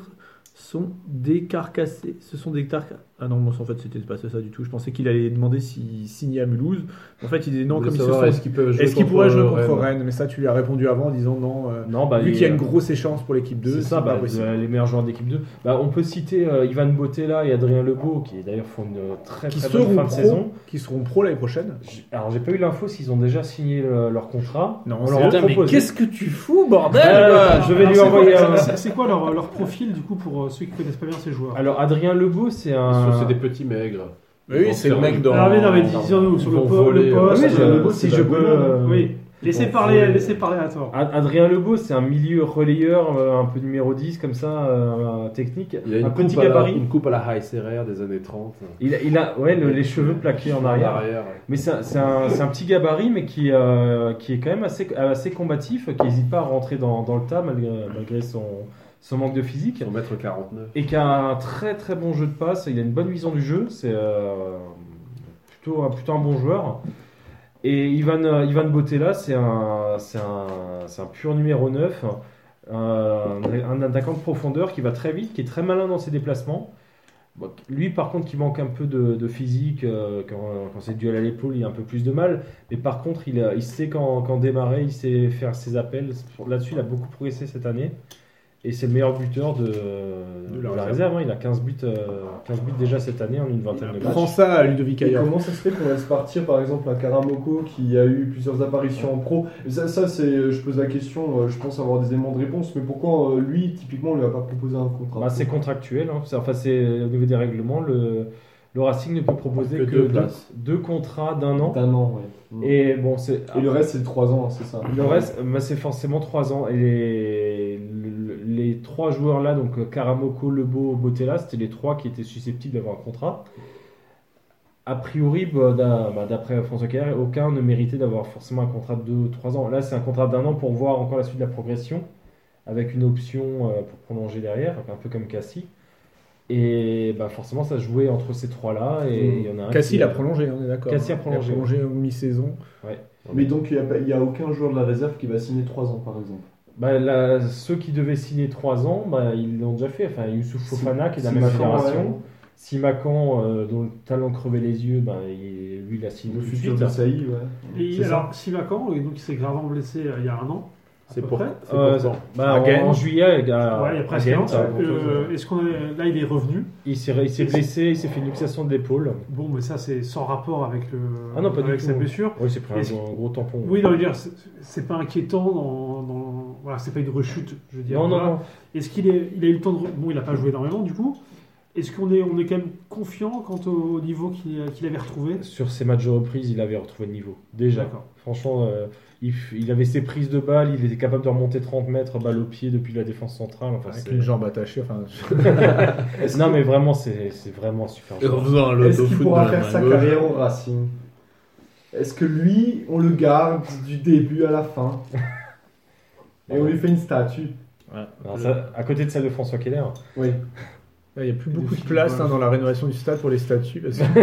S6: sont décarcassés. Ce sont des tar- Ah non, moi, en fait, c'était pas ça du tout. Je pensais qu'il allait demander s'il signait à Mulhouse. En fait, il dit non,
S1: Je
S6: comme
S1: voulais
S6: ils se
S1: savoir,
S6: sont-
S1: Est-ce qu'ils peuvent jouer
S6: Est-ce qu'il
S1: contre
S6: pourrait
S1: euh,
S6: jouer contre
S1: Rennes
S6: Rennes Mais ça, tu lui as répondu avant en disant non. euh,
S5: Non, bah,
S6: vu
S5: les-
S6: qu'il y a une grosse échéance pour l'équipe 2,
S5: c'est ça, bah,
S6: pas possible.
S5: les meilleurs joueurs d'équipe 2. Bah, on peut citer euh, Ivan Botella et Adrien Lebeau, qui d'ailleurs font une euh, très
S6: Qui
S5: très
S6: seront
S5: bonne fin de
S6: pros.
S5: saison.
S6: Qui seront pro l'année prochaine
S5: J- Alors, j'ai pas eu l'info s'ils ont déjà signé euh, leur contrat.
S6: Non,
S5: On
S6: c'est-
S5: leur a
S6: Putain, mais
S5: proposé.
S2: que tu fous,
S6: Eh,
S2: bordel
S5: Euh,
S6: bah,
S2: quoi
S5: je
S4: Alors,
S5: vais lui
S4: Ah, c'est
S5: envoyer
S4: quoi-
S5: un-
S4: c'est- C'est quoi leur, leur profil du coup pour euh, ceux qui connaissent pas bien ces joueurs
S5: Alors, Adrien Lebeau, c'est
S1: Ils sont-
S5: un.
S1: C'est des petits maigres.
S6: Mais oui, c'est le mec dans.
S4: Ah oui, non, mais disons-nous sur
S1: Ils
S4: le,
S1: vont
S4: po-
S1: voler,
S4: le
S1: euh,
S5: Ah
S4: poste.
S5: oui, j'ai-
S4: euh,
S5: si je peux.
S1: hein.
S5: euh,
S4: oui. Laissez
S1: vont
S4: parler,
S1: voler.
S4: laissez parler à tort.
S5: Ad- Adrien Lebeau, c'est un milieu relayeur, euh, un peu numéro 10 comme ça, euh, technique,
S1: Il y a
S5: un
S1: une
S5: petit
S1: coupe à la-
S5: gabarit.
S1: une coupe à la high serrère des années 30.
S5: Il a, il a- ouais, le- les cheveux plaqués en arrière. Mais c'est un, c'est un- c'est un petit gabarit, mais qui, euh, qui est quand même assez, assez combatif, qui n'hésite pas à rentrer dans, dans le tas malgré, malgré son, son manque de physique.
S1: Pour mettre 49.
S5: Et qui a un très très bon jeu de passe, il a une bonne vision du jeu, c'est euh, plutôt, un- plutôt un bon joueur. Et Ivan, euh, Ivan Botella, c'est un, c'est un, c'est un pur numéro 9, un, un attaquant de profondeur qui va très vite, qui est très malin dans ses déplacements. Bon, lui, par contre, qui manque un peu de, de physique, euh, quand, quand c'est duel à l'épaule, il a un peu plus de mal. Mais par contre, il, a- il sait quand, quand démarrer, il sait faire ses appels. Là-dessus, il a beaucoup progressé cette année. Et c'est le meilleur buteur de, de la, réserve. hein. Il a 15 buts, euh, 15 buts déjà cette année en une vingtaine de matchs.
S6: Prends ça, Ludovic
S7: Et
S6: Ayer.
S7: comment ça se fait qu'on laisse partir par exemple un Karamoko qui a eu plusieurs apparitions en pro Et Ça, ça c'est, je pose la question, euh, je pense avoir des éléments de réponse, mais pourquoi euh, lui typiquement on lui a pas proposé un contrat
S5: Bah, c'est contractuel, hein. C'est- enfin, c'est au niveau des règlements, le, le Racing ne peut proposer que,
S1: Que deux
S5: deux,
S1: places.
S5: deux contrats d'un an.
S7: d'un an, ouais. Et,
S5: Et bon, c'est
S7: le
S5: euh,
S7: reste c'est trois ans, hein, c'est ça.
S5: le reste, bah, c'est forcément trois ans. Et les, les ces trois joueurs-là, donc euh, Karamoko, Lebo, Botella, c'était les trois qui étaient susceptibles d'avoir un contrat. A priori, bah, d'a- bah, d'après François Carrère, aucun ne méritait d'avoir forcément un contrat de 2 3 ans. Là, c'est un contrat d'un an pour voir encore la suite de la progression, avec une option euh, pour prolonger derrière, un peu comme Cassie. Et bah, forcément, ça se jouait entre ces trois-là. Et il y en a un
S3: Mmh. Cassie
S5: qui-
S3: l'a prolongé, on est d'accord.
S5: Cassie a
S3: Il
S5: prolongé,
S3: au mi-saison.
S7: Mais donc, il n'y a, pas- il y a aucun joueur de la réserve qui va signer 3 ans, par exemple.
S5: Bah, là, ceux qui devaient signer 3 ans, bah, ils l'ont déjà fait. Enfin, Youssouf
S7: Si-
S5: Fofana, qui est de la
S7: si
S5: même
S7: Macan, ouais.
S5: génération. Simakan, euh, dont le talent crevait les yeux, bah, il- lui, il a signé
S7: Le
S5: tout de
S7: futur
S5: suite.
S7: de Saï, ouais.
S4: Et
S7: C'est
S4: alors, Simakan, et donc il s'est gravement blessé euh, il y a un an. à
S1: C'est
S4: peu
S1: pour,
S4: près.
S1: c'est pour
S5: Euh,
S1: quand
S5: Bah, en-
S3: Again.
S5: en, juillet, il a,
S4: ouais, il y a presque
S5: Again,
S4: un an.
S5: ça, Ah,
S4: Euh, Est-ce qu'on a- là il est revenu
S5: il s'est il s'est blessé, il s'est fait une luxation de l'épaule.
S4: Bon, mais ça c'est sans rapport avec le
S5: Ah non, pas du
S4: avec
S5: tout.
S4: sa blessure.
S5: Oui, c'est pris
S4: Est-ce-
S5: un, gros- gros tampon.
S4: Oui, non, je veux dire, c'est- c'est pas inquiétant. Dans, dans- voilà, c'est pas une rechute, je veux dire.
S5: non, non,
S4: Voilà.
S5: non.
S4: Est-ce qu'il est, il a eu le temps de. re- Bon, il n'a pas joué énormément du coup. Est-ce qu'on est, on est quand même confiant quant au niveau qu'il qu'il avait retrouvé
S5: Sur ses matchs de reprise, il avait retrouvé le niveau. Déjà.
S4: D'accord.
S5: Franchement, euh, il, f- il avait ses prises de balles, il était capable de remonter 30 mètres balle au pied depuis la défense centrale. Enfin,
S3: Avec
S5: c'est-
S3: une jambe attachée, enfin.
S5: non, mais vraiment, c'est c'est vraiment super.
S2: Et en faisant un lot
S7: Est-ce
S2: au
S7: qu'il
S2: foot
S7: pourra
S2: de la
S7: faire
S2: main
S7: sa
S2: gauche.
S7: carrière au Racing Est-ce que lui, on le garde du début à la fin Et on lui fait une statue
S5: Alors ça, à côté de celle de François Keller.
S7: Oui.
S3: Là, Il n'y a plus
S4: Et
S3: beaucoup
S4: des
S3: de
S4: filles,
S3: place
S4: voilà.
S3: hein, dans la rénovation du stade pour les statues. Parce que...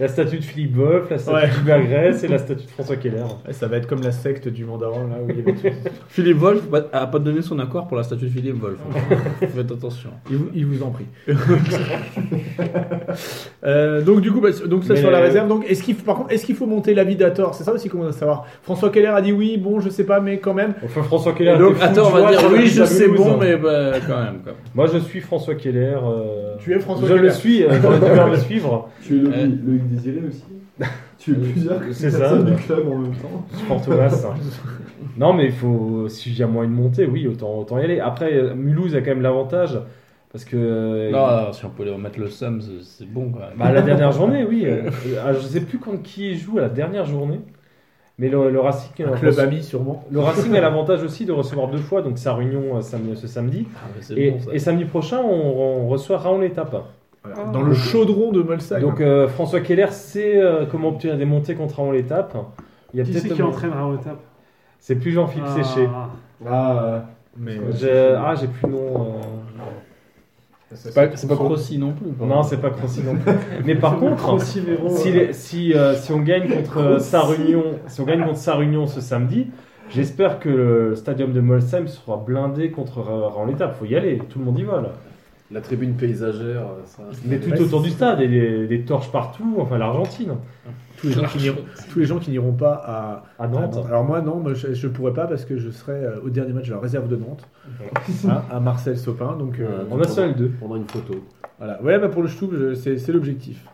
S5: La statue de Philippe Boeuf, la statue
S3: Ouais.
S5: de Bagrès et la statue de François Keller.
S3: Ouais, ça va être comme la secte du mandarin, là, où il y avait tout-
S2: Philippe Wolf a pas donné son accord pour la statue de Philippe *laughs* Wolf. Faites attention.
S3: Il vous, il vous en prie. *laughs* Euh, donc du coup, bah, donc ça
S5: Mais-
S3: sur la réserve. Donc est-ce qu'il, faut- par contre, est-ce qu'il faut monter la vie d'Ator C'est ça aussi qu'on doit savoir. François Keller a dit oui, bon, je sais pas, mais quand même.
S5: Enfin, François
S2: Et
S5: Keller.
S2: donc,
S5: était fou de
S2: attends, on va
S5: joie
S2: dire
S5: quand il
S2: oui,
S5: était
S2: je
S5: à
S2: sais
S5: Mulhouse.
S2: bon, mais bah, quand même. Quoi.
S5: Moi, je suis François Keller. euh,
S3: Tu es François
S5: je
S3: Keller.
S5: le suis, euh, j'aurais dû bien me suivre.
S3: *laughs*
S7: Tu es Loïc,
S2: Euh.
S7: Loïc Désiré
S5: *laughs*
S7: aussi Tu es plusieurs
S5: c'est ça,
S7: personnes
S5: ouais.
S7: du club en même temps
S5: Sport Thomas. non, mais il faut. S'il y a moyen de monter, oui, autant, autant y aller. Après, euh, Mulhouse a quand même l'avantage. Parce que. euh,
S2: Non, alors, si on peut lui remettre le somme, c'est- c'est bon. Quoi.
S5: Bah, la dernière journée,
S2: *laughs*
S5: oui. Euh, euh, je sais plus contre qui il joue à la dernière journée. Mais le, le Racing. euh,
S3: Club
S5: reçoit-
S3: ami, sûrement.
S5: Le Racing a l'avantage aussi de recevoir deux fois, donc sa réunion euh, sam- ce samedi.
S2: Ah, mais c'est
S5: Et,
S2: bon, ça.
S5: et samedi prochain, on, on reçoit Raon Étape.
S3: Voilà, Dans le chaudron de Molsheim.
S5: Donc euh, François Keller sait euh, comment obtenir des montées contre Raon L'étape. Il y a
S4: Qui c'est
S5: peut-être.
S4: qui entraînera en étape
S5: C'est plus Jean-Philippe
S4: Ah,
S5: Séché.
S7: Ah,
S3: mais
S5: J'ai- Ah, j'ai plus le nom. euh.
S2: c'est pas, c'est pas Crossi non plus. quoi.
S5: Non, c'est pas Crossi
S4: *laughs*
S5: non plus. Mais par contre,
S4: Rossi Véro,
S5: si,
S4: euh,
S5: les- si, euh, si on gagne contre euh, Sarre-Union, si on gagne contre Sarre-Union ce samedi, j'espère que le stadium de Molsheim sera blindé contre Ra- Raon L'étape. Faut y aller, tout le monde y va là.
S1: La tribune paysagère, ça.
S5: Mais tout
S3: Ouais,
S5: autour
S3: c'est-
S5: du stade, et des, des torches partout, enfin l'Argentine,
S3: tous les gens qui n'iront- tous les gens qui n'iront pas à,
S5: à
S3: Ah,
S5: Nantes.
S3: non. Alors moi non, moi, je, je pourrais pas parce que je serai euh, au dernier match de la réserve de Nantes hein, à Marcel Sopin. Donc euh,
S5: On a seul deux.
S1: Pendant une photo.
S3: voilà. Ouais, bah, pour le Stub, c'est c'est l'objectif.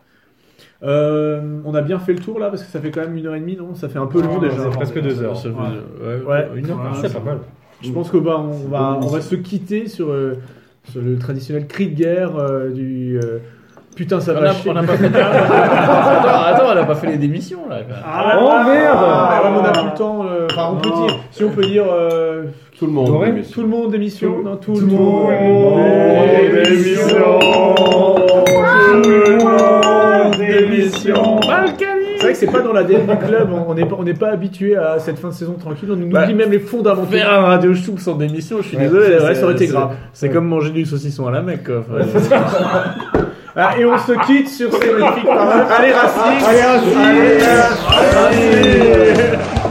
S3: Euh, on a bien fait le tour là parce que ça fait quand même une heure et demie, non Ça fait un peu long
S4: Ah,
S3: déjà.
S5: c'est presque deux heures.
S2: Ça fait- ouais,
S3: Ouais.
S2: une heure.
S4: Ouais.
S5: Ah, c'est pas mal.
S3: Je pense que bah, on va on va se quitter sur euh, sur le traditionnel cri de guerre euh, du euh, putain ça
S2: On
S3: va
S2: a,
S3: chier.
S2: on a pas fait... *laughs* attends, attends, elle a pas fait les démissions là. quoi.
S4: Ah,
S5: Oh, merde Ah.
S3: Ah, ouais, mais on a plus le temps. euh, Enfin, on peut
S4: Non.
S3: dire, si on peut dire, euh,
S1: Tout le monde.
S5: Doré,
S1: messieurs.
S3: tout le monde démission, non, tout,
S7: Tout
S3: le
S7: le
S3: monde.
S7: monde démission.
S3: C'est vrai que c'est pas dans l'ADN du club, on n'est pas, on n'est pas habitué à cette fin de saison tranquille, on oublie
S2: Bah,
S3: même les fondamentaux.
S2: Faire un radio show sans démission, je suis
S3: Ouais,
S2: désolé,
S3: c'est-
S2: ouais, ça aurait été
S3: c'est-
S2: grave. C'est
S3: ouais.
S2: comme manger du saucisson à la mec. Quoi. Enfin, *laughs*
S3: Ah, et on se quitte sur ces magnifiques paroles. Allez Racing
S7: Allez, Racing
S3: Allez, Racing